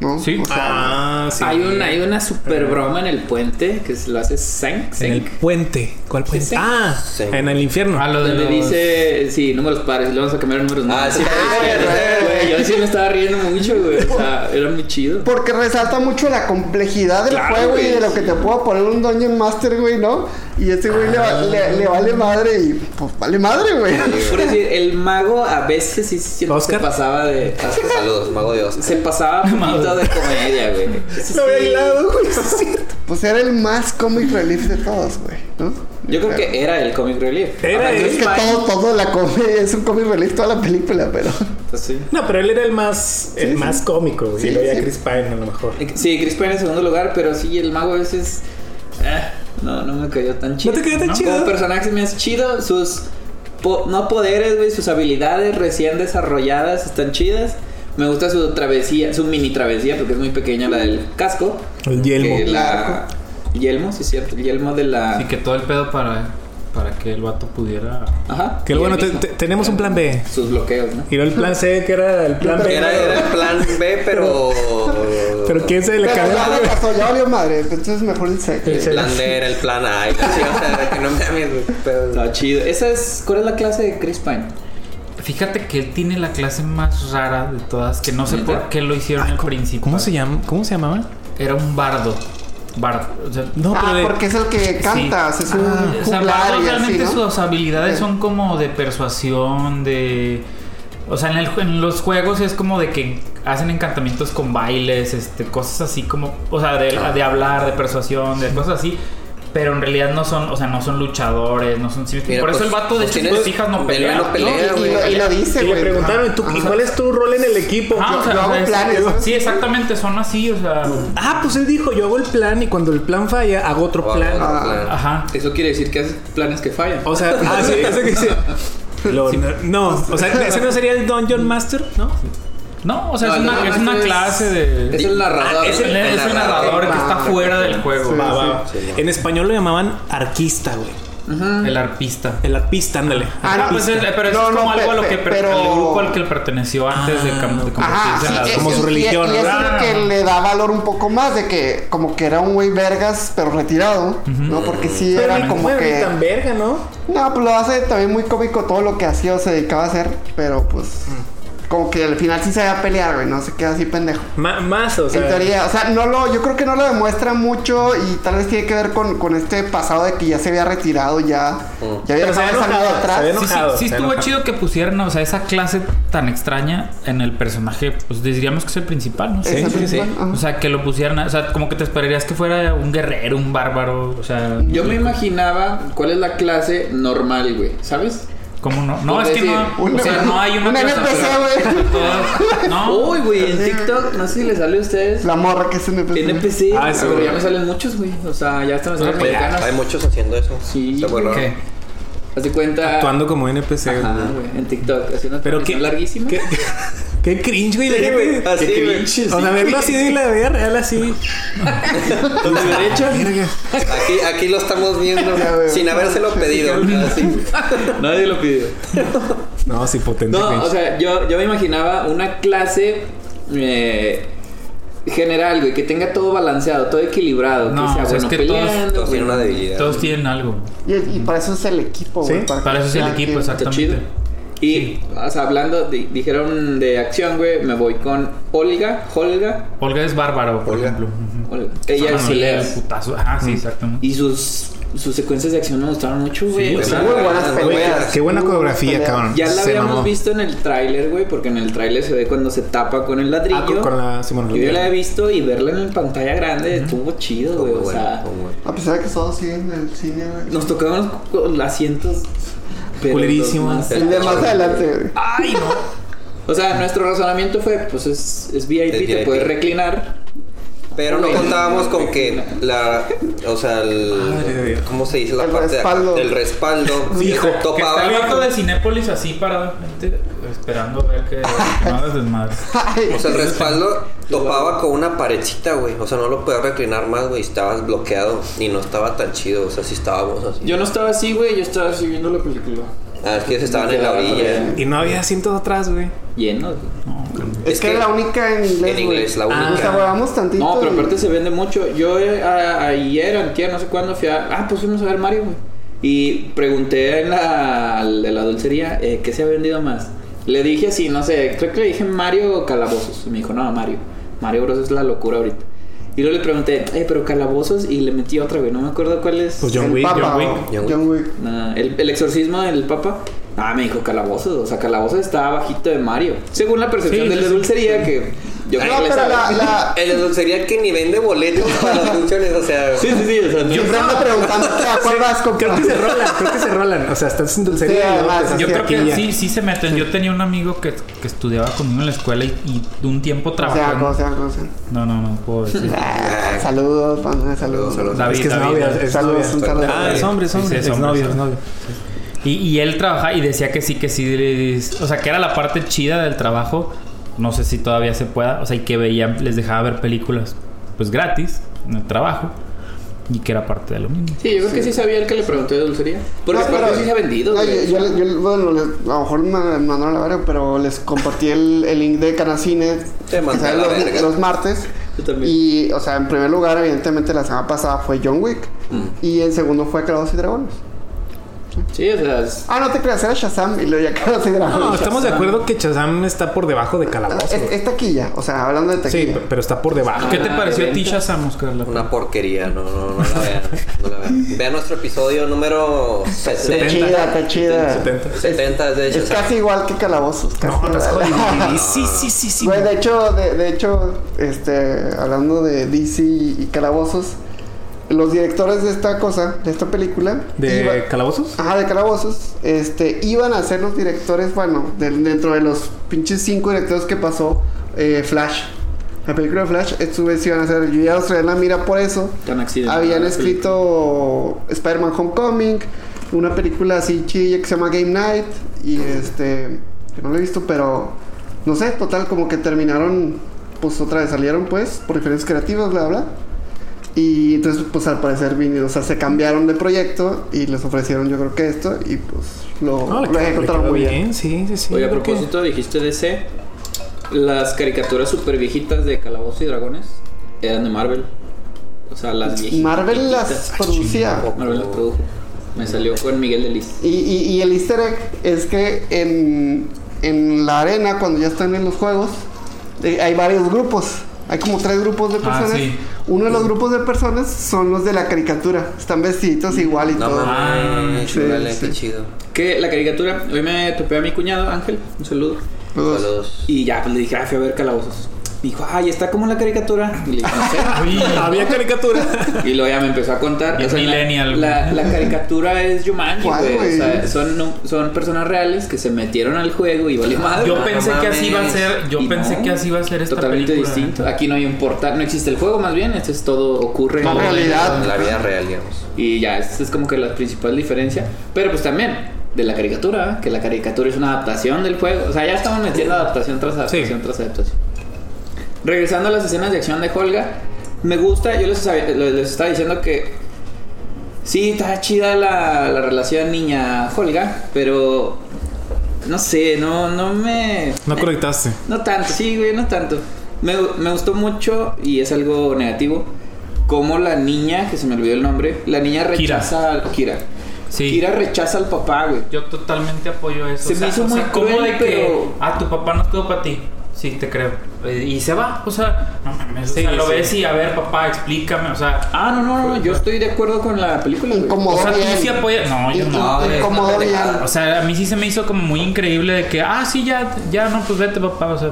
Speaker 2: ¿no?
Speaker 1: Sí.
Speaker 2: O sea,
Speaker 4: Ah, sí.
Speaker 3: Hay una, hay una super broma en el puente que se lo hace Sank.
Speaker 4: En el
Speaker 3: Sank,
Speaker 4: puente. ¿Cuál puente?
Speaker 3: Sí, sí.
Speaker 4: Ah,
Speaker 5: Sí.
Speaker 4: en el infierno.
Speaker 1: Ah, lo de
Speaker 3: Donde
Speaker 1: los-
Speaker 3: dice, sí, números pares, le vamos a cambiar a números
Speaker 5: Ah,
Speaker 3: no.
Speaker 5: sí,
Speaker 3: Güey, yo sí me estaba riendo mucho, güey. O sea, era muy chido.
Speaker 2: Porque resalta mucho la complejidad del
Speaker 3: Claro,
Speaker 2: juego y
Speaker 3: güey,
Speaker 2: de lo que te puedo poner un Dungeon Master, güey, ¿no? Y este güey le,
Speaker 3: Ah.
Speaker 2: va- le- le vale madre y pues vale madre, güey.
Speaker 3: Por decir, el mago a veces sí siento que se
Speaker 4: Oscar.
Speaker 3: pasaba de.
Speaker 5: Ah, Saludos, mago de Dios.
Speaker 3: Se pasaba un poquito de comedia, güey. Eso
Speaker 4: Lo había
Speaker 3: sí.
Speaker 4: hilado, güey.
Speaker 2: Pues era el más comic relief de todos, güey, ¿no?
Speaker 3: Yo creo que era el comic relief.
Speaker 4: Era
Speaker 3: Ahora,
Speaker 4: él.
Speaker 2: Es que todo, todo la come, es un comic relief toda la película, pero.
Speaker 3: Pues sí.
Speaker 4: No, pero él era el más, el
Speaker 2: sí.
Speaker 4: más cómico, güey.
Speaker 2: Sí,
Speaker 4: y luego ya
Speaker 2: sí.
Speaker 4: Chris Pine, a lo mejor.
Speaker 3: Eh, Sí, Chris Pine en segundo lugar, pero sí, el mago a veces. eh, no, no me cayó tan chido.
Speaker 4: te cayó tan chido?
Speaker 3: Como personaje se me hace chido. Sus. po- no poderes, güey, sus habilidades recién desarrolladas están chidas. Me gusta su travesía, su mini travesía, porque es muy pequeña la del casco.
Speaker 4: El yelmo.
Speaker 3: Que la. Yelmo, sí, es cierto. El yelmo de la.
Speaker 1: Así que todo el pedo para, para que el vato pudiera.
Speaker 3: Ajá.
Speaker 4: Que
Speaker 3: y
Speaker 4: bueno,
Speaker 3: él
Speaker 4: te-
Speaker 3: mismo.
Speaker 4: te- tenemos un plan B.
Speaker 3: Sus bloqueos, ¿no?
Speaker 4: Y luego el plan C, que era el plan B.
Speaker 5: Era, era el plan B, pero.
Speaker 4: Pero quién se le
Speaker 2: Pero
Speaker 4: cagó.
Speaker 2: ya le pasó, ya valió madre. Entonces mejor el sexo.
Speaker 5: El plan D era el plan A. Y la chingada, que no mames, güey, pero-
Speaker 3: Está chido. Esa es. ¿Cuál es la clase de Chris Pine?
Speaker 1: Fíjate que él tiene la clase más rara de todas, que no sé
Speaker 3: ¿Neta?
Speaker 1: por qué lo hicieron al principio.
Speaker 4: Ah, ¿Cómo se llama? ¿Cómo se llamaba?
Speaker 1: Era un bardo. Bardo. O sea,
Speaker 4: No,
Speaker 2: ah,
Speaker 4: pero Ah, de-
Speaker 2: porque es el que canta, es un
Speaker 1: O sea,
Speaker 2: juglar
Speaker 1: Bardo
Speaker 2: y así,
Speaker 1: realmente
Speaker 2: ¿no?
Speaker 1: sus habilidades
Speaker 2: Sí.
Speaker 1: son como de persuasión, de... O sea, en, el ju- en los juegos es como de que hacen encantamientos con bailes, este, cosas así como... O sea, de, de hablar, de persuasión, de cosas así. Pero en realidad no son, o sea, no son luchadores, no son... sí,
Speaker 5: Mira,
Speaker 1: por eso
Speaker 5: pues,
Speaker 1: el vato de
Speaker 5: pues
Speaker 1: hecho, si
Speaker 5: tienes-
Speaker 1: te fijas, no
Speaker 5: de
Speaker 1: pelea.
Speaker 5: nuevo pelea.
Speaker 2: Y- y, lo,
Speaker 5: güey.
Speaker 2: y lo dice,
Speaker 4: y le
Speaker 2: güey.
Speaker 4: preguntaron,
Speaker 2: Ajá.
Speaker 4: ¿tú-
Speaker 2: Ajá.
Speaker 4: ¿cuál es tu rol en el equipo?
Speaker 1: Ah, o sea,
Speaker 2: Yo hago
Speaker 1: o sea, es-
Speaker 2: planes, ¿no?
Speaker 1: Sí, exactamente, son así, o sea...
Speaker 4: Ah, pues él dijo, yo hago el plan y cuando el plan falla, hago otro
Speaker 5: o-
Speaker 4: plan.
Speaker 5: o- plan. Ah,
Speaker 1: Ajá.
Speaker 3: Eso quiere decir que hace planes que fallan.
Speaker 4: O sea, ah, sí, eso que dice. Lo- no, o sea, ese no sería el Dungeon Master, ¿no?
Speaker 1: No, o sea,
Speaker 3: No,
Speaker 1: es,
Speaker 3: el
Speaker 1: una,
Speaker 3: drama
Speaker 1: es una
Speaker 3: es-
Speaker 1: clase de...
Speaker 3: Es el narrador.
Speaker 5: Ah,
Speaker 1: es el, es el narrador que está fuera del juego.
Speaker 2: Sí.
Speaker 4: Va, va.
Speaker 5: Sí, sí.
Speaker 4: En español lo llamaban arquista, güey.
Speaker 3: Ajá.
Speaker 1: El arpista.
Speaker 4: El arpista, ándale.
Speaker 2: Ah,
Speaker 1: Ah, pues es- pero eso
Speaker 2: No,
Speaker 1: es como
Speaker 2: no,
Speaker 1: algo a lo
Speaker 2: pe-
Speaker 1: que
Speaker 2: pe-
Speaker 1: per-
Speaker 2: pero-
Speaker 1: el grupo al que él perteneció antes
Speaker 3: Ah,
Speaker 1: de, cam- de convertirse
Speaker 2: Ajá,
Speaker 1: en
Speaker 2: sí,
Speaker 1: la
Speaker 2: es-
Speaker 4: como
Speaker 2: es-
Speaker 4: su religión,
Speaker 2: Y, y eso es lo
Speaker 1: ¿verdad?
Speaker 2: que
Speaker 4: Ah.
Speaker 2: le da valor un poco más de que, como que era un güey vergas, pero retirado, ¿no? Porque sí era
Speaker 4: ni-
Speaker 2: como
Speaker 4: bueno, ni
Speaker 2: que.
Speaker 4: tan verga, ¿no?
Speaker 2: No, pues lo hace también muy cómico todo lo que hacía o se dedicaba a hacer, pero pues. Como que al final sí se va a pelear, güey, no se queda así pendejo.
Speaker 4: Ma- más, o sea.
Speaker 2: en teoría, o sea, no lo, yo creo que no lo demuestra mucho y tal vez tiene que ver con, con este pasado de que ya se había retirado, ya,
Speaker 5: Mm.
Speaker 2: ya había
Speaker 4: Pero se
Speaker 2: dejado
Speaker 4: había
Speaker 2: esa
Speaker 4: enojado,
Speaker 2: vida atrás.
Speaker 4: se había
Speaker 1: Sí, sí,
Speaker 4: enojado,
Speaker 1: sí
Speaker 4: está
Speaker 1: estuvo
Speaker 4: enojado.
Speaker 1: chido que pusieran, o sea, esa clase tan extraña en el personaje, pues diríamos que es el principal, ¿no?
Speaker 2: Es el principal, ajá.
Speaker 1: O sea, que lo pusieran, o sea, como que te esperarías que fuera un guerrero, un bárbaro, o sea,
Speaker 3: Yo me imaginaba cuál es la clase normal, güey, ¿sabes?
Speaker 1: ¿cómo no? No,
Speaker 3: Por
Speaker 1: es que
Speaker 3: decir,
Speaker 1: no,
Speaker 2: un-
Speaker 1: o sea, no hay una
Speaker 2: un
Speaker 1: clase-
Speaker 2: NPC, güey.
Speaker 1: Todas- No,
Speaker 3: Uy, güey, en TikTok, no sé si le sale a ustedes.
Speaker 2: La morra que se me
Speaker 3: NPC,
Speaker 4: Ah, sí,
Speaker 3: pero
Speaker 4: güey.
Speaker 3: ya me salen muchos, güey. O sea, ya están los
Speaker 1: Ah, pues,
Speaker 3: americanos.
Speaker 5: Hay muchos haciendo eso.
Speaker 3: Sí,
Speaker 5: Está muy raro.
Speaker 1: ¿qué?
Speaker 3: Haz de cuenta.
Speaker 4: Actuando como NPC,
Speaker 3: Ajá,
Speaker 4: güey.
Speaker 3: güey, en TikTok, haciendo
Speaker 4: Pero qué.
Speaker 3: larguísima.
Speaker 4: Qué, qué cringe, güey. la
Speaker 5: Sí, güey,
Speaker 4: gente-
Speaker 5: así,
Speaker 4: qué
Speaker 5: güey.
Speaker 4: cringe,
Speaker 5: Sí,
Speaker 4: O sea, verlo así de la vida real, así. Verga.
Speaker 5: Aquí, aquí lo estamos viendo
Speaker 2: Ya veo.
Speaker 5: sin habérselo pedido. Ah, así.
Speaker 3: Nadie lo pidió.
Speaker 4: No, sí, potente.
Speaker 3: No,
Speaker 4: cringe.
Speaker 3: o sea, yo, yo me imaginaba una clase eh, general, güey, que tenga todo balanceado, todo equilibrado,
Speaker 1: No,
Speaker 3: que sea
Speaker 1: o sea, es
Speaker 3: bueno
Speaker 1: que todos-
Speaker 3: peleando,
Speaker 5: Todos
Speaker 3: güey.
Speaker 5: tienen una debilidad.
Speaker 1: Todos tienen algo.
Speaker 2: Y, y para eso es el equipo,
Speaker 4: Sí,
Speaker 2: güey.
Speaker 1: Para eso es el equipo,
Speaker 3: Está chido.
Speaker 1: exactamente.
Speaker 3: Y, o sea, hablando, di- dijeron de acción, güey, me voy con Olga, Olga,
Speaker 1: Olga es bárbaro, por
Speaker 5: Olga.
Speaker 1: ejemplo. Ujú.
Speaker 3: Olga. Ella
Speaker 1: Ah,
Speaker 3: es Mm. chilena.
Speaker 1: el putazo. Ajá, sí, exactamente.
Speaker 3: Y sus, sus secuencias de acción me gustaron mucho, güey.
Speaker 1: Sí,
Speaker 3: o
Speaker 1: güey.
Speaker 3: sea,
Speaker 2: Muy buenas
Speaker 5: Güey,
Speaker 2: peleas.
Speaker 4: Qué buena
Speaker 2: muy buenas
Speaker 4: coreografía,
Speaker 2: peleas.
Speaker 4: cabrón.
Speaker 3: ya la
Speaker 4: Se
Speaker 3: habíamos
Speaker 4: mamó.
Speaker 3: visto en el tráiler, güey, porque en el tráiler se ve cuando se tapa con el ladrillo.
Speaker 4: Ah, con, con la Simón.
Speaker 3: Yo ya la he visto y verla en pantalla grande estuvo chido, güey.
Speaker 5: Muy
Speaker 3: O
Speaker 5: bueno,
Speaker 3: sea,
Speaker 5: muy bueno.
Speaker 2: A pesar de que todos siguen en el cine, güey.
Speaker 3: nos tocaban los, los asientos. pero
Speaker 4: Culerísimos.
Speaker 3: los más-
Speaker 2: El de más adelante, güey.
Speaker 3: ¡Ay, no! O sea, nuestro razonamiento fue: pues es, es VIP,
Speaker 5: Es
Speaker 3: te
Speaker 5: VIP.
Speaker 3: puedes reclinar.
Speaker 5: Pero no
Speaker 3: Güey,
Speaker 5: contábamos con
Speaker 3: güey,
Speaker 5: que
Speaker 3: güey.
Speaker 5: la. O sea,
Speaker 4: Madre de
Speaker 5: el.
Speaker 4: Dios.
Speaker 5: ¿Cómo se dice la
Speaker 2: El
Speaker 5: parte de acá?
Speaker 2: respaldo.
Speaker 5: El respaldo.
Speaker 4: Hijo,
Speaker 1: Que está
Speaker 5: Topaba.
Speaker 1: el vato de Cinépolis así parado enfrente, esperando a ver que, que no hagas desmadre.
Speaker 5: O sea, el respaldo topaba con una parecita, güey. O sea, no lo podía reclinar más, güey. Estabas bloqueado y no estaba tan chido. O sea, sí estábamos así.
Speaker 3: Yo no estaba así, güey, yo estaba así viendo la película.
Speaker 5: Ah, es que ellos estaban en la orilla.
Speaker 4: Y no había asientos atrás, güey.
Speaker 3: Lleno, güey.
Speaker 2: Es, que era la única en inglés,
Speaker 5: En inglés,
Speaker 2: güey.
Speaker 3: Ah,
Speaker 5: la
Speaker 2: O sea,
Speaker 5: única.
Speaker 2: huevamos tantito.
Speaker 3: No, pero
Speaker 2: y-
Speaker 3: aparte se vende mucho. Yo eh, a- ayer, antier, no sé cuándo fui a... Ah, pues fuimos a ver Mario, güey. Y pregunté en la, al de la dulcería eh, qué se ha vendido más. Le dije así, no sé, creo que le dije Mario o Calabozos. Y me dijo, no, Mario. Mario Bros. es la locura ahorita. Y luego le pregunté, eh, pero Calabozos. Y le metí otra, güey. No me acuerdo cuál es.
Speaker 4: Pues John
Speaker 2: el
Speaker 4: Wick,
Speaker 2: Papa,
Speaker 4: John Wick.
Speaker 2: o-
Speaker 5: John Wick.
Speaker 2: John Wick.
Speaker 3: Nah, el, el exorcismo del Papa. Ah, me dijo calabozos. O sea, calabozos estaba bajito de Mario. Según la percepción
Speaker 1: Sí,
Speaker 3: de
Speaker 1: sí,
Speaker 3: la
Speaker 1: sí.
Speaker 3: dulcería, que
Speaker 5: Yo creo
Speaker 2: No,
Speaker 5: que le
Speaker 2: pero
Speaker 5: sabe.
Speaker 2: la- la-
Speaker 5: En la dulcería que ni vende boletos para las funciones, o sea.
Speaker 3: Sí, sí, sí. O sea, no-
Speaker 2: Siempre ando preguntando a cuál vas
Speaker 4: Creo
Speaker 2: comprar.
Speaker 4: que se rolan, creo que se rolan. O sea, estás en dulcería.
Speaker 2: Sí,
Speaker 4: y luego
Speaker 2: además,
Speaker 4: te-
Speaker 2: así
Speaker 1: Yo
Speaker 2: Sí,
Speaker 1: creo que
Speaker 4: aquí ya.
Speaker 1: sí, sí se meten. Yo tenía un amigo que, que estudiaba conmigo en la escuela y, y de un tiempo
Speaker 2: O sea, como
Speaker 1: trabajó. en-
Speaker 2: sea, como sea.
Speaker 1: No, no, no puedo decir.
Speaker 2: Ah, Saludos, pana, saludos.
Speaker 5: Saludos.
Speaker 1: David,
Speaker 4: Es que es
Speaker 1: David,
Speaker 4: novia, es
Speaker 2: Saludos,
Speaker 4: novia.
Speaker 2: un saludo.
Speaker 4: Ah, es hombre, es
Speaker 1: Sí,
Speaker 4: hombre.
Speaker 1: sí, es
Speaker 4: es
Speaker 1: hombre,
Speaker 4: novio,
Speaker 1: sí.
Speaker 4: es novio.
Speaker 1: Y, y él trabajaba y decía que sí, que sí, o sea, que era la parte chida del trabajo. No sé si todavía se pueda, o sea, y que veían, les dejaba ver películas, pues gratis, en el trabajo, y que era parte de lo mismo.
Speaker 3: Sí, yo creo que sí sabía el que le preguntó de dulcería. Porque
Speaker 2: No,
Speaker 3: aparte
Speaker 2: pero-
Speaker 3: sí se ha vendido.
Speaker 2: No,
Speaker 3: güey.
Speaker 2: yo, yo- yo- bueno, les- a lo mejor me mandaron a la verga, pero les compartí el, el link de Canacine.
Speaker 5: Te mandé
Speaker 2: que sale
Speaker 5: a la
Speaker 2: los,
Speaker 5: verga.
Speaker 2: los martes.
Speaker 3: Yo también.
Speaker 2: Y, o sea, en primer lugar, evidentemente, la semana pasada fue John Wick. Y en segundo fue Carlos y Dragones.
Speaker 3: Sí, o sea, es-
Speaker 2: Ah, no te creas, era Shazam y luego ya Carlos y Dragones.
Speaker 4: No, estamos de acuerdo que Chazam está por debajo de
Speaker 2: Es,
Speaker 4: Calabozo. güey.
Speaker 2: es taquilla, o sea, hablando de
Speaker 4: Sí,
Speaker 2: taquilla.
Speaker 4: pe- pero está por debajo.
Speaker 1: ¿Qué te
Speaker 3: Ah,
Speaker 1: pareció a ti,
Speaker 3: ventas.
Speaker 1: Shazam, Oscar? La-
Speaker 5: Una porquería, no, no, no la vean. No la vean. Vean nuestro episodio número
Speaker 2: Está
Speaker 5: 70.
Speaker 2: chida, está chida.
Speaker 4: 70.
Speaker 5: 70 es de hecho.
Speaker 2: Es casi igual que calabozos. casi
Speaker 4: No, estás
Speaker 2: igual.
Speaker 4: jodido. Sí, sí, sí, sí.
Speaker 2: Güey, de hecho, de, de hecho, este, hablando de DC y calabozos, los directores de esta cosa, de esta película, iba- Ah,
Speaker 4: ¿De Calabozos?
Speaker 2: ajá, de calabozos, este, iban a ser los directores, bueno, de- dentro de los pinches cinco directores que pasó eh, Flash. La película de Flash, estos güeyes iban a ser, yo ya los traía en la mira por eso.
Speaker 3: tan accidental.
Speaker 2: Habían escrito Spider-Man Homecoming, una película así chilla que se llama Game Night, y este, que no lo he visto, pero no sé, total, como que terminaron, pues otra vez salieron, pues, por diferentes creativas, bla, bla. Y entonces, pues al parecer vinieron, o sea, se cambiaron de proyecto y les ofrecieron, yo creo que esto, y pues lo,
Speaker 4: No, Ah, le
Speaker 2: lo
Speaker 4: quedó- le
Speaker 2: encontraron
Speaker 4: quedó
Speaker 2: muy bien.
Speaker 4: bien. Sí, sí, sí.
Speaker 3: Oye, a
Speaker 4: porque-
Speaker 3: propósito, dijiste DC. Las caricaturas super viejitas de Calabozo y Dragones eran de Marvel. O sea, las viejitas.
Speaker 2: Marvel
Speaker 3: ah,
Speaker 2: las producía.
Speaker 3: Marvel las produjo. Me salió con Miguel de Liz.
Speaker 2: Y, y- y el easter egg es que en, en la arena, cuando ya están en los juegos, eh, hay varios grupos. Hay como tres grupos de
Speaker 1: Ah,
Speaker 2: personas.
Speaker 1: sí.
Speaker 2: Uno de los grupos de personas son los de la caricatura. Están vestiditos igual y
Speaker 3: Ah,
Speaker 5: No
Speaker 2: todo.
Speaker 5: mames,
Speaker 2: sí,
Speaker 5: órale,
Speaker 2: sí.
Speaker 5: qué chido.
Speaker 3: Que la caricatura, hoy me topé a mi cuñado Ángel, un saludo.
Speaker 2: Todos.
Speaker 5: Saludos.
Speaker 3: Y ya, pues le dije, ah, fui a ver calabozos. Me dijo, ay, está como la caricatura. Y le dije, no sé.
Speaker 1: Uy,
Speaker 4: Había caricatura.
Speaker 3: Y luego ya me empezó a contar.
Speaker 1: Bien
Speaker 3: la-
Speaker 1: millennial,
Speaker 3: la,
Speaker 1: güey.
Speaker 3: la caricatura es Jumanji,
Speaker 2: ¿Cuál,
Speaker 3: güey. O
Speaker 2: güey?
Speaker 3: sea, son, no- son personas reales que se metieron al juego y vale madre.
Speaker 1: yo
Speaker 5: no
Speaker 1: pensé que así iba a
Speaker 5: mames.
Speaker 1: ser, yo
Speaker 3: Y
Speaker 1: pensé
Speaker 3: no,
Speaker 1: que así iba a ser esta
Speaker 3: Totalmente
Speaker 1: película.
Speaker 3: distinto. Aquí no hay un portal, no existe el juego más bien. Esto es todo, ocurre
Speaker 2: Con
Speaker 3: en la-
Speaker 2: realidad.
Speaker 5: La vida real, digamos.
Speaker 3: Y ya, esta es como que la principal diferencia. Pero pues también, de la caricatura, ¿eh? que la caricatura es una adaptación del juego. O sea, ya estamos metiendo adaptación tras adaptación
Speaker 4: Sí.
Speaker 3: tras adaptación. Regresando a las escenas de acción de Holga, me gusta, yo les, sabe- lo- les estaba diciendo que sí, está chida la, la relación niña-Holga, pero no sé, no, no me...
Speaker 4: No conectaste.
Speaker 3: No tanto, sí, güey, no tanto. Me, me gustó mucho y es algo negativo. Como la niña, que se me olvidó el nombre, la niña
Speaker 1: Kira.
Speaker 3: rechaza al. Kira.
Speaker 1: Sí.
Speaker 3: Kira rechaza al papá, güey.
Speaker 1: Yo totalmente apoyo eso.
Speaker 3: Se me hizo muy
Speaker 1: ¿cómo
Speaker 3: cruel,
Speaker 1: de que
Speaker 3: pero-
Speaker 1: ah, tu papá no estuvo para ti? Sí, te creo. Eh, Y se va, o sea, no mames, o sea, lo
Speaker 4: sí.
Speaker 1: ves y a ver, papá, explícame, o sea,
Speaker 3: Ah, no, no, no, yo estoy de acuerdo con la película. güey.
Speaker 2: Incomodó
Speaker 1: o sea, tú
Speaker 2: bien.
Speaker 1: sí apoyas. No, yo
Speaker 2: In-
Speaker 1: no.
Speaker 2: in-
Speaker 5: güey,
Speaker 2: incomodó
Speaker 5: está
Speaker 2: bien.
Speaker 5: pendejada.
Speaker 1: O sea, a mí sí se me hizo como muy increíble de que, ah, sí, ya, ya, no, pues vete, papá, o sea.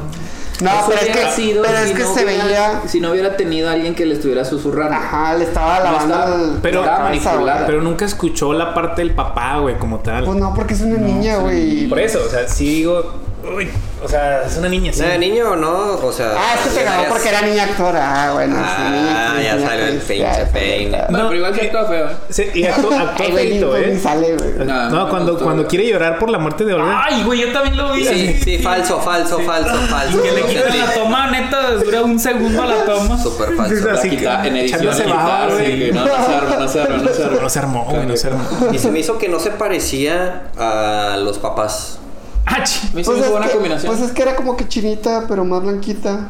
Speaker 2: No,
Speaker 3: Eso
Speaker 2: pero es
Speaker 3: hubiera
Speaker 2: que,
Speaker 3: sido
Speaker 2: pero es
Speaker 3: si
Speaker 2: que
Speaker 3: no
Speaker 2: se
Speaker 3: hubiera-
Speaker 2: veía.
Speaker 3: Si no hubiera tenido a alguien que le estuviera susurrando.
Speaker 2: Ajá, le estaba
Speaker 3: No
Speaker 2: lavando
Speaker 3: estaba-
Speaker 2: el-
Speaker 4: pero-
Speaker 2: la cabeza,
Speaker 3: estaba
Speaker 2: güey.
Speaker 3: manipulada.
Speaker 4: Pero nunca escuchó la parte del papá, güey, como tal.
Speaker 2: Pues no, porque es una niña, güey.
Speaker 4: Por eso, o sea, sí digo. Uy, o sea, es una niña, sí.
Speaker 5: ¿No era niño o no? O sea.
Speaker 2: Ah, es que se
Speaker 5: ya
Speaker 2: ganó
Speaker 5: sabías-
Speaker 2: porque era niña actora. Ah, bueno,
Speaker 5: Ah,
Speaker 2: sí, niña actriz,
Speaker 5: ya
Speaker 2: niña
Speaker 5: salió el
Speaker 2: actriz,
Speaker 5: pinche
Speaker 2: ya,
Speaker 5: peine.
Speaker 2: ya.
Speaker 3: Bueno,
Speaker 4: No,
Speaker 3: pero igual que
Speaker 4: eh,
Speaker 3: actúa feo, ¿eh?
Speaker 4: Sí, y actú- actúa
Speaker 2: Ay, güey, ni-
Speaker 4: feito,
Speaker 2: ni
Speaker 4: ¿eh?
Speaker 2: sale, güey.
Speaker 3: No,
Speaker 4: No,
Speaker 3: no,
Speaker 4: cuando,
Speaker 3: no,
Speaker 4: cuando
Speaker 3: todo.
Speaker 4: quiere llorar por la muerte de Olga.
Speaker 1: Ay, güey, yo también lo vi.
Speaker 5: Sí, sí, falso, falso, falso, falso.
Speaker 1: Y que le quitan la toma, neta, dura un segundo la toma.
Speaker 5: Super
Speaker 4: Es
Speaker 5: falso.
Speaker 4: así que
Speaker 3: Quita- en edición
Speaker 4: Chalo se bajaba,
Speaker 3: quitar, sí,
Speaker 4: güey.
Speaker 3: que no, no se arma, no se arma, no se arma.
Speaker 2: Pues
Speaker 4: No se armó, güey, no se armó.
Speaker 5: Y se me hizo que no se parecía a los papás.
Speaker 1: Ach.
Speaker 3: Me hizo muy
Speaker 2: es
Speaker 3: buena
Speaker 2: que-
Speaker 3: combinación.
Speaker 2: pues es que era como que chinita, pero más blanquita.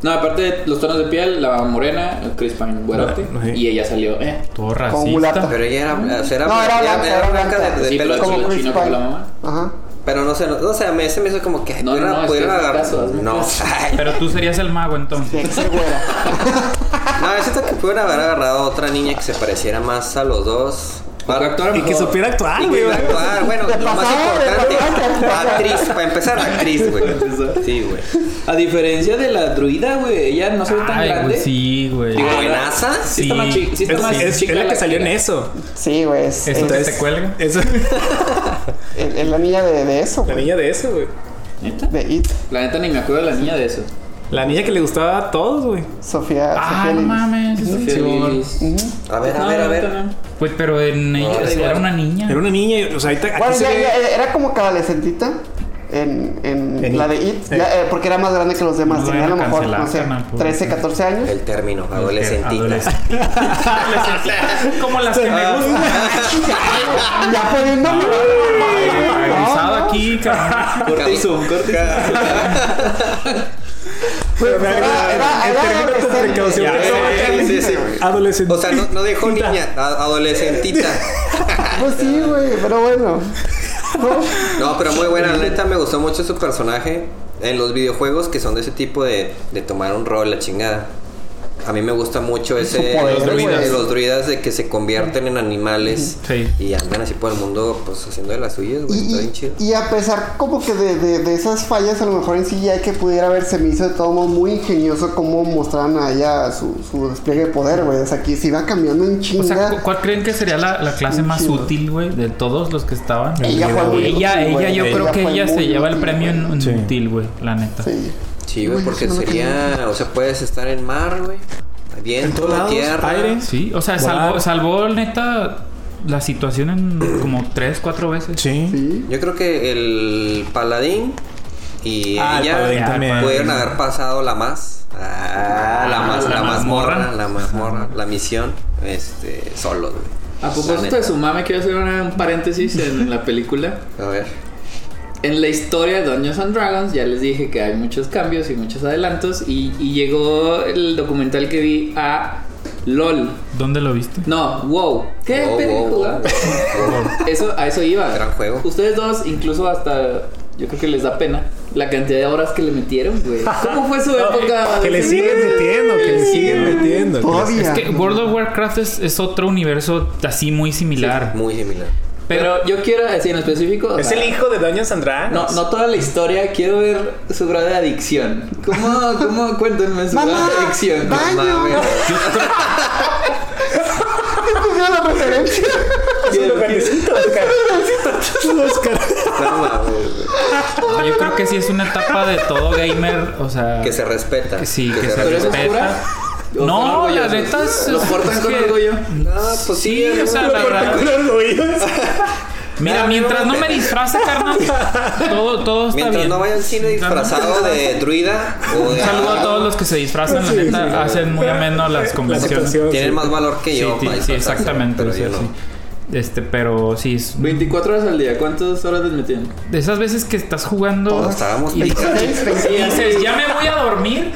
Speaker 3: No, aparte de los tonos de piel, la morena, el Chris Pine, güerote,
Speaker 4: Ah, sí.
Speaker 3: y ella salió, eh.
Speaker 1: Todo
Speaker 2: Con mulata.
Speaker 1: racista.
Speaker 5: Pero ella era. o sea, era
Speaker 2: No, era
Speaker 5: ella
Speaker 2: blanca, era blanca.
Speaker 5: de, de
Speaker 3: Sí,
Speaker 5: pelo
Speaker 3: pero
Speaker 5: azul.
Speaker 3: como- chino que la mamá.
Speaker 2: Ajá.
Speaker 5: Pero no sé, no, o sea, me, se me hizo como que.
Speaker 3: No, no,
Speaker 5: pudiera-
Speaker 3: no, es que
Speaker 5: pudiera
Speaker 3: hazme
Speaker 5: agarrar-
Speaker 3: caso, hazme
Speaker 5: no,
Speaker 3: caso.
Speaker 5: ay,
Speaker 1: Pero tú serías el mago
Speaker 2: Sí,
Speaker 1: entonces.
Speaker 2: que se güera.
Speaker 5: No, es que pudieron haber agarrado a otra niña que se pareciera más a los dos.
Speaker 3: Porque actora
Speaker 4: Y que
Speaker 3: mejor.
Speaker 4: supiera actuar,
Speaker 5: Y que
Speaker 4: güey.
Speaker 5: iba a actuar, bueno,
Speaker 2: Ah, De
Speaker 5: lo más
Speaker 2: pasada, de
Speaker 5: importante,
Speaker 2: pasada.
Speaker 5: actriz, para empezar, actriz, güey. Sí, güey.
Speaker 3: A diferencia de la druida, güey, ella no se ve tan
Speaker 1: Ay, güey,
Speaker 3: grande.
Speaker 1: sí, güey.
Speaker 3: Digo,
Speaker 5: Buenaza.
Speaker 3: Sí está más chi- sí está
Speaker 4: es,
Speaker 3: más
Speaker 4: es-
Speaker 3: chica
Speaker 4: es la
Speaker 3: la
Speaker 4: que salió en
Speaker 3: chica.
Speaker 4: eso.
Speaker 2: Sí, güey. Es,
Speaker 1: Eso
Speaker 2: es-
Speaker 1: te, te cuelga.
Speaker 4: Eso,
Speaker 2: es- es la niña de, de eso,
Speaker 4: la
Speaker 2: güey.
Speaker 4: niña de eso, güey.
Speaker 3: ¿Neta?
Speaker 2: De It.
Speaker 3: La neta ni me acuerdo de la niña de eso.
Speaker 4: La niña que le gustaba a todos, güey.
Speaker 2: Sofía.
Speaker 1: Ah,
Speaker 2: Sofía
Speaker 1: no
Speaker 2: Lillis.
Speaker 1: mames. Simón.
Speaker 3: Feliz.
Speaker 2: Ujú.
Speaker 5: A ver, a ver, a ver.
Speaker 1: Güey, Pues, pero en ella
Speaker 5: da
Speaker 1: era
Speaker 5: igual.
Speaker 1: una niña.
Speaker 4: Era una niña, o sea, ahorita aquí
Speaker 2: Bueno,
Speaker 4: se
Speaker 2: ya,
Speaker 4: ve-
Speaker 2: ya era como adolescentita en, en,
Speaker 4: En
Speaker 2: la
Speaker 4: It.
Speaker 2: de It,
Speaker 4: Eh.
Speaker 2: ya, eh, porque era más grande que los demás.
Speaker 1: No
Speaker 2: Tenía
Speaker 1: era
Speaker 2: a lo mejor,
Speaker 1: cancelada,
Speaker 2: no sé,
Speaker 1: carnal, pobre.
Speaker 2: 13, 14 años.
Speaker 5: El término, adolescentita.
Speaker 1: Como las que
Speaker 4: Ah.
Speaker 1: me gustan.
Speaker 2: ya poniendo.
Speaker 1: Avisado
Speaker 2: Ah.
Speaker 1: aquí, cabrón.
Speaker 5: Corte y zoom, corte y
Speaker 4: Pero me
Speaker 2: Era-
Speaker 4: agrada-
Speaker 2: era-
Speaker 4: el
Speaker 2: era
Speaker 4: término
Speaker 2: adolescente.
Speaker 4: complicación.
Speaker 2: Ya,
Speaker 5: zoom. Sí, sí, güey.
Speaker 4: Adolescente.
Speaker 5: O sea, no, no dejó niña, a- adolescentita.
Speaker 2: Pues sí, güey, pero bueno.
Speaker 5: No, pero muy buena, la neta me gustó mucho su personaje en los videojuegos que son de ese tipo de, de tomar un rol, la chingada. A mí me gusta mucho ese.
Speaker 2: poder,
Speaker 5: los,
Speaker 2: güey.
Speaker 5: druidas, los druidas de que se convierten en animales
Speaker 1: Sí.
Speaker 5: y andan así por el mundo, pues haciendo de las suyas, güey. Está bien
Speaker 2: Y,
Speaker 5: chido.
Speaker 2: y- y a pesar como que de, de- de esas fallas, a lo mejor en sí ya que pudiera ver, se me hizo de todo modo muy ingenioso cómo mostraban a ella su, su despliegue de poder, güey. O sea, que se iba cambiando en
Speaker 1: O
Speaker 2: chinga.
Speaker 1: sea, ¿cu- ¿cuál creen que sería la, la clase más
Speaker 2: Chido.
Speaker 1: útil, güey, de todos los que estaban?
Speaker 2: Ella fue muy
Speaker 1: Ella,
Speaker 2: útil,
Speaker 1: ella,
Speaker 2: güey.
Speaker 1: yo creo que
Speaker 2: fue
Speaker 1: ella se
Speaker 2: muy
Speaker 1: lleva el
Speaker 2: útil,
Speaker 1: premio en, en
Speaker 4: Sí.
Speaker 1: útil, güey, la neta.
Speaker 2: güey. Sí.
Speaker 5: Sí, güey, porque sería. O sea, puedes estar en mar, güey.
Speaker 4: En
Speaker 5: Viento,
Speaker 4: todos lados,
Speaker 5: tierra.
Speaker 4: aire.
Speaker 1: Sí, o sea, salvó,
Speaker 4: Volar.
Speaker 1: salvó neta la situación en como tres, cuatro veces.
Speaker 4: Sí.
Speaker 2: Sí.
Speaker 5: Yo creo que el paladín y
Speaker 4: Ah, el
Speaker 5: ella
Speaker 4: paladín también.
Speaker 5: pudieron haber pasado la más. Ah, la más,
Speaker 1: la
Speaker 5: la,
Speaker 1: mazmorra.
Speaker 5: mazmorra, la mazmorra, la misión, este, solos, güey.
Speaker 3: A propósito de su mame, quiero hacer una- un paréntesis en la película.
Speaker 5: A ver.
Speaker 3: En la historia de Dungeons and Dragons ya les dije que hay muchos cambios y muchos adelantos y, y llegó el documental que vi a LOL.
Speaker 1: ¿Dónde lo viste?
Speaker 3: No, wow. ¿Qué
Speaker 5: Wow, wow,
Speaker 3: película?
Speaker 5: wow, wow.
Speaker 3: Eso, a eso iba.
Speaker 5: Gran juego.
Speaker 3: Ustedes dos, incluso hasta yo creo que les da pena la cantidad de horas que le metieron, güey. ¿Cómo fue su época?
Speaker 4: Que le siguen metiendo, que le siguen metiendo. que le-
Speaker 2: Todavía.
Speaker 1: Es que World of Warcraft es, es otro universo así muy similar.
Speaker 5: Muy similar.
Speaker 3: Pero yo quiero decir en específico. o
Speaker 4: Es
Speaker 3: sea,
Speaker 4: el hijo de Doña Sandra.
Speaker 3: No, no toda la historia, quiero ver su grado de adicción. ¿Cómo, cómo cuéntenme su grado
Speaker 2: Mamá,
Speaker 3: de adicción?
Speaker 2: baño.
Speaker 5: Mames.
Speaker 1: Yo creo-
Speaker 2: Esa es la referencia.
Speaker 4: Es un lugarcito, Oscar. Oscar.
Speaker 5: No mames, güey.
Speaker 1: Yo creo que sí es una etapa de todo gamer, o sea...
Speaker 5: Que se respeta.
Speaker 1: que sí, que, se
Speaker 3: ¿Pero es
Speaker 1: respeta.
Speaker 3: oscura? ¿O son
Speaker 1: No, la
Speaker 3: orgullosos?
Speaker 1: neta es...
Speaker 3: ¿Lo cortan
Speaker 1: es
Speaker 3: con
Speaker 1: que-
Speaker 3: orgullo?
Speaker 5: No, pues sí,
Speaker 1: Sí, o sea, la verdad... Mira,
Speaker 5: Ah,
Speaker 1: mientras
Speaker 5: no,
Speaker 1: no me
Speaker 5: no.
Speaker 1: disfrace, carnal, todo, todo está
Speaker 5: Mientras
Speaker 1: bien.
Speaker 5: no vaya al cine
Speaker 1: Mientras no-
Speaker 5: disfrazado de druida o
Speaker 1: Un
Speaker 5: de.
Speaker 1: saludo a todos los que se disfrazan, la neta, hacen muy ameno las convenciones.
Speaker 4: situación.
Speaker 5: Tienen más valor que
Speaker 1: Sí,
Speaker 5: yo.
Speaker 1: sí,
Speaker 5: para
Speaker 1: sí,
Speaker 5: disfrazarse,
Speaker 1: exactamente.
Speaker 5: pero
Speaker 1: o sea,
Speaker 5: yo no.
Speaker 1: sí. Este, pero sí, es-
Speaker 3: 24 horas al día, ¿cuántas horas les metieron?
Speaker 1: de esas veces que estás jugando
Speaker 5: Todos estábamos
Speaker 1: y, este
Speaker 5: picados.
Speaker 1: y dices, ya me voy a dormir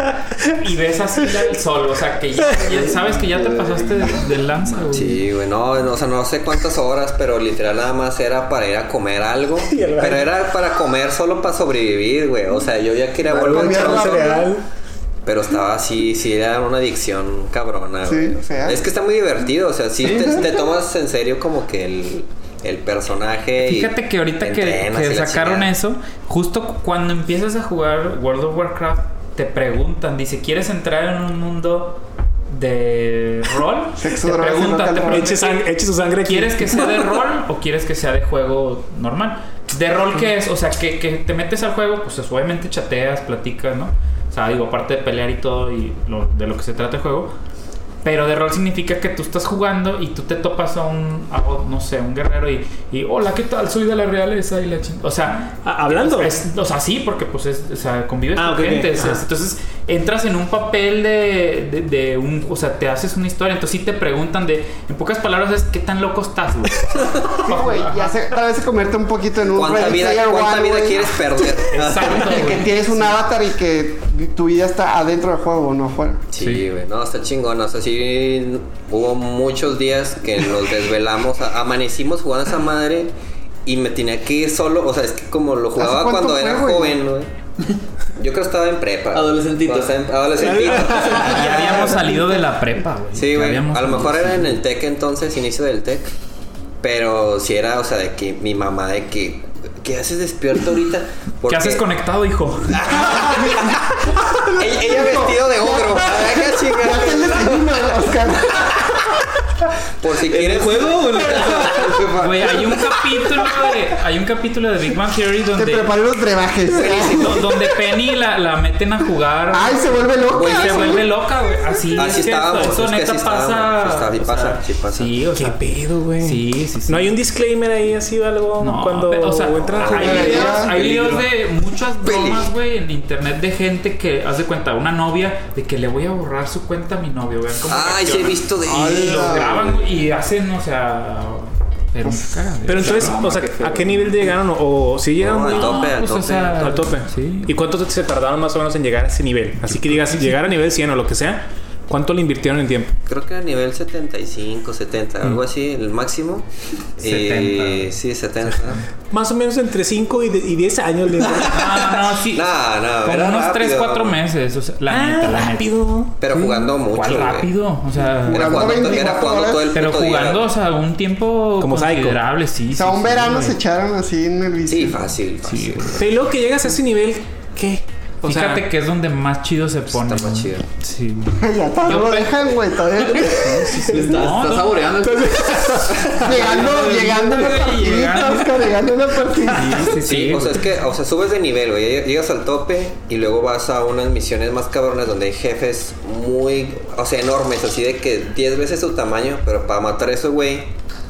Speaker 1: y ves así la- el sol, o sea, que ya, ya sabes que ya te pasaste de, de lanza, güey.
Speaker 5: Sí, güey, no, no, o sea, no sé cuántas horas, pero literal nada más era para ir a comer algo.
Speaker 4: Y al baño.
Speaker 5: Pero era para comer solo para sobrevivir, güey. O sea, yo ya quería volver
Speaker 2: comía
Speaker 5: al
Speaker 2: un
Speaker 5: chavo,
Speaker 4: cereal.
Speaker 5: Pero estaba así, sí, era una adicción cabrona,
Speaker 2: Sí,
Speaker 5: güey. O sea,
Speaker 2: fea.
Speaker 5: es que está muy divertido, o sea, sí te, te tomas en serio como que el, el personaje. y
Speaker 1: Fíjate que ahorita que,
Speaker 5: entrenas
Speaker 1: que
Speaker 5: y la
Speaker 1: sacaron
Speaker 5: chingada.
Speaker 1: eso, justo cu- cuando empiezas a jugar World of Warcraft, te preguntan, dice, ¿quieres entrar en un mundo de rol?
Speaker 2: Sexo,
Speaker 1: te
Speaker 2: drogas y rock
Speaker 1: preguntan,
Speaker 2: and
Speaker 1: te
Speaker 2: roll.
Speaker 1: preguntan,
Speaker 4: Eche, sang- eche su sangre aquí.
Speaker 1: ¿Quieres que sea de rol o quieres que sea de juego normal? ¿De rol qué es? O sea, que, que te metes al juego, pues obviamente chateas, platicas, ¿no? O sea, digo, aparte de pelear y todo y lo- de lo que se trata el juego. Pero de rol significa que tú estás jugando y tú te topas a un, a un- no sé, un guerrero y, y, hola, ¿qué tal? Soy de la realeza y la ching-". O sea,
Speaker 4: Ah, ¿Hablando?
Speaker 1: es- o sea, sí, porque pues es, o sea, convives con
Speaker 4: Ah, ok, ok.
Speaker 1: gente. o sea,
Speaker 4: Ajá.
Speaker 1: entonces entras en un papel de, de, de un, o sea, te haces una historia. Entonces sí te preguntan de, en pocas palabras es qué tan loco estás, güey.
Speaker 2: Sí, güey, ya se, tal vez se convierte un poquito en un
Speaker 5: ¿Cuánta
Speaker 2: Ready
Speaker 5: vida,
Speaker 2: Player
Speaker 5: cuánta
Speaker 2: One,
Speaker 5: vida
Speaker 2: güey,
Speaker 5: quieres perder?
Speaker 1: Exacto,
Speaker 2: de que
Speaker 1: güey.
Speaker 2: tienes un avatar y que tu vida está adentro del juego, no afuera.
Speaker 5: Sí, güey, no, está chingón. O sea, sí, hubo muchos días que nos desvelamos, a- amanecimos jugando a esa madre y me tenía que ir solo. O sea, es que como lo jugaba
Speaker 2: ¿Hace cuánto
Speaker 5: cuando
Speaker 2: fue,
Speaker 5: era
Speaker 2: güey?
Speaker 5: joven, güey. Yo creo que estaba en prepa.
Speaker 3: Adolescentito.
Speaker 5: Cuando estaba en- adolescentito.
Speaker 1: Ya habíamos salido de la prepa, güey.
Speaker 5: Sí,
Speaker 1: Ya
Speaker 5: güey.
Speaker 1: habíamos
Speaker 5: A lo
Speaker 1: salido,
Speaker 5: mejor
Speaker 1: sí.
Speaker 5: era en el tech entonces, inicio del tech. Pero si era, o sea, de que mi mamá, de que, ¿qué haces despierto ahorita?
Speaker 1: ¿Qué haces conectado, hijo?
Speaker 5: Ella, ella vestido de ogro. Ay, qué
Speaker 2: Ya
Speaker 5: chingada.
Speaker 2: te les elimina, Oscar.
Speaker 5: Por si quieres.
Speaker 4: juego?
Speaker 1: Güey, hay un capítulo de. Hay un capítulo de Big Bang Theory
Speaker 2: Te
Speaker 1: donde.
Speaker 2: preparé unos brebajes.
Speaker 1: do- Donde Penny la, la meten a jugar.
Speaker 2: Ay, se vuelve loco.
Speaker 5: Güey,
Speaker 1: se
Speaker 5: sí.
Speaker 1: vuelve loca, güey. Así,
Speaker 5: Así
Speaker 1: es que eso-
Speaker 5: estábamos.
Speaker 1: Eso,
Speaker 5: pues, es que
Speaker 1: neta
Speaker 5: así estábamos.
Speaker 1: pasa.
Speaker 5: Así
Speaker 1: o
Speaker 5: pasa,
Speaker 1: sea,
Speaker 5: sí pasa.
Speaker 1: Sí, o
Speaker 4: ¿Qué
Speaker 1: sea.
Speaker 4: pedo, güey?
Speaker 1: Sí, sí, sí.
Speaker 4: ¿No hay un disclaimer ahí así o algo
Speaker 1: No,
Speaker 4: cuando
Speaker 1: pe- o sea,
Speaker 4: entras?
Speaker 1: hay,
Speaker 2: en
Speaker 1: videos,
Speaker 2: realidad,
Speaker 1: hay
Speaker 5: peligro.
Speaker 1: videos de muchas bromas,
Speaker 5: Peligro.
Speaker 1: güey, en internet de gente que hace cuenta, una novia, de que le voy a borrar su cuenta a mi novio, vean cómo.
Speaker 5: Ay, sí he
Speaker 1: reacciona.
Speaker 5: visto de.
Speaker 1: Y lo
Speaker 2: Ala.
Speaker 1: graban güey, y hacen, o sea. Pero,
Speaker 4: Pero entonces, o sea, ¿a qué nivel llegaron? ¿O, o si llegaron
Speaker 5: No,
Speaker 4: muy-
Speaker 5: al tope,
Speaker 1: pues,
Speaker 5: al tope.
Speaker 4: al tope?
Speaker 1: Sí.
Speaker 4: ¿Y cuánto se tardaron más o menos en llegar a ese nivel? Así que digas, llegar a nivel 100 o lo que sea, ¿cuánto le invirtieron en tiempo?
Speaker 5: Creo que a nivel 75, 70,
Speaker 1: Mm.
Speaker 5: algo así, el máximo.
Speaker 1: 70.
Speaker 5: Eh, sí, 70.
Speaker 4: Más o menos entre 5 y, de- y 10 años. Le
Speaker 1: No, no, no, sí.
Speaker 5: Nada, nada.
Speaker 1: Como
Speaker 5: era
Speaker 1: unos 3,
Speaker 5: rápido.
Speaker 1: 4 meses, o sea, la
Speaker 4: ah,
Speaker 1: neta, la neta.
Speaker 4: rápido.
Speaker 5: Pero jugando mucho.
Speaker 1: ¿Cuál
Speaker 5: güey.
Speaker 1: rápido? O sea.
Speaker 5: Era
Speaker 2: Jugando
Speaker 5: jugando, era
Speaker 2: 24
Speaker 5: jugando todo el
Speaker 1: Pero
Speaker 5: puto día.
Speaker 1: jugando, o sea, un tiempo
Speaker 4: Como psycho.
Speaker 1: considerable, sí.
Speaker 2: O sea, un verano se echaron así en el bici.
Speaker 5: Sí, fácil, fácil.
Speaker 4: Pero luego que llegas a ese nivel, ¿qué? O sea,
Speaker 1: Fíjate que es donde más chido se pone.
Speaker 5: más chido.
Speaker 1: Sí, güey.
Speaker 2: Ya está, no lo dejan, güey. Todavía.
Speaker 1: No,
Speaker 3: Estás
Speaker 1: no.
Speaker 3: saboreando el
Speaker 2: Llegando, llegando a una partidita,
Speaker 1: Llegando.
Speaker 2: Oscar, llegando a una partidita.
Speaker 1: Sí, sí,
Speaker 5: Sí,
Speaker 1: sí,
Speaker 5: o
Speaker 1: güey.
Speaker 5: sea, es que, o sea, subes de nivel, güey. Llegas al tope y luego vas a unas misiones más cabronas donde hay jefes muy, o sea, enormes, así de que 10 veces su tamaño, pero para matar a ese güey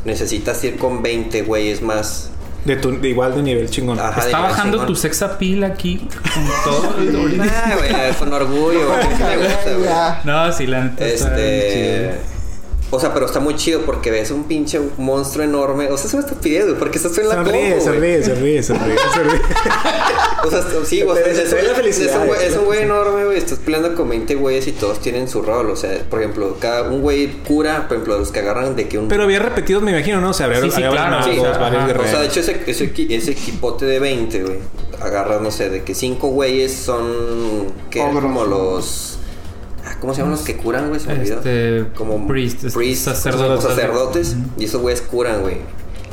Speaker 5: necesitas ir con 20 güeyes más.
Speaker 4: de, tu- de igual de nivel chingón.
Speaker 5: Ajá,
Speaker 1: Está
Speaker 5: digo,
Speaker 1: bajando
Speaker 5: chingón.
Speaker 1: tu sex appeal aquí con todo.
Speaker 5: Ah, güey, con orgullo, güey. Me gusta, güey.
Speaker 2: Ya.
Speaker 1: No, sí, la neta está bien
Speaker 5: Este.
Speaker 1: chido.
Speaker 5: O sea, pero está muy chido porque ves un pinche monstruo enorme. O sea, es una estupidez, güey, porque estás en la compu,
Speaker 4: Sonríe,
Speaker 5: güey.
Speaker 4: sonríe, sonríe, sonríe, sonríe.
Speaker 5: O sea, sí, o sea,
Speaker 4: Pero
Speaker 5: es,
Speaker 4: se
Speaker 5: es
Speaker 4: ve la
Speaker 5: un-
Speaker 4: felicidad,
Speaker 5: es un güey-
Speaker 4: se ve
Speaker 5: es
Speaker 4: la
Speaker 5: un güey enorme, güey. Estás peleando con 20 güeyes y todos tienen su rol. O sea, por ejemplo, cada un güey cura, por ejemplo, los que agarran de que un.
Speaker 4: Pero había repetidos, me imagino, ¿no? O sea, había,
Speaker 1: Sí, sí,
Speaker 4: había
Speaker 1: claro,
Speaker 4: varios
Speaker 1: sí,
Speaker 4: magos,
Speaker 1: ajá.
Speaker 4: varios
Speaker 1: O sea,
Speaker 5: o
Speaker 4: guerreros.
Speaker 5: sea, de hecho, ese, ese, equi- ese equipote de 20, güey. Agarra, no sé, de que cinco güeyes son. que eran
Speaker 2: Ogros.
Speaker 5: como los. ah, ¿Cómo se llaman los que curan, güey? Se me olvidó.
Speaker 1: Este,
Speaker 5: Como
Speaker 1: priest, este, sacerdotes.
Speaker 5: como sacerdotes. Y esos güeyes curan, güey.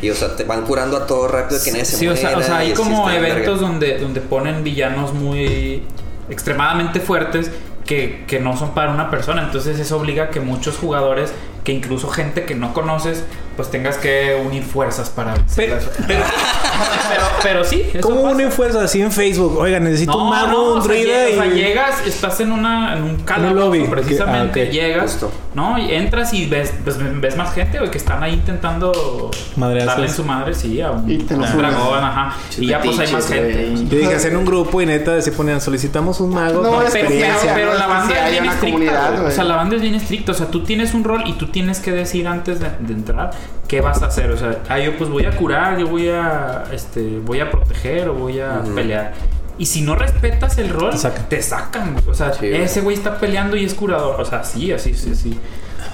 Speaker 5: Y, o sea, te van curando a todo rápido que nadie se
Speaker 1: Sí, o sea, o
Speaker 5: muera,
Speaker 1: sea,
Speaker 5: y
Speaker 1: hay
Speaker 5: así
Speaker 1: como
Speaker 5: está la verga.
Speaker 1: eventos donde, donde ponen villanos muy extremadamente fuertes que, que no son para una persona. Entonces eso obliga a que muchos jugadores, que incluso gente que no conoces, pues tengas que unir fuerzas para...
Speaker 4: Pero-
Speaker 1: vencerlas. pero, pero, pero sí. eso
Speaker 4: ¿Cómo
Speaker 1: pasa.
Speaker 4: unen fuerzas así en Facebook? Oiga, necesito un mago, un
Speaker 1: o sea,
Speaker 4: druida
Speaker 1: lle- o sea,
Speaker 4: y...
Speaker 1: llegas, estás en una en un calabozo,
Speaker 4: lobby, que-
Speaker 1: precisamente
Speaker 4: ah, ok.
Speaker 1: llegas,
Speaker 5: Justo.
Speaker 1: ¿no? Y entras y ves pues, ves más gente güey, que están ahí intentando
Speaker 4: Madreazos.
Speaker 1: darle en su madre sí a un,
Speaker 2: Y te lo
Speaker 1: a un
Speaker 2: fugas.
Speaker 1: dragón, ajá. Y ya pues hay más
Speaker 3: Chutiches,
Speaker 1: gente.
Speaker 3: güey.
Speaker 4: Yo dije, hacer un grupo y neta, se ponían, solicitamos un mago.
Speaker 2: No,
Speaker 4: con
Speaker 2: es que-
Speaker 1: Pero, pero,
Speaker 4: experiencia.
Speaker 1: pero la
Speaker 2: ¿no?
Speaker 1: banda
Speaker 2: Sí,
Speaker 1: es
Speaker 2: hay
Speaker 1: bien
Speaker 2: una
Speaker 1: estricta.
Speaker 2: comunidad,
Speaker 1: güey. O
Speaker 2: güey.
Speaker 1: sea, la banda es bien estricta. O sea, tú tienes un rol y tú tienes que decir antes de, de entrar qué vas a hacer. O sea, ah, yo pues voy a curar, yo voy a, este, voy a proteger o voy a pelear. Y si no respetas el rol,
Speaker 4: Te sacan.
Speaker 1: te sacan. güey. O sea,
Speaker 5: Sí, güey.
Speaker 1: ese güey está peleando y es curador. O sea, sí, así, sí, sí.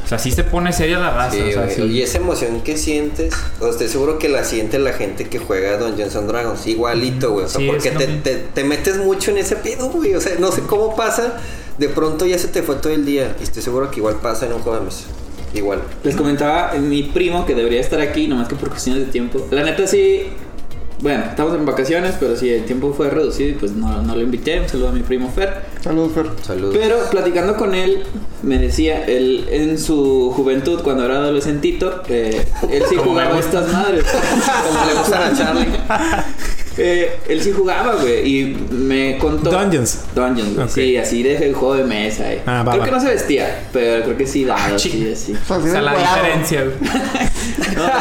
Speaker 1: O sea, sí se pone seria la raza.
Speaker 5: Sí,
Speaker 1: o sea,
Speaker 5: güey.
Speaker 1: sí.
Speaker 5: Y esa emoción que sientes, o estoy seguro que la siente la gente que juega Dungeons and Dragons, igualito, güey. O sea,
Speaker 1: Sí,
Speaker 5: porque
Speaker 1: es lo
Speaker 5: te,
Speaker 1: mismo.
Speaker 5: te- te metes mucho en ese pedo, güey. O sea, no sé cómo pasa. De pronto ya se te fue todo el día. Y estoy seguro que igual pasa en un juego de mesa. Igual.
Speaker 3: Les comentaba eh, mi primo que debería estar aquí, nomás que por cuestiones de tiempo. La neta sí. Bueno, estamos en vacaciones, pero sí, el tiempo fue reducido y pues no, no lo invité. Un saludo a mi primo Fer.
Speaker 2: Saludos, Fer.
Speaker 5: Saludos.
Speaker 3: Pero platicando con él, me decía, él en su juventud, cuando era adolescentito, eh, él sí
Speaker 1: Como me
Speaker 3: jugaba
Speaker 1: gusta.
Speaker 3: estas madres.
Speaker 5: Como le gustan a Charlie.
Speaker 3: Eh, él sí jugaba, güey, y me contó...
Speaker 4: Dungeons.
Speaker 3: Dungeons, güey,
Speaker 4: Ok.
Speaker 3: sí, así de juego de mesa, eh.
Speaker 4: Ah, va,
Speaker 3: Creo
Speaker 4: va.
Speaker 3: que no se vestía, pero creo que sí daba, sí,
Speaker 1: chinga.
Speaker 3: así.
Speaker 2: sea,
Speaker 1: O sea, la
Speaker 2: encuerado.
Speaker 1: diferencia, güey.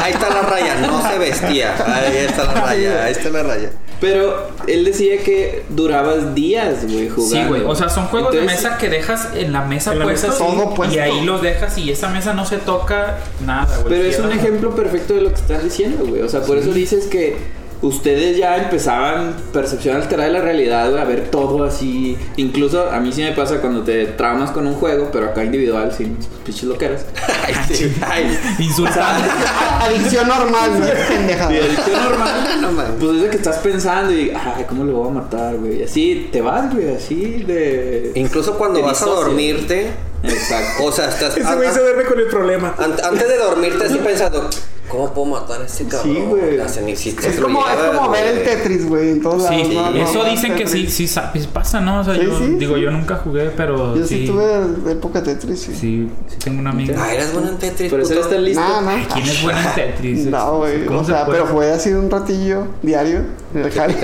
Speaker 5: Ahí está la raya, no se vestía. Ahí está la raya, ahí está la raya.
Speaker 3: Pero él decía que durabas días, güey, jugando.
Speaker 1: Sí, güey. O sea, son juegos
Speaker 3: Entonces,
Speaker 1: de mesa que dejas en la mesa
Speaker 4: En la
Speaker 1: puestos
Speaker 4: mesa,
Speaker 1: y-
Speaker 2: todo puesto.
Speaker 1: y ahí los dejas y esa mesa no se toca nada, güey.
Speaker 3: Pero es un
Speaker 1: Tierra.
Speaker 3: ejemplo perfecto de lo que estás diciendo, güey. O sea, por eso dices que ustedes ya empezaban percepción alterada de la realidad, güey, a ver todo así. Incluso a mí sí me pasa cuando te traumas con un juego, pero acá individual, sin sus pinches loqueras.
Speaker 5: Ay, sí, ay.
Speaker 1: Insultante.
Speaker 2: Adicción normal, güey. Pendejada.
Speaker 3: Y adicción normal,
Speaker 5: No mames.
Speaker 3: pues es de que estás pensando y, ay, ¿cómo lo voy a matar, güey? Y así te vas, güey, así de.
Speaker 5: Incluso cuando
Speaker 3: Te
Speaker 5: vas a
Speaker 3: disocias.
Speaker 5: dormirte,
Speaker 3: Exacto.
Speaker 5: o sea, estás.
Speaker 4: Ese güey se duerme con el problema.
Speaker 5: Ant- Antes de dormirte, estoy pensando, ¿Cómo puedo matar a ese cabrón?
Speaker 2: Sí, güey.
Speaker 5: O sea, ni si te
Speaker 2: Es como, es
Speaker 5: olvidabas,
Speaker 2: como ver el
Speaker 5: güey.
Speaker 2: Tetris, güey, en todos
Speaker 1: Sí,
Speaker 2: lados. ¿no?
Speaker 1: sí,
Speaker 2: No,
Speaker 1: eso
Speaker 2: no,
Speaker 1: dicen que sí,
Speaker 2: Tetris.
Speaker 1: sí sa- pues pasa, ¿no? O sea,
Speaker 2: Sí,
Speaker 1: yo
Speaker 2: sí,
Speaker 1: digo,
Speaker 2: sí.
Speaker 1: yo nunca jugué, pero
Speaker 2: Yo
Speaker 1: sí,
Speaker 2: sí, tuve época Tetris, sí.
Speaker 1: sí, sí tengo una amiga.
Speaker 5: Ah, eras bueno en Tetris.
Speaker 3: Por eso
Speaker 5: puto.
Speaker 3: eres tan listo.
Speaker 2: Nah, nah.
Speaker 1: ¿Quién es buena en Tetris? Este,
Speaker 2: No, güey.
Speaker 1: ¿Cómo
Speaker 2: O
Speaker 1: se
Speaker 2: sea,
Speaker 1: puede?
Speaker 2: pero fue así un ratillo diario en el jale.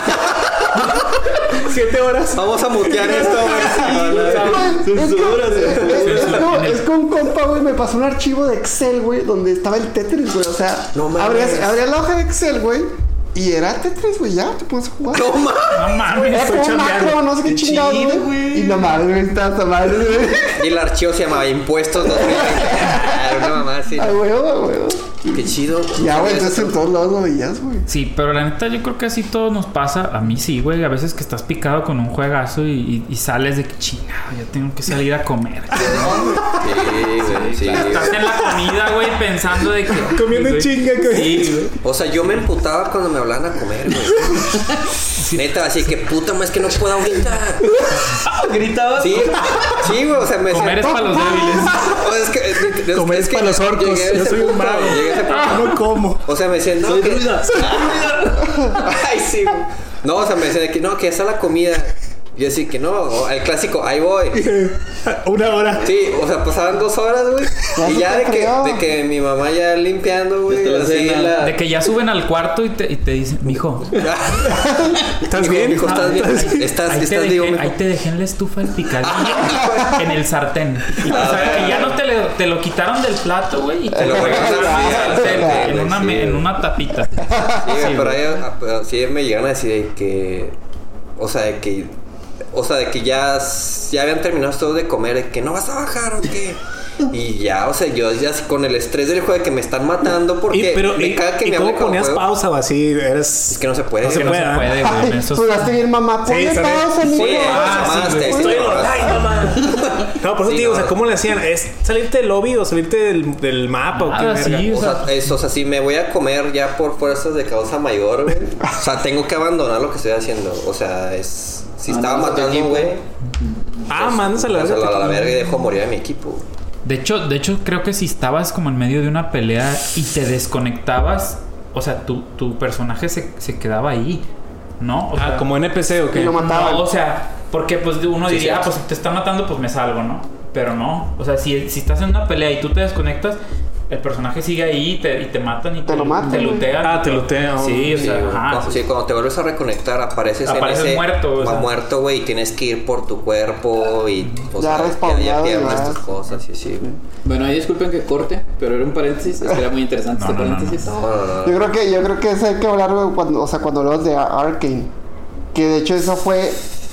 Speaker 2: Siete horas.
Speaker 5: Vamos a mutear esto, güey.
Speaker 2: Censuras, es, es,
Speaker 1: Censura.
Speaker 2: como- es como un compa, güey, me pasó un archivo de Excel, güey, donde estaba el Tetris, güey. O sea,
Speaker 5: No mames.
Speaker 2: abrías, abrías la hoja de Excel, güey, y era Tetris, güey, ya, te pones a jugar.
Speaker 5: No mames.
Speaker 1: No mames,
Speaker 2: Era
Speaker 1: estoy
Speaker 2: como un macro,
Speaker 1: chambeando.
Speaker 2: no sé qué chingado,
Speaker 5: chido,
Speaker 2: güey. Y no mames, güey, está está mal, güey.
Speaker 5: Y el archivo se llamaba Impuestos 2020. Ah, Una mamá así.
Speaker 2: A huevo, a huevo.
Speaker 5: Qué chido.
Speaker 2: Ya, güey, entonces en todos lados lo veías, güey.
Speaker 1: Sí, pero la neta yo creo que así todo nos pasa. A mí sí, güey. A veces que estás picado con un juegazo y, y- y sales de que chingado, ya tengo que salir a comer.
Speaker 5: Sí, güey, sí.
Speaker 1: Estás en la comida, güey, pensando de que. "Pues,
Speaker 4: Comiendo
Speaker 1: güey.
Speaker 4: chinga, güey.
Speaker 1: Sí, güey.
Speaker 5: O sea, yo me emputaba cuando me hablaban a comer, güey. Neta, así que puta, más que no puedo ahorita.
Speaker 3: Gritabas.
Speaker 5: Sí, sí, güey, o sea, me
Speaker 1: Comer es para los débiles.
Speaker 5: O sea, es que, es- es-
Speaker 4: Comer
Speaker 5: es
Speaker 4: es
Speaker 5: que
Speaker 4: para los orcos.
Speaker 5: llegué a
Speaker 4: Yo
Speaker 5: ese
Speaker 4: soy un
Speaker 5: punto,
Speaker 4: mago.
Speaker 5: llegué a ese punto.
Speaker 4: No como.
Speaker 5: O sea, me decían, no,
Speaker 3: Soy
Speaker 5: que-
Speaker 3: ruda.
Speaker 5: Ay, sí. güey. No, o sea, me decían de que no, que ya está la comida. Y yo así que no, o el clásico, ahí voy.
Speaker 4: Una hora.
Speaker 5: Sí, o sea, pasaban dos horas, güey.
Speaker 2: Ya
Speaker 5: Y
Speaker 2: se
Speaker 5: ya
Speaker 2: te
Speaker 5: de que,
Speaker 2: enfrió.
Speaker 5: de que mi mamá ya limpiando, güey.
Speaker 3: Desde la
Speaker 5: así
Speaker 3: cena.
Speaker 5: la-
Speaker 1: De que ya suben al cuarto y te, y te dicen, mijo.
Speaker 4: ¿Estás
Speaker 5: Digo,
Speaker 4: bien?
Speaker 5: mijo, ¿estás bien? Estás,
Speaker 1: ahí,
Speaker 5: estás
Speaker 1: te
Speaker 5: digo,
Speaker 1: dejé,
Speaker 5: mijo. Ah,
Speaker 1: ahí te dejé en la estufa el picadillo en el sartén. Y, o sea, que ya no te, le- te lo quitaron del plato, güey, y te
Speaker 5: lo
Speaker 1: lo regresaron
Speaker 5: regresaron,
Speaker 1: al
Speaker 5: sí,
Speaker 1: sartén,
Speaker 5: al
Speaker 1: güey,
Speaker 5: sartén,
Speaker 1: en una,
Speaker 5: sí,
Speaker 1: me-
Speaker 5: güey.
Speaker 1: en una tapita.
Speaker 5: Sí, güey,
Speaker 1: Sí,
Speaker 5: pero
Speaker 1: güey.
Speaker 5: ahí, ah, pero sí me llegaron a decir de que. O sea, de que. O sea, de que ya, s- ya habían terminado todo de comer, de que no vas a bajar o qué. Y ya, o sea, yo ya así con el estrés del juego de que me están matando
Speaker 4: Y,
Speaker 5: porque
Speaker 4: pero,
Speaker 5: me
Speaker 4: y,
Speaker 5: caga que
Speaker 4: ¿y
Speaker 5: me
Speaker 4: cómo
Speaker 5: hablen cuando
Speaker 4: ponías
Speaker 5: juego.
Speaker 4: pausa o así? Eres...
Speaker 5: Es que no se puede.
Speaker 4: No se
Speaker 1: Que no se
Speaker 4: Bueno. pues,
Speaker 1: puede, güey. en
Speaker 2: Ay,
Speaker 1: esos-
Speaker 2: sudaste bien, mamá.
Speaker 4: Sí,
Speaker 2: Ponle
Speaker 4: está bien.
Speaker 2: pausa, niño.
Speaker 5: Sí,
Speaker 1: Ah,
Speaker 5: mamás,
Speaker 1: sí,
Speaker 5: te-
Speaker 1: güey.
Speaker 5: sí,
Speaker 4: Estoy
Speaker 5: mamás.
Speaker 4: online, mamá. No, por eso
Speaker 5: Sí,
Speaker 4: te digo,
Speaker 5: no.
Speaker 4: o sea, ¿cómo le hacían? ¿Es salirte del lobby o salirte del, del mapa o qué
Speaker 1: Ah,
Speaker 4: verga?
Speaker 1: sí,
Speaker 5: O sea, eso, o sea, si me voy a comer ya por fuerzas de causa mayor, güey. O sea, tengo que abandonar lo que estoy haciendo. O sea, es. Si estaba
Speaker 3: Abandonas a tu
Speaker 5: matando,
Speaker 3: equipo.
Speaker 5: güey.
Speaker 4: Ah,
Speaker 5: pues,
Speaker 4: mandas a la
Speaker 5: o sea,
Speaker 4: verga.
Speaker 5: la, la verga y dejo morir a mi equipo.
Speaker 1: De hecho, de hecho, creo que si estabas como en medio de una pelea y te desconectabas, o sea, tu, tu personaje se, se quedaba ahí, ¿no? O
Speaker 4: Ah,
Speaker 1: sea,
Speaker 4: como NPC o qué.
Speaker 2: Y lo mataban.
Speaker 1: No, o sea, porque pues uno
Speaker 5: Sí,
Speaker 1: diría,
Speaker 5: sí.
Speaker 1: ah, pues te está matando, pues me salgo, ¿no? Pero no. O sea, si, si estás en una pelea y tú te desconectas, el personaje sigue ahí y te, y te matan y
Speaker 2: Te lo matan,
Speaker 1: Te
Speaker 2: güey.
Speaker 1: lutean.
Speaker 4: Ah, te lutean.
Speaker 1: Ah, Sí, o sea,
Speaker 5: güey.
Speaker 1: ajá.
Speaker 5: Cuando- sí, cuando te vuelves a reconectar, apareces
Speaker 1: Apareces
Speaker 5: en ese,
Speaker 1: muerto, o
Speaker 5: va
Speaker 1: sea.
Speaker 5: muerto, güey, y tienes que ir por tu cuerpo y. O
Speaker 2: Ya respawnado
Speaker 5: ya
Speaker 2: y
Speaker 5: pierdes
Speaker 2: vas.
Speaker 5: tus cosas y así, güey.
Speaker 3: Bueno, ahí disculpen que corte, pero era un paréntesis. Es que era muy interesante
Speaker 1: No,
Speaker 3: este
Speaker 1: no, no,
Speaker 3: paréntesis.
Speaker 5: No, no, no,
Speaker 2: Yo
Speaker 5: no.
Speaker 2: creo que, yo creo que eso hay que hablar güey, cuando, o sea, cuando hablamos de Arkane. Que de hecho esa fue,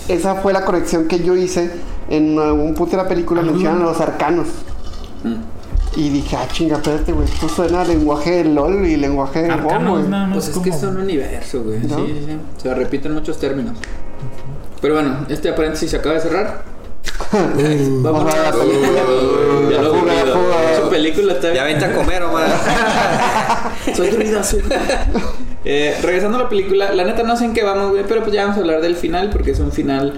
Speaker 2: esa fue la conexión que yo hice en algún punto de la película mencionan a los arcanos.
Speaker 3: Mm.
Speaker 2: Y dije, ah, chinga, espérate, güey, esto suena a lenguaje de LOL y lenguaje de WoW,
Speaker 1: Arcanos
Speaker 2: güey.
Speaker 1: nada más
Speaker 3: Pues es que
Speaker 1: como-
Speaker 3: es un universo, güey.
Speaker 2: ¿No?
Speaker 3: Sí, sí, sí. Se repiten muchos términos. Pero bueno, este paréntesis se acaba de cerrar. Vamos
Speaker 2: Vamos a la película.
Speaker 3: Ya lo
Speaker 2: Fuga,
Speaker 3: aburrido.
Speaker 2: fuga.
Speaker 3: Su película está
Speaker 5: Ya vente a comer, Omar.
Speaker 3: Soy ruido azul. Eh, regresando a la película, la neta no sé en qué vamos, güey, pero pues ya vamos a hablar del final porque es un final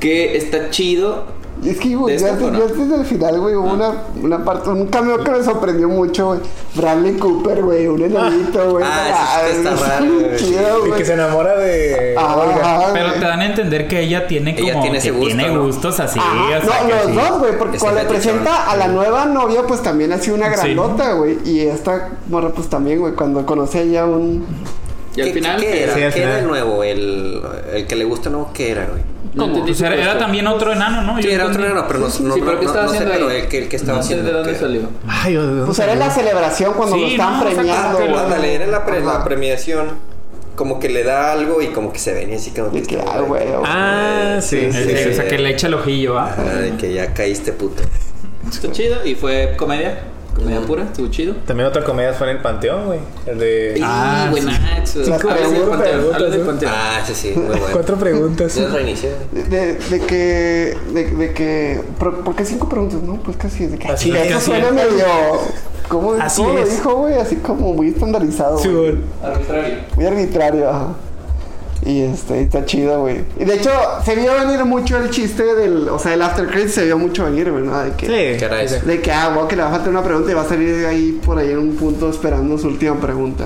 Speaker 3: que está chido.
Speaker 2: Es que, güey,
Speaker 3: De
Speaker 2: ya
Speaker 3: este
Speaker 2: antes,
Speaker 3: fue,
Speaker 2: ya
Speaker 3: ¿no?
Speaker 2: antes del final, güey, hubo una, una parte, un cameo que me sorprendió mucho, güey. Bradley Cooper, güey, un enanito, güey.
Speaker 5: Ah, eso sí que está
Speaker 2: Ah,
Speaker 5: raro, güey.
Speaker 2: chido,
Speaker 4: Y
Speaker 2: güey.
Speaker 4: que se enamora de...
Speaker 2: Ah, ah,
Speaker 1: Pero
Speaker 2: güey.
Speaker 1: te dan a entender que ella tiene
Speaker 5: Ella
Speaker 1: como
Speaker 5: tiene ese
Speaker 1: que
Speaker 5: gusto,
Speaker 1: tiene
Speaker 5: ¿no?
Speaker 1: gustos así,
Speaker 2: Ajá,
Speaker 1: o sea,
Speaker 2: Ah, no,
Speaker 1: que
Speaker 2: los
Speaker 1: sí.
Speaker 2: dos, güey, porque
Speaker 5: Ese
Speaker 2: cuando le
Speaker 5: fetichón.
Speaker 2: presenta a la nueva novia, pues también ha sido una
Speaker 1: Sí.
Speaker 2: grandota, güey. Y esta morra, pues también, güey, cuando conocí a ella un.
Speaker 3: Y al
Speaker 5: ¿Qué-
Speaker 3: final.
Speaker 5: ¿Qué era?
Speaker 4: Sí, al
Speaker 5: ¿Qué era
Speaker 4: final.
Speaker 5: el nuevo? El, el que le gusta, ¿no? ¿Qué era, güey?
Speaker 3: No entendí
Speaker 1: O sea,
Speaker 3: su
Speaker 1: era
Speaker 3: puesto.
Speaker 1: también otro enano, ¿no?
Speaker 5: Sí,
Speaker 1: Yo
Speaker 5: era otro
Speaker 1: entendí.
Speaker 5: enano, pero no, no,
Speaker 3: Sí, pero
Speaker 5: no-
Speaker 3: ¿qué
Speaker 5: no-
Speaker 3: estaba
Speaker 5: no sé,
Speaker 3: haciendo
Speaker 5: pero
Speaker 3: ahí?
Speaker 5: el que, el que estaba
Speaker 3: No sé
Speaker 5: haciendo.
Speaker 3: de dónde
Speaker 5: que-
Speaker 3: salió.
Speaker 4: Ay, ¿de dónde
Speaker 2: Pues era
Speaker 4: salió?
Speaker 2: la celebración cuando
Speaker 1: Sí,
Speaker 2: lo estaban
Speaker 1: no, o sea,
Speaker 5: Ah,
Speaker 2: premiando,
Speaker 1: como que
Speaker 2: güey.
Speaker 1: lo-
Speaker 5: ándale, era la, pre- la
Speaker 2: Ajá.
Speaker 5: premiación. Como que le da algo y como que se ven y así que no
Speaker 2: De que, ah, güey, güey.
Speaker 4: Ah, sí.
Speaker 5: Sí,
Speaker 1: El-
Speaker 5: sí,
Speaker 1: O sea,
Speaker 5: sí.
Speaker 1: que le echa el ojillo, ¿ah?
Speaker 5: Ah, de que ya caíste, puto.
Speaker 3: Está chido y fue comedia. Comedia pura, estuvo chido.
Speaker 4: También otra comedia fue en el Panteón, güey. El de...
Speaker 1: Ah,
Speaker 3: Y buenazo.
Speaker 4: Sí,
Speaker 3: Hablas
Speaker 4: como
Speaker 3: de
Speaker 4: seguro
Speaker 3: Panteón,
Speaker 4: preguntas,
Speaker 3: hablas de
Speaker 4: ¿no?
Speaker 3: Panteón.
Speaker 5: Ah, sí, sí, muy bueno.
Speaker 4: Cuatro preguntas.
Speaker 5: Ya reinicié.
Speaker 2: De, de- de que. De, de que. pero, ¿Por qué cinco preguntas? No, pues casi. De que,
Speaker 4: Así
Speaker 2: que
Speaker 4: es,
Speaker 2: eso
Speaker 4: así
Speaker 2: suena
Speaker 4: es.
Speaker 2: medio. ¿Cómo,
Speaker 4: Así
Speaker 2: cómo lo
Speaker 4: es.
Speaker 2: dijo, güey? Así como muy estandarizado.
Speaker 4: Sí,
Speaker 2: güey.
Speaker 4: güey.
Speaker 3: Arbitrario.
Speaker 2: Muy arbitrario, ajá. Y este, está chido, güey. Y de hecho, se vio venir mucho el chiste del. O sea, el After Credits se vio mucho venir, ¿verdad? De que,
Speaker 4: Sí.
Speaker 5: Caray, eso.
Speaker 2: De que, ah, guau, que le va a faltar una pregunta y va a salir ahí por ahí en un punto esperando su última pregunta.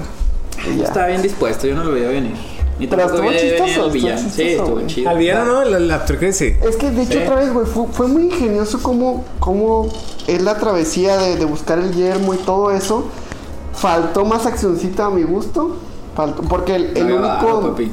Speaker 2: Y ya.
Speaker 3: Estaba bien dispuesto, yo no lo veía venir. Ni
Speaker 2: Pero
Speaker 3: tampoco
Speaker 2: estuvo
Speaker 3: veía venir
Speaker 2: chistoso,
Speaker 3: al villano.
Speaker 2: estuvo
Speaker 3: Sí,
Speaker 2: chistoso,
Speaker 3: estuvo
Speaker 2: güey.
Speaker 4: Al
Speaker 3: chido.
Speaker 4: villano, ¿no? El, el after credits, sí.
Speaker 2: Es que de hecho
Speaker 3: Sí.
Speaker 2: otra vez, güey, fue, fue muy ingenioso cómo, cómo es la travesía de, de buscar el yermo y todo eso. Faltó más accioncita a mi gusto. Faltó, porque el, el
Speaker 3: No,
Speaker 2: único.
Speaker 3: no, papi.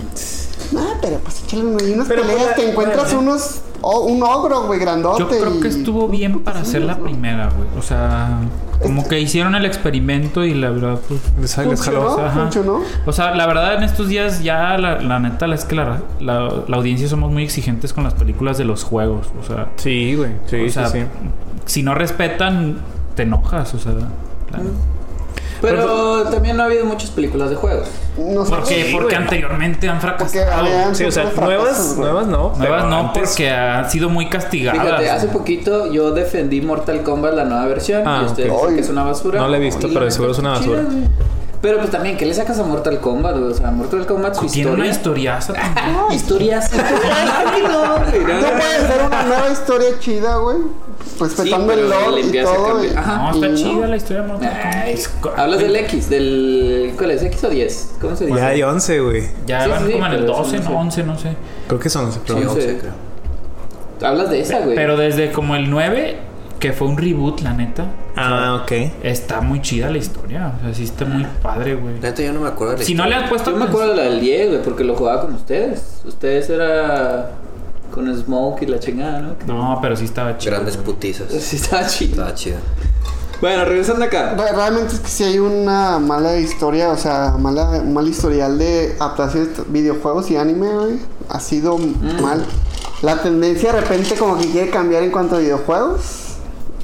Speaker 2: Ah, pero pues échale uno- y unas
Speaker 4: Pero,
Speaker 2: peleas,
Speaker 4: pues,
Speaker 2: te
Speaker 4: la-
Speaker 2: encuentras
Speaker 4: bueno,
Speaker 2: unos o- un ogro, güey, grandote.
Speaker 1: Yo creo que
Speaker 2: y- pues,
Speaker 1: estuvo bien para hacer la primera, güey. O sea,
Speaker 2: Este
Speaker 1: como que hicieron el experimento y la verdad, pues.
Speaker 4: Les- les jaló.
Speaker 2: Funcionó,
Speaker 1: Ajá.
Speaker 2: funcionó.
Speaker 1: O sea, la verdad en estos días ya la, la neta es que la, la- la audiencia somos muy exigentes con las películas de los juegos. O sea,
Speaker 4: Sí, güey. Sí,
Speaker 1: o sea,
Speaker 4: sí, sí.
Speaker 1: si no respetan, te enojas. O sea, la-
Speaker 3: Mm. Pero también no ha habido muchas películas de juegos.
Speaker 2: No sé.
Speaker 1: ¿Por qué?
Speaker 4: Sí,
Speaker 1: porque
Speaker 4: güey.
Speaker 1: anteriormente han
Speaker 2: Porque
Speaker 1: fracasado.
Speaker 2: habían
Speaker 4: Sí, o sea,
Speaker 2: otros fracasos,
Speaker 4: nuevas,
Speaker 2: güey.
Speaker 4: nuevas no.
Speaker 1: Nuevas
Speaker 4: pero
Speaker 1: no,
Speaker 4: antes-
Speaker 1: porque han sido muy castigadas.
Speaker 3: Fíjate, hace poquito yo defendí Mortal Kombat, la nueva versión,
Speaker 4: Ah,
Speaker 3: y ustedes
Speaker 4: ok.
Speaker 3: dicen
Speaker 2: Ay.
Speaker 3: que es una basura.
Speaker 4: No la he visto,
Speaker 3: Y la
Speaker 4: pero de
Speaker 3: neta
Speaker 4: seguro es una
Speaker 3: está chida,
Speaker 4: basura.
Speaker 3: güey. Pero pues también, ¿qué le sacas a Mortal Kombat? güey? O sea, Mortal Kombat su
Speaker 1: Tiene una
Speaker 3: historia.
Speaker 1: historiaza. también.
Speaker 3: Historias. Ay, no, güey, no,
Speaker 2: No
Speaker 3: no,
Speaker 2: puede
Speaker 3: no.
Speaker 2: ser una nueva historia chida, güey. Respetando
Speaker 3: pero
Speaker 2: el
Speaker 3: le
Speaker 2: lore y
Speaker 3: empiezas a
Speaker 2: todo.
Speaker 3: cambiar.
Speaker 2: y-
Speaker 3: Ajá.
Speaker 1: No, está
Speaker 2: No.
Speaker 1: chida la historia de Mortal Kombat.
Speaker 3: Ay,
Speaker 1: Es co-
Speaker 3: Hablas del X, del. ¿Cuál es? ¿X o 10? ¿Cómo se dice?
Speaker 4: Ya hay 11, güey.
Speaker 1: Ya
Speaker 3: Sí,
Speaker 1: van
Speaker 3: sí,
Speaker 1: como en el
Speaker 3: pero eso
Speaker 1: 12,
Speaker 3: no sé.
Speaker 1: no, 11, no sé.
Speaker 4: Creo que son 11, pero
Speaker 3: Sí,
Speaker 4: no.
Speaker 3: sí.
Speaker 5: once, creo.
Speaker 3: Hablas de esa, güey.
Speaker 1: Pero desde como el 9, que fue un reboot, la neta.
Speaker 4: Ah, ok.
Speaker 1: Está muy chida la historia. O sea, sí está muy padre, güey.
Speaker 5: Neta, yo no me acuerdo de la
Speaker 1: Si no le
Speaker 5: historia.
Speaker 1: has puesto.
Speaker 3: Yo me acuerdo de la del 10, güey, porque lo jugaba con ustedes. Ustedes era. con Smoke y la chingada, ¿no?
Speaker 1: No, pero sí estaba chido.
Speaker 5: Grandes putizas.
Speaker 3: Sí, estaba chido.
Speaker 5: Estaba chido.
Speaker 3: Bueno, regresando acá.
Speaker 2: Re- Realmente es que si hay una mala historia, o sea, mala, mal historial de adaptaciones de videojuegos y anime, güey, ha sido
Speaker 3: Mm.
Speaker 2: mal. La tendencia de repente como que quiere cambiar en cuanto a videojuegos.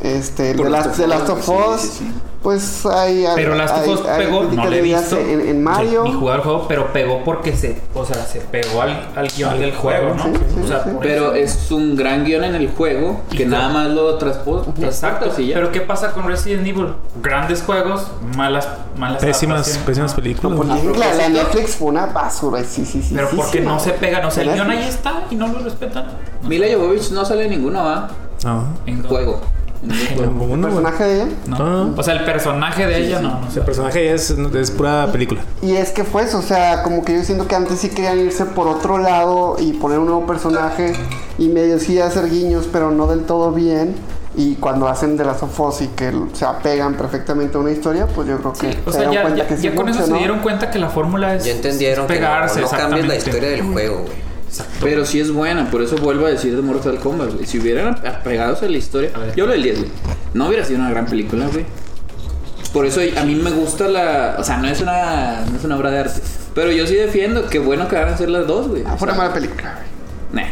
Speaker 2: Este,
Speaker 3: Por
Speaker 2: de
Speaker 3: Last of
Speaker 2: las de Last of
Speaker 3: Us, sí,
Speaker 2: Us,
Speaker 3: sí, sí.
Speaker 2: pues hay
Speaker 1: Pero Last of
Speaker 2: hay-
Speaker 1: Us
Speaker 2: hay
Speaker 1: pegó, no
Speaker 2: críticas
Speaker 1: le he
Speaker 2: de
Speaker 1: visto.
Speaker 2: En, en
Speaker 1: Ni
Speaker 2: Mario.
Speaker 1: jugar el juego, pero pegó porque se. O sea, se pegó al, al guión del juego, ¿no?
Speaker 2: sí, sí,
Speaker 1: o sea,
Speaker 2: sí.
Speaker 1: por
Speaker 3: Pero
Speaker 1: eso.
Speaker 3: es un gran guión en el juego que
Speaker 1: Y
Speaker 3: nada
Speaker 1: ya.
Speaker 3: más lo transporta.
Speaker 1: Exacto,
Speaker 3: y ya.
Speaker 1: Pero ¿qué pasa con Resident Evil? Grandes juegos, malas, malas
Speaker 4: Pésimas,
Speaker 1: adaptaciones.
Speaker 4: pésimas
Speaker 1: Ah.
Speaker 4: películas. güey.
Speaker 2: La, la Netflix fue una basura, sí, sí, sí.
Speaker 1: Pero
Speaker 2: sí,
Speaker 1: porque
Speaker 2: sí,
Speaker 1: no se pegan, o sea, el
Speaker 2: Gracias.
Speaker 1: guión ahí está y no lo respetan.
Speaker 3: Mila Jovovich no sale en ninguno, ¿va?
Speaker 4: Ah, No.
Speaker 1: En
Speaker 3: Juego.
Speaker 4: Ninguno, güey.
Speaker 2: personaje de ella.
Speaker 1: No.
Speaker 4: No.
Speaker 1: O sea, el personaje de ella no, no sé.
Speaker 4: El personaje ya es, es pura película.
Speaker 2: Y es que fue eso, o sea, como que yo siento que antes sí querían irse por otro lado y poner un nuevo personaje y medio sí hacer guiños, pero no del todo bien. Y cuando hacen de las ofos y que se apegan perfectamente a una historia, pues yo creo que
Speaker 1: O
Speaker 2: se
Speaker 1: sea,
Speaker 2: dieron
Speaker 1: ya,
Speaker 2: cuenta
Speaker 1: ya-
Speaker 2: que sí
Speaker 1: ya con eso se
Speaker 2: funcionó.
Speaker 1: dieron cuenta que la fórmula es,
Speaker 5: Ya entendieron
Speaker 1: es
Speaker 5: que
Speaker 1: pegarse.
Speaker 5: no, no cambies la
Speaker 1: exactamente.
Speaker 5: historia del juego, güey.
Speaker 3: Pero sí es buena, por eso vuelvo a decir de Mortal Kombat, güey. Si hubieran apegados a la historia.
Speaker 1: A ver.
Speaker 3: Yo lo del 10, güey. No hubiera sido una gran película, güey. Por eso a mí me gusta la. O sea, no es una, no es una obra de arte. Pero yo sí defiendo que bueno que van a ser las dos, güey.
Speaker 2: Ah,
Speaker 3: O
Speaker 2: fue una
Speaker 3: sea,
Speaker 2: mala película. güey.
Speaker 3: Nah.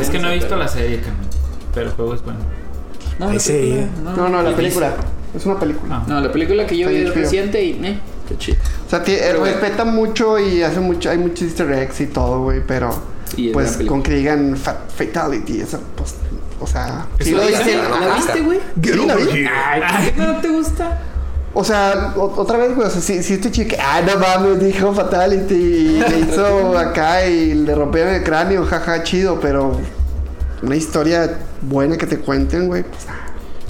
Speaker 1: Es que no he visto la serie, carnal, pero el juego es bueno.
Speaker 3: No,
Speaker 4: Ahí
Speaker 3: la
Speaker 4: sí.
Speaker 3: película,
Speaker 2: No, no, la
Speaker 1: ¿y dice?
Speaker 2: película. Es una película.
Speaker 1: Ah.
Speaker 3: No, la película que yo
Speaker 2: Está
Speaker 3: vi
Speaker 2: bien chido.
Speaker 3: reciente y. Eh, qué chido.
Speaker 2: O sea, tie- eh,
Speaker 3: Pero, güey.
Speaker 2: respeta mucho y hace mucho, hay muchos easter eggs y todo, güey, pero
Speaker 3: Y es una
Speaker 2: pues
Speaker 3: película.
Speaker 2: con que digan fa- fatality, eso, pues, o sea,
Speaker 1: Es
Speaker 2: sí
Speaker 1: una
Speaker 2: lo
Speaker 3: ¿La,
Speaker 2: dicen.
Speaker 5: película,
Speaker 3: la- la
Speaker 2: ajá.
Speaker 3: viste, güey?
Speaker 2: Sí, la vi.
Speaker 3: Ay, ¿por qué no te gusta?
Speaker 2: O sea, o- otra vez, güey, o sea, si, si este chico, ah, no mames, dijo Fatality y le hizo acá y le rompieron el cráneo, jaja, chido, pero una historia buena que te cuenten, güey. pues, ah.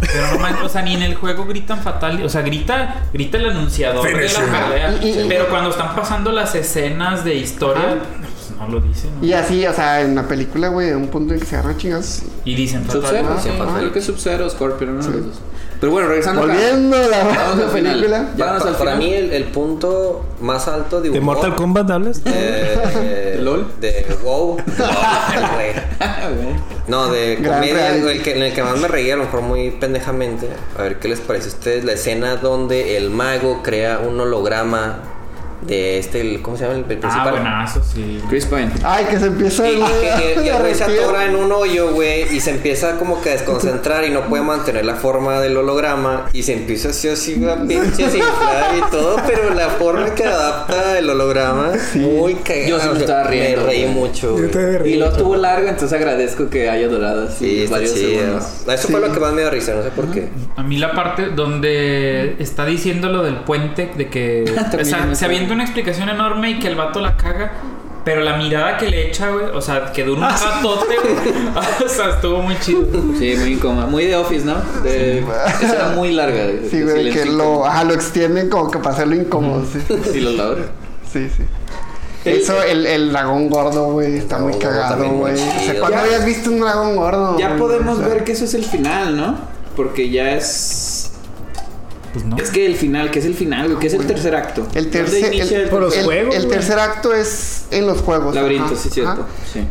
Speaker 1: Pero no manches, o sea, ni en el juego gritan fatal. O sea, grita, grita el anunciador de la pelea.
Speaker 2: Ah, Y- y-
Speaker 1: Pero cuando están pasando las escenas de historia, pues no lo dicen. ¿no?
Speaker 2: Y así, o sea, en la película, güey, en un punto en que se agarra chingados.
Speaker 1: Y dicen fatal. Ah,
Speaker 3: Sub-Zero,
Speaker 1: ¿no?
Speaker 3: sí, Ah, creo que Sub-Zero, Scorpion, uno de los dos. Pero bueno, regresando acá.
Speaker 2: Volviendo a la,
Speaker 3: Vamos al final.
Speaker 2: película.
Speaker 3: Ya,
Speaker 5: Pa-
Speaker 3: vamos
Speaker 5: pa-
Speaker 3: al
Speaker 5: para
Speaker 3: final.
Speaker 5: mí el, el punto más alto de
Speaker 4: ¿De
Speaker 5: humor-
Speaker 4: Mortal Kombat hablas?
Speaker 5: De, de-
Speaker 3: ¿Lol?
Speaker 5: De WoW. güey.
Speaker 3: A ver.
Speaker 5: no, de
Speaker 2: Gran
Speaker 5: comedia,
Speaker 2: reality.
Speaker 5: güey, el que- en el que más me reí, a lo mejor muy pendejamente. A ver, ¿qué les parece a ustedes la escena donde el mago crea un holograma de este, el- ¿cómo se llama? El, el
Speaker 1: Ah,
Speaker 5: principal.
Speaker 1: buenazo, sí.
Speaker 3: Chris Pine.
Speaker 2: Ay, que se empieza
Speaker 5: Y,
Speaker 2: el.
Speaker 5: y que- que- y el güey se
Speaker 2: la respira.
Speaker 5: atora en un hoyo, güey, y se empieza como que a desconcentrar y no puede mantener la forma del holograma y se empieza así, así, a pinches inflar y todo, pero la forma que adapta el holograma, muy cagada.
Speaker 3: Yo sí me
Speaker 5: Eh, o sea,
Speaker 3: estaba riendo,
Speaker 5: Me reí
Speaker 3: güey.
Speaker 5: mucho, güey.
Speaker 3: Y lo estuvo largo, entonces agradezco que haya durado
Speaker 5: Sí,
Speaker 3: así
Speaker 5: está
Speaker 3: varios
Speaker 5: chido.
Speaker 3: segundos.
Speaker 5: Eso fue lo que más me dio risa, no sé por qué.
Speaker 1: A mí la parte donde está diciendo lo del puente, de que o sea,
Speaker 3: También me
Speaker 1: se avienta una explicación enorme y que el vato la caga. Pero la mirada que le echa, güey, o sea, que dura un
Speaker 2: Ah,
Speaker 1: ratote, güey. O sea, estuvo muy chido.
Speaker 3: Sí, muy incómoda. Muy de office, ¿no? De... Esa era muy larga. de-
Speaker 2: Sí,
Speaker 3: de
Speaker 2: güey,
Speaker 3: silencio
Speaker 2: que lo,
Speaker 3: incómodo.
Speaker 2: ajá, lo extienden como que para hacerlo incómodo, sí.
Speaker 3: Sí, lo logró.
Speaker 2: Sí, sí. Eso, el, el dragón gordo, güey, está muy
Speaker 5: dragón gordo
Speaker 2: cagado,
Speaker 5: también muy
Speaker 2: güey. O sea,
Speaker 5: chido.
Speaker 2: ¿Cuándo
Speaker 5: Ya-
Speaker 2: habías visto un dragón gordo?
Speaker 3: Ya
Speaker 2: güey?
Speaker 3: podemos
Speaker 2: O sea,
Speaker 3: ver que eso es el final, ¿no? Porque ya es...
Speaker 1: Pues no.
Speaker 3: Es que el final, que es el final, güey, que es el tercer acto.
Speaker 2: El
Speaker 3: ¿Dónde
Speaker 2: tercer-
Speaker 3: inicia
Speaker 2: el-
Speaker 3: el
Speaker 4: por los
Speaker 2: El,
Speaker 3: tercer-
Speaker 4: juegos,
Speaker 2: el
Speaker 4: güey.
Speaker 2: tercer acto es en los juegos.
Speaker 3: laberinto?
Speaker 2: ajá,
Speaker 3: Sí, cierto.
Speaker 2: ajá.
Speaker 3: Sí.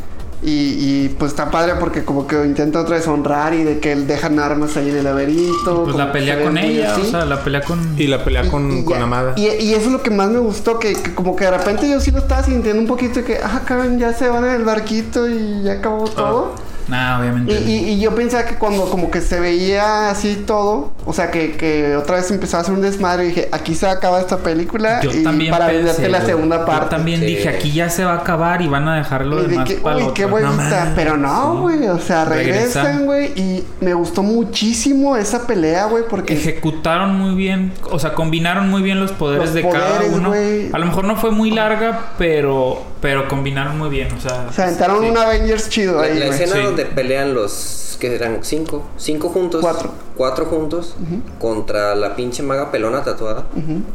Speaker 2: Y, y, pues está padre porque como que intenta otra vez honrar y de que él dejan armas ahí en el laberinto.
Speaker 1: Pues
Speaker 2: como
Speaker 1: la
Speaker 2: que se
Speaker 1: pelea con
Speaker 2: ven medio
Speaker 1: ella, o
Speaker 2: así.
Speaker 1: sea, la pelea con.
Speaker 4: Y la pelea con,
Speaker 2: Y
Speaker 4: con
Speaker 2: ya-
Speaker 4: Amada.
Speaker 2: Y, y eso es lo que más me gustó, que, que como que de repente yo sí lo estaba sintiendo un poquito de que, ah, cabrón, ya se van en el barquito y ya acabó todo.
Speaker 1: Nah, obviamente.
Speaker 2: Y, y- y yo pensaba que cuando como que se veía así todo, o sea, que, que otra vez empezaba a hacer un desmadre y dije, aquí se acaba esta película
Speaker 1: Yo
Speaker 2: y
Speaker 1: también
Speaker 2: para
Speaker 1: pensé,
Speaker 2: venderte la
Speaker 1: güey.
Speaker 2: segunda
Speaker 1: Yo
Speaker 2: parte.
Speaker 1: también
Speaker 5: Sí.
Speaker 1: dije, aquí ya se va a acabar y van a dejarlo
Speaker 2: Y
Speaker 1: de
Speaker 2: de
Speaker 1: más
Speaker 2: que,
Speaker 1: para
Speaker 2: uy, qué
Speaker 1: bueno.
Speaker 2: bonita. pero no, güey. O sea, regresan,
Speaker 1: Regresan.
Speaker 2: güey. Y me gustó muchísimo esa pelea, güey. Porque
Speaker 1: Ejecutaron muy bien, o sea, combinaron muy bien los poderes
Speaker 2: Los
Speaker 1: de cada
Speaker 2: poderes,
Speaker 1: uno.
Speaker 2: güey.
Speaker 1: A lo mejor no fue muy larga, pero pero combinaron muy bien, o sea.
Speaker 2: se aventaron
Speaker 1: sí.
Speaker 2: un Avengers chido
Speaker 5: La,
Speaker 2: ahí,
Speaker 5: la
Speaker 2: güey.
Speaker 5: escena
Speaker 1: Sí.
Speaker 5: donde pelean los que eran cinco, cinco juntos,
Speaker 2: Cuatro.
Speaker 5: cuatro juntos contra la pinche maga pelona tatuada.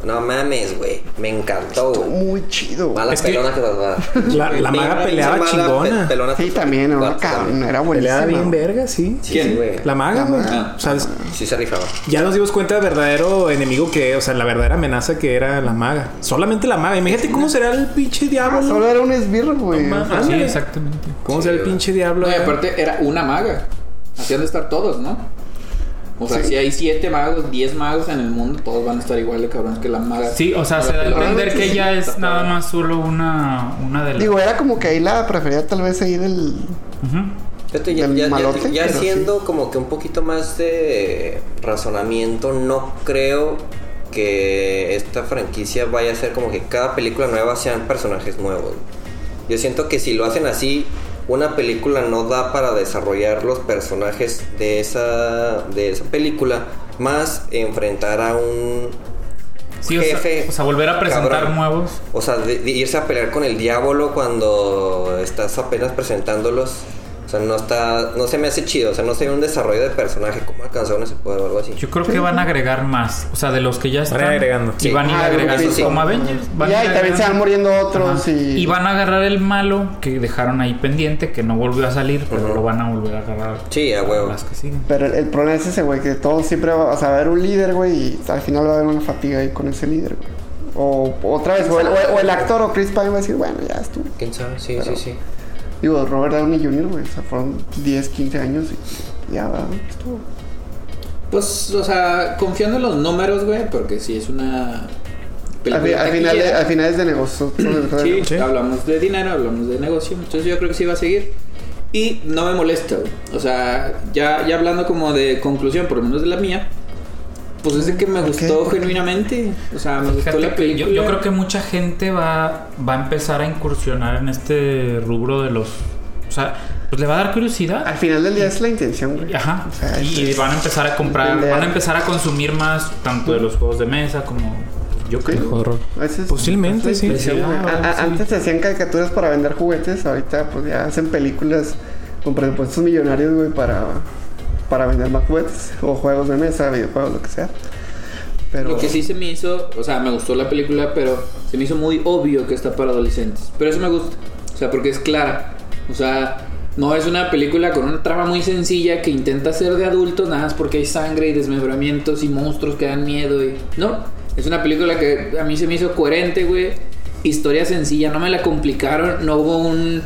Speaker 5: No mames, güey, me encantó.
Speaker 2: Estuvo
Speaker 5: güey.
Speaker 2: Muy chido. güey.
Speaker 5: Mala
Speaker 1: Es que-
Speaker 5: pelona que tatuada.
Speaker 4: La, la
Speaker 5: Pinche
Speaker 4: maga
Speaker 5: mala
Speaker 4: peleaba
Speaker 5: pe-
Speaker 4: chingona.
Speaker 5: pelona
Speaker 2: Sí,
Speaker 5: tatuada.
Speaker 2: también,
Speaker 5: Claro,
Speaker 2: ¿no? Cabrón, era buenísimo.
Speaker 4: Peleaba bien verga, sí.
Speaker 5: Sí,
Speaker 3: ¿Quién?
Speaker 5: sí, güey.
Speaker 4: La maga, güey.
Speaker 3: maga.
Speaker 4: O sea, es-
Speaker 5: Sí se rifaba.
Speaker 4: ya nos dimos cuenta del verdadero enemigo que, o sea, la verdadera amenaza que era la maga. Solamente la maga. Imagínate cómo será el pinche
Speaker 2: Ah,
Speaker 4: diablo.
Speaker 2: Solo era un esbirro, güey.
Speaker 4: No mames.
Speaker 1: Sí,
Speaker 4: Ándale.
Speaker 1: exactamente.
Speaker 4: ¿Cómo será el pinche diablo?
Speaker 3: No, y
Speaker 4: eh?
Speaker 3: aparte era una maga. Así han de estar todos, ¿no? O sea, si hay siete magos, diez magos en el mundo, todos van a estar igual de cabrones que la maga.
Speaker 1: Sí, o sea, se da a entender que ella es nada
Speaker 3: Tatuada.
Speaker 1: más solo una una de las
Speaker 2: Digo, era como que ahí la prefería tal vez seguir el...
Speaker 1: Ujú.
Speaker 5: Fíjate, ya,
Speaker 2: Del
Speaker 5: ya, ya-
Speaker 2: malote,
Speaker 5: ya
Speaker 2: pero
Speaker 5: siendo como que un poquito más de razonamiento, no creo que esta franquicia vaya a ser como que cada película nueva sean personajes nuevos. Yo siento que si lo hacen así, una película no da para desarrollar los personajes de esa, de esa película, más enfrentar a un
Speaker 1: Sí, o sea,
Speaker 5: jefe.
Speaker 1: o sea, volver a presentar
Speaker 5: cabrón.
Speaker 1: nuevos.
Speaker 5: O sea, de, de irse a pelear con el diablo cuando estás apenas presentándolos. O sea, no está. No se me hace chido. O sea, no se ve un desarrollo de personaje. ¿Cómo alcanzaron ese poder o algo así?
Speaker 1: Yo creo que van a agregar más. O sea, de los que ya están.
Speaker 4: Van agregando.
Speaker 1: Y van a ir
Speaker 2: Ah,
Speaker 1: agregando.
Speaker 5: eso sí.
Speaker 1: Como Avengers. van
Speaker 2: Y ahí también
Speaker 1: agregando.
Speaker 2: se van muriendo otros
Speaker 1: Ajá.
Speaker 2: y...
Speaker 1: Y van a agarrar el malo que dejaron ahí pendiente, que no volvió a salir, pero
Speaker 5: Ujú.
Speaker 1: lo van a volver a agarrar.
Speaker 5: Sí, a huevo.
Speaker 1: Las que siguen.
Speaker 2: Pero el, el problema es ese, güey, que todo siempre va, o sea, va a haber un líder, güey, y al final va a haber una fatiga ahí con ese líder, güey. O otra vez, o el, o- o el actor o Chris Pine va a decir, bueno, ya estuvo.
Speaker 5: ¿Quién sabe? Sí, sí, sí.
Speaker 2: Digo, Robert Downey Jr., güey, o sea, fueron 10, 15 años y ya, ¿verdad? estuvo.
Speaker 3: Pues, o sea, confiando en los números, güey, porque si es una.
Speaker 2: Al, fi-
Speaker 3: película
Speaker 2: al final,
Speaker 3: taquillera.
Speaker 2: al final es de negocio.
Speaker 3: Sí,
Speaker 4: Sí.
Speaker 3: hablamos de dinero, hablamos de negocio, entonces yo creo que sí va a seguir. Y no me molesta, güey. o sea, ya, ya hablando como de conclusión, por lo menos de la mía, pues es de que me
Speaker 2: ¿Por qué?
Speaker 3: gustó
Speaker 2: ¿Por qué?
Speaker 3: genuinamente, o sea, me gustó
Speaker 1: Fíjate
Speaker 3: la
Speaker 1: que yo-
Speaker 3: película.
Speaker 1: Yo, creo que mucha gente va, va a empezar a incursionar en este rubro de los. O sea, pues le va a dar curiosidad.
Speaker 2: Al final del día es la intención, güey.
Speaker 1: Ajá.
Speaker 2: O sea,
Speaker 1: y,
Speaker 2: es-
Speaker 1: y van a empezar a comprar,
Speaker 2: entender.
Speaker 1: van a empezar a consumir más tanto de los juegos de mesa como. Yo creo.
Speaker 2: A veces-
Speaker 4: Posiblemente, sí.
Speaker 2: Sí, güey.
Speaker 1: Ah,
Speaker 2: A- a-
Speaker 1: sí.
Speaker 2: Antes se hacían caricaturas para vender juguetes, ahorita pues ya hacen películas con presupuestos millonarios, güey, para, para vender más juguetes o juegos de mesa, videojuegos, lo que sea. Pero
Speaker 3: Lo que sí se me hizo, o sea, me gustó la película, pero se me hizo muy obvio que está para adolescentes. Pero eso me gusta, o sea, porque es clara. O sea, no es una película con una trama muy sencilla que intenta ser de adultos, nada más porque hay sangre y desmembramientos y monstruos que dan miedo y... No, es una película que a mí se me hizo coherente, güey. Historia sencilla, no me la complicaron, no hubo un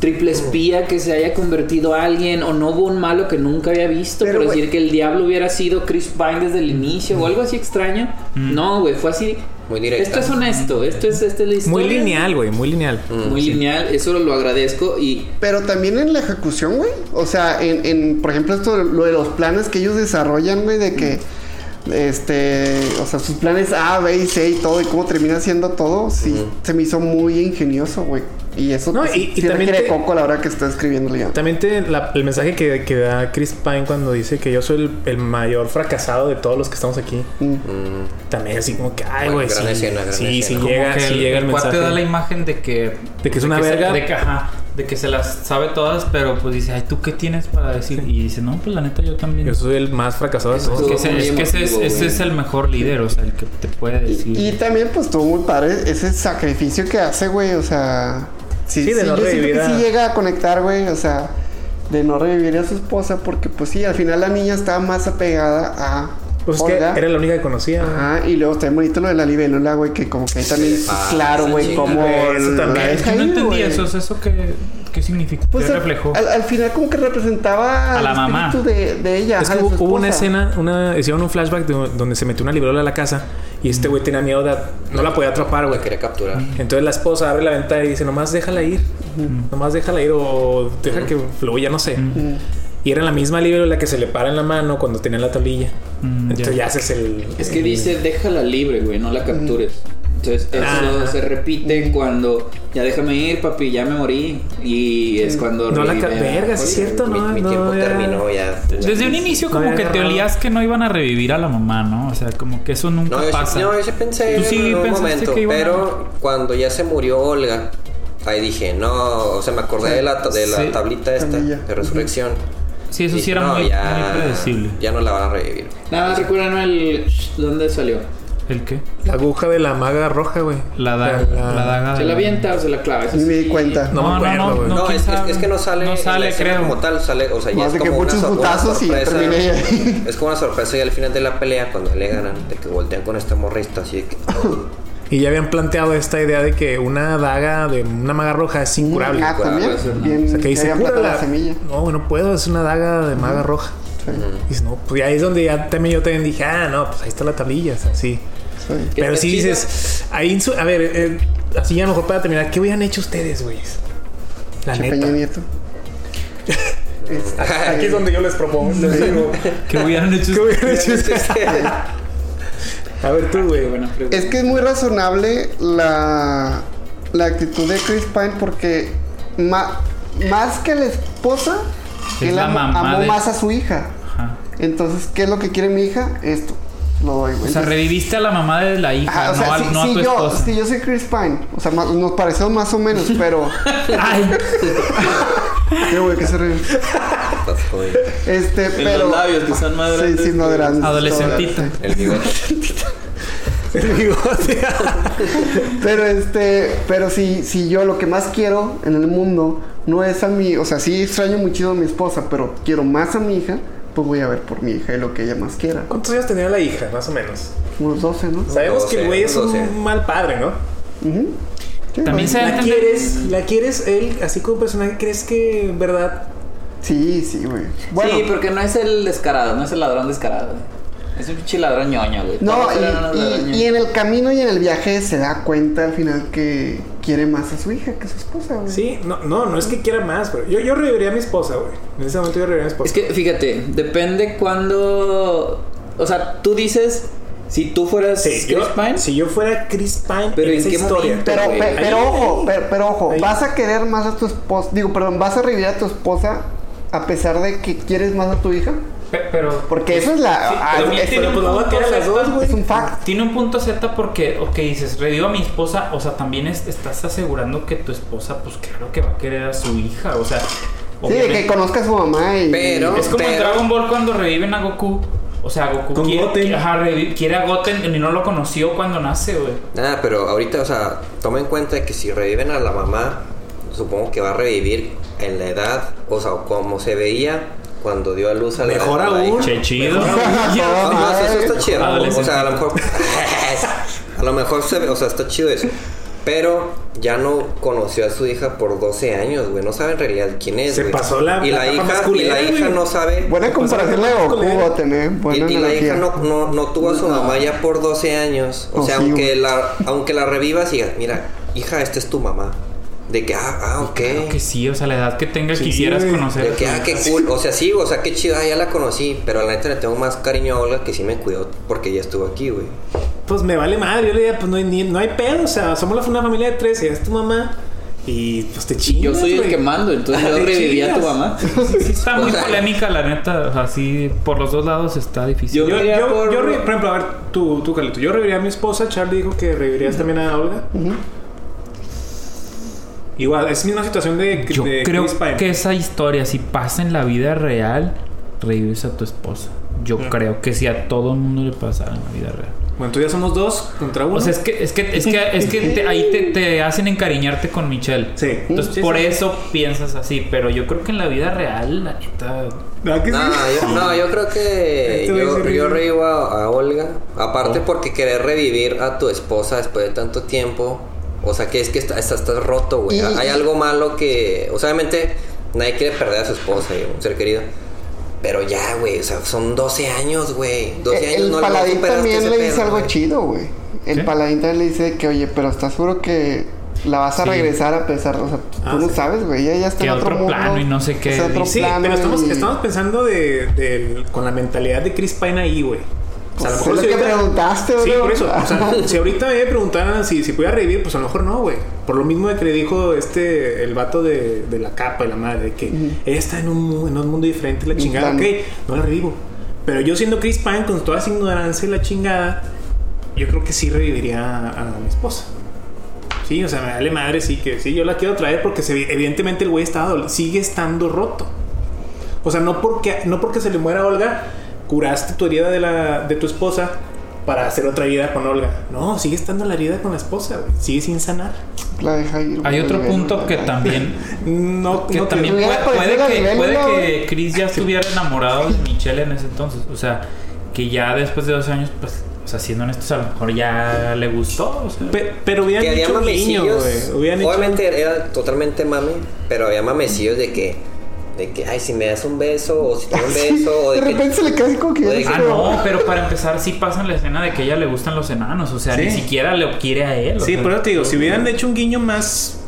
Speaker 3: triple espía que se haya convertido a alguien o no hubo un malo que nunca había visto
Speaker 2: Pero,
Speaker 3: por
Speaker 2: güey,
Speaker 3: decir que el diablo hubiera sido Chris Pine desde el inicio o algo así extraño.
Speaker 4: Mm.
Speaker 3: No, güey, fue así.
Speaker 5: Muy directa.
Speaker 3: Esto es honesto, esto es, esta es la historia.
Speaker 4: Muy lineal, güey, muy lineal.
Speaker 3: Muy lineal, eso lo agradezco y
Speaker 2: Pero también en la ejecución, güey. O sea, en, en, por ejemplo, esto de- lo de los planes que ellos desarrollan, güey, de que. Este, o sea, sus planes A, B y C y todo, y cómo termina siendo todo, sí, se me hizo muy ingenioso, güey. Y eso
Speaker 4: No,
Speaker 2: pues,
Speaker 4: y- y
Speaker 2: sí
Speaker 4: también
Speaker 2: requiere
Speaker 4: te-
Speaker 2: coco a la hora que está escribiendo el guión.
Speaker 4: También te- la- el mensaje que, que da Chris Pine cuando dice que yo soy el, el mayor fracasado de todos los que estamos aquí. También así como que, ay,
Speaker 5: Bueno,
Speaker 4: güey,
Speaker 5: gran
Speaker 4: sí,
Speaker 5: escena, gran
Speaker 4: sí, sí
Speaker 5: escena.
Speaker 1: Como
Speaker 4: llega,
Speaker 1: que
Speaker 4: sí
Speaker 1: el,
Speaker 4: llega el,
Speaker 1: el cuate
Speaker 4: mensaje.
Speaker 1: da la imagen de que...
Speaker 4: De que es una
Speaker 1: se-
Speaker 4: verga.
Speaker 1: de, que, ajá, de que se las sabe todas, pero pues dice, ay, ¿tú qué tienes para decir? Y dice, no, pues la neta yo también.
Speaker 4: Yo soy el más fracasado de
Speaker 1: es
Speaker 4: todos.
Speaker 1: que, ese, es que ese es-
Speaker 5: Muy emotivo,
Speaker 1: ese
Speaker 5: güey.
Speaker 1: es el mejor líder, o sea, el que te puede decir.
Speaker 2: Y también, pues, estuvo muy padre ese sacrificio que hace, güey. O sea, sí,
Speaker 4: Sí, de
Speaker 2: sí,
Speaker 4: no
Speaker 2: yo siento
Speaker 4: revivir
Speaker 2: que
Speaker 4: a-
Speaker 2: sí llega a conectar, güey. O sea, de no revivir a su esposa, porque, pues, sí, al final la niña estaba más apegada a.
Speaker 4: Pues es que
Speaker 2: Olga.
Speaker 4: era la única que conocía.
Speaker 2: Ajá, y luego está bien bonito lo de la libélula, güey, que como que ahí también,
Speaker 5: Ah,
Speaker 2: claro,
Speaker 5: esa
Speaker 2: güey,
Speaker 5: chingada,
Speaker 2: como
Speaker 4: güey, eso también.
Speaker 2: la deja
Speaker 1: Yo no
Speaker 2: ir,
Speaker 1: entendí
Speaker 2: güey.
Speaker 1: eso, o sea, ¿eso qué, qué significa?
Speaker 2: Pues
Speaker 1: ¿Qué
Speaker 2: al,
Speaker 1: reflejó?
Speaker 2: al- al final como que representaba
Speaker 1: A la
Speaker 2: el
Speaker 1: mamá.
Speaker 2: espíritu de, de ella.
Speaker 4: Es que
Speaker 2: ajá, de
Speaker 4: hubo,
Speaker 2: su
Speaker 4: hubo una
Speaker 2: esposa.
Speaker 4: escena, una, hicieron un flashback de- donde se metió una librola a la casa y este güey tenía miedo de. No la podía atrapar, güey.
Speaker 5: Lo quería capturar.
Speaker 4: Entonces la esposa abre la ventana y dice: Nomás déjala ir. Nomás déjala ir o deja que fluya, no sé.
Speaker 2: Mm.
Speaker 4: Y era la misma librola que se le para en la mano cuando tenía la tablilla.
Speaker 1: Mm,
Speaker 4: Entonces
Speaker 1: ya.
Speaker 4: ya haces el.
Speaker 3: Es que
Speaker 4: el-
Speaker 3: dice, déjala libre, güey, no la captures. Entonces, eso
Speaker 4: Mm. Ah.
Speaker 3: se repite cuando ya déjame ir, papi, ya me morí. Y es cuando.
Speaker 4: No la ca-
Speaker 3: revive a
Speaker 4: verga, sí,
Speaker 3: Holly.
Speaker 4: cierto.
Speaker 5: Mi,
Speaker 4: no,
Speaker 5: mi
Speaker 4: no,
Speaker 5: tiempo
Speaker 4: ya.
Speaker 5: terminó ya.
Speaker 1: Desde un inicio
Speaker 4: No
Speaker 1: como
Speaker 4: había
Speaker 1: que te
Speaker 4: agarrado.
Speaker 1: olías que no iban a revivir a la mamá, ¿no? O sea, como que eso nunca
Speaker 5: No, yo
Speaker 1: pasa.
Speaker 5: sí, no, yo sí pensé
Speaker 1: Tú sí
Speaker 5: en un
Speaker 1: pensaste
Speaker 5: momento,
Speaker 1: que iban a-
Speaker 5: pero cuando ya se murió Olga, ahí dije, no, o sea, me acordé de la, ta- de la
Speaker 1: Sí.
Speaker 5: tablita esta
Speaker 2: Tablilla.
Speaker 5: de resurrección.
Speaker 1: Sí, eso sí
Speaker 5: Dije,
Speaker 1: era
Speaker 5: no,
Speaker 1: muy,
Speaker 5: ya-
Speaker 1: muy predecible.
Speaker 5: Ya no la van a revivir.
Speaker 3: Nada más recuerdan el. ¿Dónde salió?
Speaker 1: ¿El qué?
Speaker 4: La aguja de la maga roja, güey.
Speaker 1: La daga. La, daga
Speaker 3: ¿Se
Speaker 1: de-
Speaker 3: la avienta o se la clava? Eso
Speaker 2: Ni me
Speaker 3: sí.
Speaker 2: di cuenta.
Speaker 4: No. me acuerdo, güey.
Speaker 5: No,
Speaker 1: quién
Speaker 5: es, es-
Speaker 1: sabe.
Speaker 5: es que no sale.
Speaker 1: No
Speaker 5: en la
Speaker 1: sale,
Speaker 5: escena
Speaker 1: creo.
Speaker 5: Como tal, sale, o sea, ya
Speaker 2: Más
Speaker 5: es
Speaker 2: de que
Speaker 5: como una
Speaker 2: muchos
Speaker 5: so- una
Speaker 2: putazos y
Speaker 5: sorpresa.
Speaker 2: termina ahí.
Speaker 5: Es como una sorpresa y al final de la pelea, cuando le ganan, de que voltean con esta morrista, así de que.
Speaker 4: Y ya habían planteado esta idea de que una daga de una maga roja es incurable.
Speaker 2: Ah,
Speaker 3: puede ser,
Speaker 2: también.
Speaker 3: ¿no?
Speaker 2: Bien,
Speaker 4: O sea, que
Speaker 2: que
Speaker 4: dice,
Speaker 2: habían plantado
Speaker 4: "Cúrala".
Speaker 2: la semilla.
Speaker 4: No, no puedo, es una daga de maga roja. Y dices, no, pues ahí es donde ya también yo también dije, ah, no, pues ahí está la tablilla, o sea, sí.
Speaker 2: Sí.
Speaker 3: Que
Speaker 4: Pero
Speaker 3: está
Speaker 4: sí
Speaker 3: chido.
Speaker 4: dices, ahí, en su- a ver, eh, así ya a lo mejor para terminar, ¿qué hubieran hecho ustedes, güey? La
Speaker 2: Che,
Speaker 4: neta.
Speaker 2: Peña Nieto. Este,
Speaker 4: Aquí es donde yo les propongo, les digo,
Speaker 1: Que hubieran hecho...
Speaker 4: ¿qué hubieran hecho ustedes? a ver tú, güey.
Speaker 3: Qué buena pregunta.
Speaker 2: Es que es muy razonable la, la actitud de Chris Pine porque ma- más que la esposa,
Speaker 1: Es
Speaker 2: él
Speaker 1: la
Speaker 2: amó-
Speaker 1: mamá
Speaker 2: amó
Speaker 1: de-
Speaker 2: más a su hija.
Speaker 1: Ajá.
Speaker 2: Entonces, ¿qué es lo que quiere mi hija? Esto. Lo doy, güey.
Speaker 1: O sea,
Speaker 2: Entonces,
Speaker 1: reviviste a la mamá de la hija,
Speaker 2: Ajá, Ah, o sea,
Speaker 1: no, al-
Speaker 2: sí,
Speaker 1: no a
Speaker 2: sí,
Speaker 1: tu
Speaker 2: yo,
Speaker 1: esposa.
Speaker 2: sí, yo soy Chris Pine. O sea, más- nos parecemos más o menos, pero.
Speaker 1: Ay,
Speaker 2: Qué güey, que se ríe.
Speaker 5: Estás jodido.
Speaker 2: Este,
Speaker 6: En
Speaker 2: pero.
Speaker 6: los labios que son más
Speaker 2: Sí,
Speaker 6: grandes. pues.
Speaker 2: sí, más grandes.
Speaker 1: adolescentito.
Speaker 2: Sí.
Speaker 5: El bigote.
Speaker 4: El bigote.
Speaker 2: Pero este, pero si, si yo lo que más quiero en el mundo no es a mi, o sea, sí extraño muchísimo a mi esposa, pero quiero más a mi hija, pues voy a ver por mi hija y lo que ella más quiera.
Speaker 4: ¿Cuántos años tenía la hija, más o menos?
Speaker 2: Unos 12, ¿no?
Speaker 4: Sabemos que el güey es
Speaker 5: 12.
Speaker 4: un mal padre, ¿no?
Speaker 2: Ujú. Sí,
Speaker 1: También
Speaker 2: ¿no?
Speaker 1: se-
Speaker 4: La quieres, la quieres él, así como personaje, ¿crees que en verdad?
Speaker 2: Sí, sí, güey. Bueno,
Speaker 6: Sí, porque no es el descarado, no es el ladrón descarado. Es un pinche ladrón ñoño, güey.
Speaker 2: no,
Speaker 6: Todos eran unos
Speaker 2: y-
Speaker 6: ladrones
Speaker 2: y,
Speaker 6: ñoños.
Speaker 2: y en el camino y en el viaje se da cuenta al final que quiere más a su hija que a su esposa, güey.
Speaker 4: Sí, no, no, no es que quiera más, pero yo, yo reviviría a mi esposa, güey. En ese momento yo reviviría a mi esposa.
Speaker 6: Es que, fíjate, depende cuando... O sea, tú dices, si tú fueras
Speaker 4: Sí,
Speaker 6: Chris
Speaker 4: yo-
Speaker 6: Pine...
Speaker 4: si yo fuera Chris Pine,
Speaker 6: Pero
Speaker 4: en
Speaker 6: ¿en
Speaker 4: esa
Speaker 6: qué
Speaker 4: historia.
Speaker 6: momento?
Speaker 2: Pero,
Speaker 6: güey.
Speaker 2: pe- pero
Speaker 4: eh, Ahí-
Speaker 2: ojo, pero, pero ojo,
Speaker 4: ahí.
Speaker 2: vas a querer más a tu esposa, digo, perdón, vas a revivir a tu esposa a pesar de que quieres más a tu hija.
Speaker 1: Pe- Pero...
Speaker 2: Porque eso es la. ah,
Speaker 1: pero
Speaker 2: es,
Speaker 1: también tiene
Speaker 4: pues
Speaker 1: un
Speaker 4: la voy a
Speaker 1: punto
Speaker 4: querer a las
Speaker 1: Z.
Speaker 4: dos, güey.
Speaker 2: es un fact.
Speaker 1: Tiene un punto Z porque, ok, dices, revivo a mi esposa, o sea, también es- estás asegurando que tu esposa, pues claro que va a querer a su hija, o sea,
Speaker 2: Sí, de que
Speaker 1: obviamente-
Speaker 2: conozca a su mamá y.
Speaker 5: Pero-
Speaker 1: es como en
Speaker 5: pero-
Speaker 1: Dragon Ball cuando reviven a Goku. O sea, Goku
Speaker 4: Con
Speaker 1: quiere,
Speaker 4: Goten.
Speaker 1: quiere- ajá, revi- quiere a Goten y no lo conoció cuando nace, güey.
Speaker 5: Nada, pero ahorita, o sea, toma en cuenta que si reviven a la mamá, supongo que va a revivir en la edad, o sea, como se veía cuando dio a luz a la
Speaker 4: Mejor
Speaker 5: a la
Speaker 4: aún.
Speaker 5: hija.
Speaker 1: Che chido.
Speaker 5: No, no, sí, eso está chido.
Speaker 1: Adolescente.
Speaker 5: O sea, a lo mejor. a lo mejor se ve, o sea, está chido eso. Pero ya no conoció a su hija por 12 años, güey. No sabe en realidad quién es,
Speaker 4: Se
Speaker 5: güey.
Speaker 4: pasó la-
Speaker 5: Y la,
Speaker 4: la etapa
Speaker 5: hija, y
Speaker 4: masculina,
Speaker 5: la
Speaker 4: güey.
Speaker 5: hija no sabe.
Speaker 2: Buena comparación la de Goku, Goten, eh.
Speaker 5: Y,
Speaker 2: Buena
Speaker 5: y la
Speaker 2: analogía.
Speaker 5: hija no, no, no tuvo a su mamá ya por 12 años. O
Speaker 2: Oh,
Speaker 5: sea,
Speaker 2: sí,
Speaker 5: aunque,
Speaker 2: güey.
Speaker 5: la, aunque la revivas y digas, mira, hija, esta es tu mamá. De que, ah, ah, ok.
Speaker 1: Claro que sí, o sea, la edad que tengas
Speaker 4: Sí,
Speaker 1: quisieras
Speaker 4: güey.
Speaker 1: conocer.
Speaker 5: De que, ah, qué cool. O sea, sí, o sea, qué chida, ya la conocí. Pero la neta le tengo más cariño a Olga que sí me cuidó porque ella estuvo aquí, güey.
Speaker 4: Pues me vale madre. Yo le diría, pues no hay, ni- no hay pedo. O sea, somos la- una familia de tres. Ella es tu mamá. Y pues te
Speaker 6: Y
Speaker 4: chingas.
Speaker 6: yo soy el
Speaker 4: güey.
Speaker 6: que mando, entonces yo
Speaker 4: Te
Speaker 6: reviví a tu
Speaker 4: chingas.
Speaker 6: mamá.
Speaker 1: Sí, sí está muy polémica, la neta. O sea, sí, por los dos lados está difícil.
Speaker 4: Yo, yo,
Speaker 6: reiría
Speaker 4: yo,
Speaker 6: por-
Speaker 4: por... ejemplo, a ver, tú, tú, Carlito, yo reiría a mi esposa. Charlie dijo que reirías también a Olga. Igual, es misma situación de,
Speaker 1: Yo
Speaker 4: de
Speaker 1: creo
Speaker 4: Chris Pine.
Speaker 1: que esa historia, si pasa en la vida real, revives a tu esposa. Yo creo que si a todo el mundo le pasara en la vida real.
Speaker 4: Bueno, tú ya somos dos contra uno.
Speaker 1: O sea, es que, es que, es que, es que te- ahí te, te hacen encariñarte con Michelle.
Speaker 4: Sí.
Speaker 1: Entonces,
Speaker 4: Sí,
Speaker 1: por
Speaker 4: sí.
Speaker 1: eso piensas así. Pero yo creo que en la vida real, la neta.
Speaker 4: ¿Verdad que sí?
Speaker 5: No, yo, no, yo creo que
Speaker 4: Este güey se
Speaker 5: yo,
Speaker 4: ríe.
Speaker 5: yo reíbo a, a Olga.
Speaker 2: Oh.
Speaker 5: Aparte porque querer revivir a tu esposa después de tanto tiempo. O sea, que es que está- está- estás, roto, güey.
Speaker 2: Y-
Speaker 5: Hay algo malo que... O sea, obviamente nadie quiere perder a su esposa, y a un ser querido. Pero ya, güey. O sea, son 12 años, güey. 12 años
Speaker 2: Eh, El
Speaker 5: no lo
Speaker 2: paladín
Speaker 5: superaste
Speaker 2: también
Speaker 5: ese
Speaker 2: le
Speaker 5: pedo,
Speaker 2: dice algo
Speaker 5: güey.
Speaker 2: chido, güey. El
Speaker 1: ¿Sí?
Speaker 2: paladín también le dice que, oye, pero estás seguro que la vas a
Speaker 1: Sí.
Speaker 2: regresar a pesar. O sea, tú
Speaker 4: Ah,
Speaker 2: no
Speaker 4: sí.
Speaker 2: sabes, güey. Ella ya está
Speaker 1: Que
Speaker 2: en otro,
Speaker 1: otro
Speaker 2: mundo,
Speaker 1: plano y no sé qué,
Speaker 2: está en
Speaker 1: y
Speaker 2: otro
Speaker 4: Sí,
Speaker 2: plano
Speaker 4: pero estamos,
Speaker 2: y-
Speaker 4: estamos pensando de, del- con la mentalidad de Chris Pine ahí, güey. O sea, a
Speaker 2: Pues,
Speaker 4: lo mejor
Speaker 2: es
Speaker 4: si
Speaker 2: lo que
Speaker 4: ahorita-
Speaker 2: preguntaste,
Speaker 4: Sí,
Speaker 2: bro. Ah,
Speaker 4: por eso. O sea, si ahorita me preguntaran si, si pudiera revivir, pues a lo mejor no, güey. Por lo mismo de que le dijo este, el vato de, de la capa y la madre, que ella está en un, mu- en un mundo diferente, la
Speaker 2: Un
Speaker 4: chingada,
Speaker 2: plano.
Speaker 4: ok, no la revivo. Pero yo siendo Chris Pine, con toda esa ignorancia y la chingada, yo creo que sí reviviría a, a mi esposa. Sí, o sea, me vale madre, sí, que sí, yo la quiero traer porque se, evidentemente el güey estaba dol- sigue estando roto. O sea, no porque, no porque se le muera a Olga, curaste tu herida de, la, de tu esposa para hacer otra herida con Olga. No, sigue estando la herida con la esposa, güey. Sigue sin sanar.
Speaker 2: La deja ir.
Speaker 1: Hay
Speaker 2: güey,
Speaker 1: otro
Speaker 2: güey,
Speaker 1: punto
Speaker 2: no,
Speaker 1: que
Speaker 2: no,
Speaker 1: también.
Speaker 4: No,
Speaker 1: Que
Speaker 4: no
Speaker 1: también
Speaker 4: creo.
Speaker 2: hubiera
Speaker 1: puede,
Speaker 2: aparecido
Speaker 1: puede
Speaker 2: la
Speaker 1: que,
Speaker 2: novela,
Speaker 1: puede
Speaker 2: güey.
Speaker 1: que Chris ya estuviera enamorado de Michelle en ese entonces. O sea, que ya después de dos años, pues, o sea, siendo honestos, a lo mejor ya le gustó. O sea,
Speaker 4: Pe- pero hubieran
Speaker 5: Que había
Speaker 4: hecho un guiño,
Speaker 5: mamecillos.
Speaker 4: güey. Hubieran hecho-
Speaker 5: Obviamente era totalmente mame, pero había mamecillos de que, de que, ay, si me das un beso, o si te doy un beso, o
Speaker 2: de
Speaker 5: de que.
Speaker 2: repente se le cae así como que ya
Speaker 5: o
Speaker 2: no
Speaker 5: de que-
Speaker 1: ah,
Speaker 2: sé,
Speaker 1: no, pero para empezar, sí pasa en la escena de que a ella le gustan los enanos. O sea,
Speaker 4: Sí.
Speaker 1: ni siquiera le quiere a él. o
Speaker 4: Sí,
Speaker 1: sea,
Speaker 4: por eso te digo, si hubieran hecho un guiño más.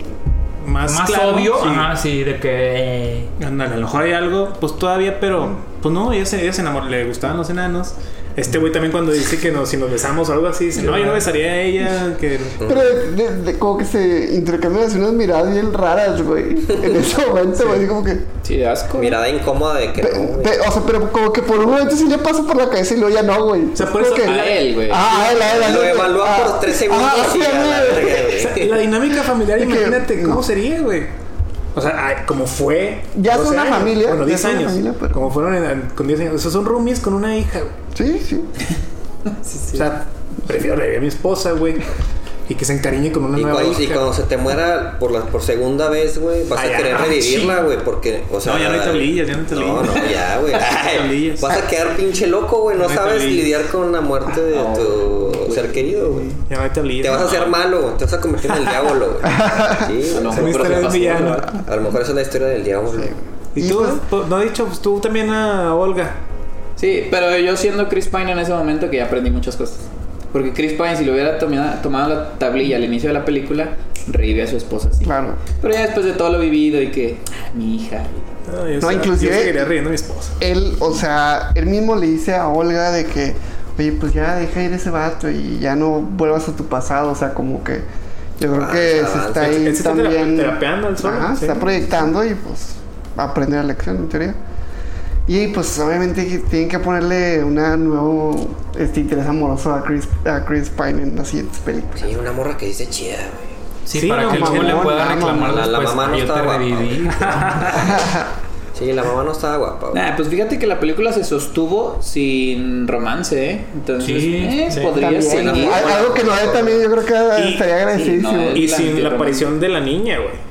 Speaker 4: Más,
Speaker 1: Más
Speaker 4: claro,
Speaker 1: obvio,
Speaker 4: sí.
Speaker 1: ajá, sí, de que.
Speaker 4: Ándale, a lo mejor hay algo, pues todavía, pero. Pues no, ella se, ella se enamoró, le gustaban los enanos. Este güey también cuando dice que nos, si nos besamos o algo así, dice, no, yo no besaría a ella, que...
Speaker 2: Pero de- de- de- como que se intercambian así unas miradas bien raras, güey. En ese momento, güey, así como que.
Speaker 6: Sí, asco.
Speaker 5: Mirada incómoda de que.
Speaker 2: pe-
Speaker 5: no, güey.
Speaker 2: pe- o sea, pero como que por un momento sí le pasa por la cabeza y luego ya no, güey. O
Speaker 4: sea, por eso
Speaker 2: que,
Speaker 6: A él, güey.
Speaker 2: Ah, a él, a él, a él.
Speaker 5: Lo evalúa
Speaker 2: Ah,
Speaker 5: por tres segundos
Speaker 2: Ah, sí,
Speaker 5: y a la
Speaker 2: a él.
Speaker 5: verga,
Speaker 4: O sea,
Speaker 5: güey.
Speaker 4: la dinámica familiar,
Speaker 2: De que-
Speaker 4: imagínate cómo sería, güey. O sea, ay, como fue.
Speaker 2: Ya es
Speaker 4: 12
Speaker 2: una
Speaker 4: años,
Speaker 2: familia,
Speaker 4: Bueno,
Speaker 2: ya
Speaker 4: 10
Speaker 2: es una
Speaker 4: años.
Speaker 2: familia, pero-
Speaker 4: Como fueron en- con 10 años. O sea, son roomies con una hija, güey.
Speaker 2: Sí, sí.
Speaker 4: O sea, prefiero la vida a mi esposa, güey. Y que se encariñe con una
Speaker 5: Y
Speaker 4: nueva
Speaker 5: cuando, y
Speaker 4: hija.
Speaker 5: cuando se te muera por la por segunda vez, güey, vas
Speaker 4: Ay,
Speaker 5: a querer
Speaker 4: ah,
Speaker 5: revivirla,
Speaker 4: sí.
Speaker 5: güey, porque, o sea...
Speaker 4: No, ya no hay tablillas, ya no hay
Speaker 5: No,
Speaker 4: tablillas.
Speaker 5: no, ya, güey. Ay,
Speaker 4: tablillas.
Speaker 5: vas a quedar pinche loco, güey, no,
Speaker 4: No hay
Speaker 5: sabes
Speaker 4: tablillas.
Speaker 5: lidiar con la muerte de tu ser querido, güey.
Speaker 4: Ya no hay tablillas.
Speaker 5: Te vas a hacer malo, güey, te vas a convertir en el diablo, güey. Sí,
Speaker 6: A lo
Speaker 5: o
Speaker 4: Una
Speaker 5: sea,
Speaker 6: Pero
Speaker 4: historia
Speaker 6: se
Speaker 4: de
Speaker 6: pasó,
Speaker 4: villano.
Speaker 5: a lo mejor esa es la historia del diablo.
Speaker 4: Y
Speaker 2: Y
Speaker 4: tú,
Speaker 2: pues-
Speaker 4: po- no he dicho, pues tú también a Olga.
Speaker 6: Sí, pero yo siendo Chris Pine en ese momento que ya aprendí muchas cosas. Porque Chris Pine, si lo hubiera tomado, tomado la tablilla al inicio de la película, revive a su esposa. sí.
Speaker 2: Claro.
Speaker 6: Pero ya después de todo lo vivido y que, ah, mi hija.
Speaker 4: No, yo
Speaker 2: No,
Speaker 4: sé-
Speaker 2: inclusive-
Speaker 4: Yo seguiría riendo a mi esposa.
Speaker 2: Él, o sea, él mismo le dice a Olga de que, oye, pues ya deja ir ese vato y ya no vuelvas a tu pasado. O sea, como que yo creo
Speaker 5: Ah,
Speaker 2: que
Speaker 5: ah,
Speaker 2: se está
Speaker 5: él-
Speaker 2: ahí
Speaker 4: él se está
Speaker 2: también.
Speaker 4: terape- terapeando él solo,
Speaker 2: Ajá,
Speaker 4: sí.
Speaker 2: está proyectando y pues va a aprender la lección en teoría. Y pues obviamente que tienen que ponerle una nuevo este, interés amoroso a Chris, a Chris Pine en las siguientes películas.
Speaker 5: Sí, una morra que dice chida, güey.
Speaker 1: Sí,
Speaker 4: Sí,
Speaker 1: para
Speaker 4: no,
Speaker 1: que luego le
Speaker 2: mamón,
Speaker 1: pueda
Speaker 2: la
Speaker 1: reclamar
Speaker 5: mamá- la
Speaker 1: después.
Speaker 5: mamá no
Speaker 1: "Ah, yo
Speaker 5: estaba
Speaker 1: te
Speaker 5: guapa,
Speaker 1: reviví.
Speaker 5: Sí, la mamá no estaba guapa, güey.
Speaker 6: Nah, pues fíjate que la película se sostuvo sin romance, ¿eh? Entonces,
Speaker 1: Sí,
Speaker 6: eh,
Speaker 1: sí.
Speaker 6: podría
Speaker 2: También,
Speaker 6: seguir.
Speaker 5: sí.
Speaker 2: ¿no? Al- Algo que no hay también, yo creo que
Speaker 4: Y-
Speaker 2: estaría agradecidísimo.
Speaker 6: no, él-
Speaker 4: Y
Speaker 6: la
Speaker 4: sin la
Speaker 6: antirromántica.
Speaker 4: aparición de la niña, güey.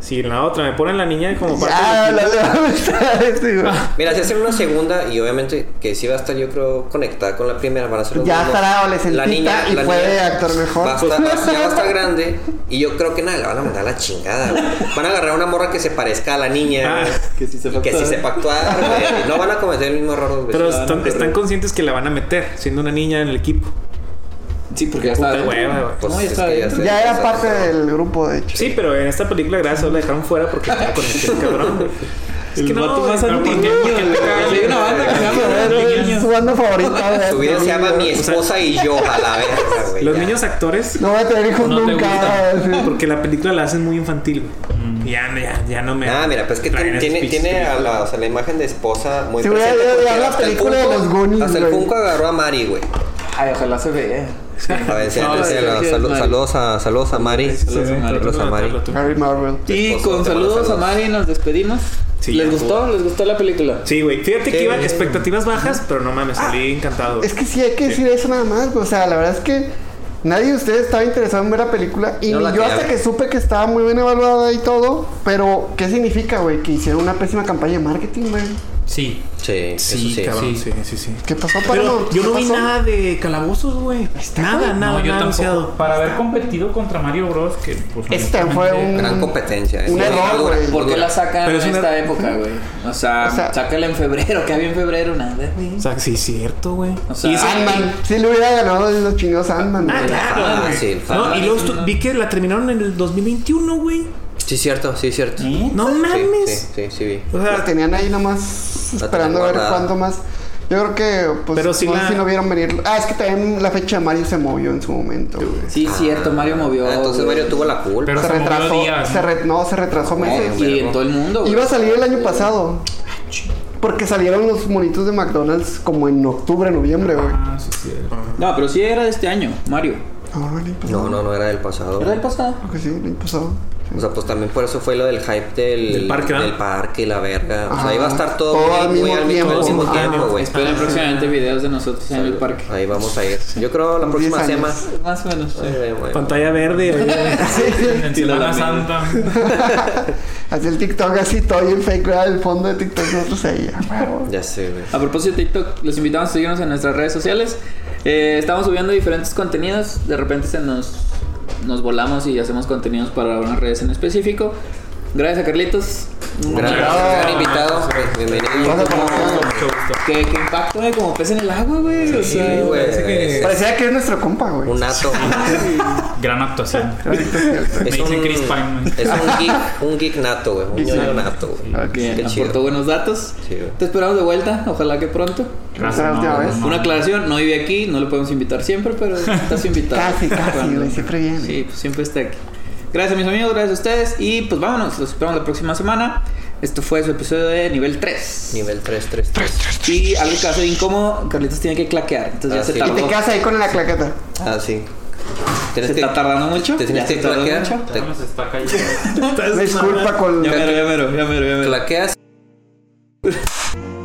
Speaker 4: Si en la otra me ponen la niña como parte
Speaker 2: Ya,
Speaker 4: de la
Speaker 2: Ah, la le va a gustar, sí, güey.
Speaker 5: Mira, si hacen una segunda, y obviamente que sí va a estar, yo creo, conectada con la primera, van a hacer lo
Speaker 2: Ya
Speaker 5: mismo.
Speaker 2: estará adolescentita y puede actuar mejor.
Speaker 5: va a estar- va a- ya va a estar grande, y yo creo que nada, la van a mandar a la chingada. güey. Van a agarrar una morra que se parezca a la niña,
Speaker 4: Ah,
Speaker 5: güey,
Speaker 6: que sí sepa
Speaker 5: y que sí
Speaker 6: actuar.
Speaker 5: sepa actuar, güey. No van a cometer el mismo error dos veces.
Speaker 4: Pero
Speaker 6: van a
Speaker 4: están,
Speaker 6: correr.
Speaker 4: están conscientes que la van a meter, siendo una niña en el equipo.
Speaker 6: Sí, porque ya está.
Speaker 4: Puta
Speaker 6: adentro.
Speaker 4: hueva, güey.
Speaker 5: Pues,
Speaker 6: No, ya
Speaker 5: es
Speaker 6: está
Speaker 5: que ya
Speaker 6: adentro.
Speaker 5: se-
Speaker 2: Ya era
Speaker 5: se-
Speaker 2: parte del grupo, de hecho.
Speaker 4: Sí, pero en esta película, gracias, a Dios, la dejaron fuera porque estaba con el cabrón. güey. Es que no, más
Speaker 1: Pero ¿por qué? ¿Por qué te cagas?
Speaker 3: Hay una banda que se llama
Speaker 2: Es su banda favorita. de-
Speaker 5: Su vida se llama Mi esposa y yo, a la verga, güey.
Speaker 4: Los
Speaker 5: ya.
Speaker 4: niños actores,
Speaker 2: No voy a tener hijos
Speaker 1: No te
Speaker 2: nunca.
Speaker 4: porque la película la hacen muy infantil, güey. Ya, ya, ya no me.
Speaker 5: Ah, mira, pues es que
Speaker 4: traen
Speaker 5: tiene,
Speaker 4: esos
Speaker 5: tiene,
Speaker 4: pinches
Speaker 5: tiene a
Speaker 4: películas.
Speaker 5: la, o sea, la imagen de esposa muy
Speaker 2: Sí, güey,
Speaker 5: presente.
Speaker 2: ya- ya
Speaker 5: porque
Speaker 2: la
Speaker 5: hasta el
Speaker 2: película de
Speaker 5: Funko-
Speaker 2: los Goonies,
Speaker 5: Hasta el
Speaker 2: güey.
Speaker 5: Funko agarró a Mari, güey.
Speaker 3: Ay, ojalá se vea.
Speaker 5: A ver,
Speaker 3: No,
Speaker 5: sí,
Speaker 3: sí,
Speaker 5: la-
Speaker 3: sí,
Speaker 5: salu-
Speaker 3: Mari.
Speaker 5: saludos, a, saludos a Mari.
Speaker 4: Sí, sí.
Speaker 5: Saludos a Mari.
Speaker 2: Harry Marvel.
Speaker 3: Y
Speaker 5: Esposo,
Speaker 3: con
Speaker 5: te mando
Speaker 3: saludos a
Speaker 5: saludos.
Speaker 3: Mari nos despedimos.
Speaker 4: Sí,
Speaker 3: ¿Les
Speaker 4: ya,
Speaker 3: gustó? ¿Les gustó la película?
Speaker 4: Sí, güey. Fíjate que
Speaker 5: Sí,
Speaker 4: iban
Speaker 5: güey.
Speaker 4: expectativas bajas, pero no mames, salí
Speaker 5: Ah.
Speaker 4: encantado. güey.
Speaker 2: Es que sí hay que decir eso nada más, güey. O sea, la verdad es que nadie de ustedes estaba interesado en ver la película. Y
Speaker 5: No
Speaker 2: ni
Speaker 5: la
Speaker 2: yo
Speaker 5: quería
Speaker 2: hasta
Speaker 5: ver.
Speaker 2: que supe que estaba muy bien evaluada y todo. Pero, ¿qué significa, güey? Que hicieron una pésima campaña de marketing, güey.
Speaker 1: Sí.
Speaker 5: Sí,
Speaker 4: Sí,
Speaker 5: eso sí.
Speaker 4: cabrón. Sí,
Speaker 1: Sí.
Speaker 4: sí, sí.
Speaker 2: ¿Qué pasó,
Speaker 4: Pero
Speaker 2: Paramount?
Speaker 4: yo
Speaker 2: ¿Qué
Speaker 4: no vi
Speaker 2: pasó?
Speaker 4: nada de calabozos, güey.
Speaker 2: está,
Speaker 4: Nada,
Speaker 2: güey.
Speaker 4: nada,
Speaker 1: no, yo
Speaker 4: nada
Speaker 1: tampoco.
Speaker 4: anunciado.
Speaker 1: Para haber competido contra Mario Bros. Que, pues,
Speaker 2: Este fue
Speaker 1: honestamente,
Speaker 2: un-
Speaker 5: Gran competencia. eh.
Speaker 2: Un
Speaker 5: Sí,
Speaker 2: error,
Speaker 5: dura,
Speaker 2: güey.
Speaker 3: ¿Por qué la sacan
Speaker 4: Pero es
Speaker 3: en
Speaker 4: una-
Speaker 3: esta época, güey? O sea,
Speaker 2: O sea-
Speaker 3: sácala en febrero, que había en febrero nada, güey.
Speaker 4: O sea, sí, cierto, güey.
Speaker 3: O sea,
Speaker 4: Y esa-
Speaker 2: Sandman. Sí le hubiera ganado los chingados Sandman,
Speaker 4: Ah,
Speaker 2: güey.
Speaker 4: claro, güey. No,
Speaker 5: Fácil,
Speaker 4: y
Speaker 5: fácil.
Speaker 4: luego estu- vi que la terminaron en el 2021, güey.
Speaker 5: Sí, cierto, sí, cierto.
Speaker 1: ¿eh?
Speaker 4: No
Speaker 5: Sí,
Speaker 4: mames.
Speaker 5: sí, sí, sí, vi.
Speaker 4: O
Speaker 2: La
Speaker 4: sea,
Speaker 2: tenían ahí nomás esperando
Speaker 5: La
Speaker 2: a
Speaker 5: tenían
Speaker 2: ver
Speaker 5: guardada.
Speaker 2: cuánto más. Yo creo que, pues,
Speaker 4: Pero si
Speaker 2: no sé
Speaker 4: la-
Speaker 2: si no vieron venir. Ah, es que también la fecha de Mario se movió en su momento, güey.
Speaker 3: Sí, cierto, Mario movió.
Speaker 5: Ah, entonces
Speaker 3: güey.
Speaker 5: Mario tuvo la culpa.
Speaker 1: Pero
Speaker 2: Se
Speaker 1: se movió
Speaker 2: retrasó.
Speaker 1: días,
Speaker 2: se
Speaker 1: ¿no?
Speaker 2: re- no, se retrasó meses.
Speaker 5: güey.
Speaker 3: Y en todo el mundo, güey.
Speaker 2: Iba a salir el año pasado. Porque salieron los monitos de McDonald's como en octubre, noviembre, güey.
Speaker 1: Ah, sí, sí.
Speaker 3: No, pero sí era de este año, Mario.
Speaker 2: No, el año pasado.
Speaker 5: No, no, no era del pasado.
Speaker 3: Era del pasado.
Speaker 2: Ah, pues, Creo que sí, el año pasado.
Speaker 5: O sea, pues también por eso fue lo del hype del,
Speaker 4: Del parque, ¿no?
Speaker 5: del parque y la verga. O
Speaker 2: Ajá.
Speaker 5: sea, iba a estar todo,
Speaker 2: Todo
Speaker 5: muy-
Speaker 2: al
Speaker 5: muy
Speaker 2: mismo
Speaker 5: al
Speaker 2: tiempo.
Speaker 5: mismo
Speaker 2: Ajá.
Speaker 5: tiempo, güey.
Speaker 3: Esperen próximamente videos de nosotros en el parque.
Speaker 5: Ahí vamos a ir. Yo creo la
Speaker 2: Diez
Speaker 5: próxima
Speaker 2: años.
Speaker 5: semana.
Speaker 3: Más o menos. sí.
Speaker 5: Eh, bueno.
Speaker 4: pantalla verde, güey.
Speaker 1: En Semana Santa.
Speaker 2: Así el TikTok, así todo y el fake, ¿verdad? El fondo de TikTok, nosotros ahí. ah, güey.
Speaker 5: Ya sé, güey.
Speaker 3: A propósito de TikTok, los invitamos a seguirnos en nuestras redes sociales. Eh, estamos subiendo diferentes contenidos. De repente se nos, nos volamos y hacemos contenidos para unas redes en específico. Gracias a Carlitos.
Speaker 5: Gran, gran invitado. güey. Bienvenido.
Speaker 2: Gracias por la-
Speaker 1: Mucho gusto.
Speaker 3: Que, que impacto, güey, como pez en el agua, güey. o
Speaker 5: Sí,
Speaker 3: sea,
Speaker 5: güey.
Speaker 2: Parecía que es nuestro compa, güey.
Speaker 5: Un nato.
Speaker 1: Gran actuación. Me
Speaker 5: Es
Speaker 1: dicen
Speaker 5: un,
Speaker 1: Chris Pine.
Speaker 5: es un geek, un geek nato, güey. Un ñoño nato, güey.
Speaker 3: Bien,
Speaker 5: Qué
Speaker 3: aportó
Speaker 5: chido.
Speaker 3: buenos datos.
Speaker 5: Sí, güey.
Speaker 3: Te esperamos de vuelta, ojalá que pronto.
Speaker 2: la
Speaker 1: Gracias.
Speaker 2: última
Speaker 1: no,
Speaker 2: vez?
Speaker 1: no, no.
Speaker 3: Una aclaración, no vive aquí, no lo podemos invitar siempre, pero estás invitado.
Speaker 2: Casi, casi,
Speaker 3: Cuando-
Speaker 2: güey. Siempre viene.
Speaker 3: Sí, pues siempre está aquí. Gracias mis amigos, gracias a ustedes y pues vámonos, los esperamos la próxima semana. Esto fue su episodio de nivel 3.
Speaker 5: Nivel 333.
Speaker 3: Y algo que va a ser incómodo, Carlitos tiene que claquear, entonces
Speaker 5: Ah,
Speaker 3: ya se
Speaker 5: sí.
Speaker 2: Y te
Speaker 3: tardó.
Speaker 2: quedas ahí con la claqueta.
Speaker 5: Ah, sí.
Speaker 3: ¿Se
Speaker 5: Tienes que,
Speaker 3: está tardando mucho?
Speaker 5: te
Speaker 3: ¿Ya
Speaker 5: tienes
Speaker 3: se
Speaker 5: que
Speaker 3: tardó
Speaker 5: claquear.
Speaker 3: mucho?
Speaker 5: Te
Speaker 1: Nos está cayendo.
Speaker 2: Disculpa con.
Speaker 3: Ya mero, ya mero, ya mero, ya mero.
Speaker 5: claqueas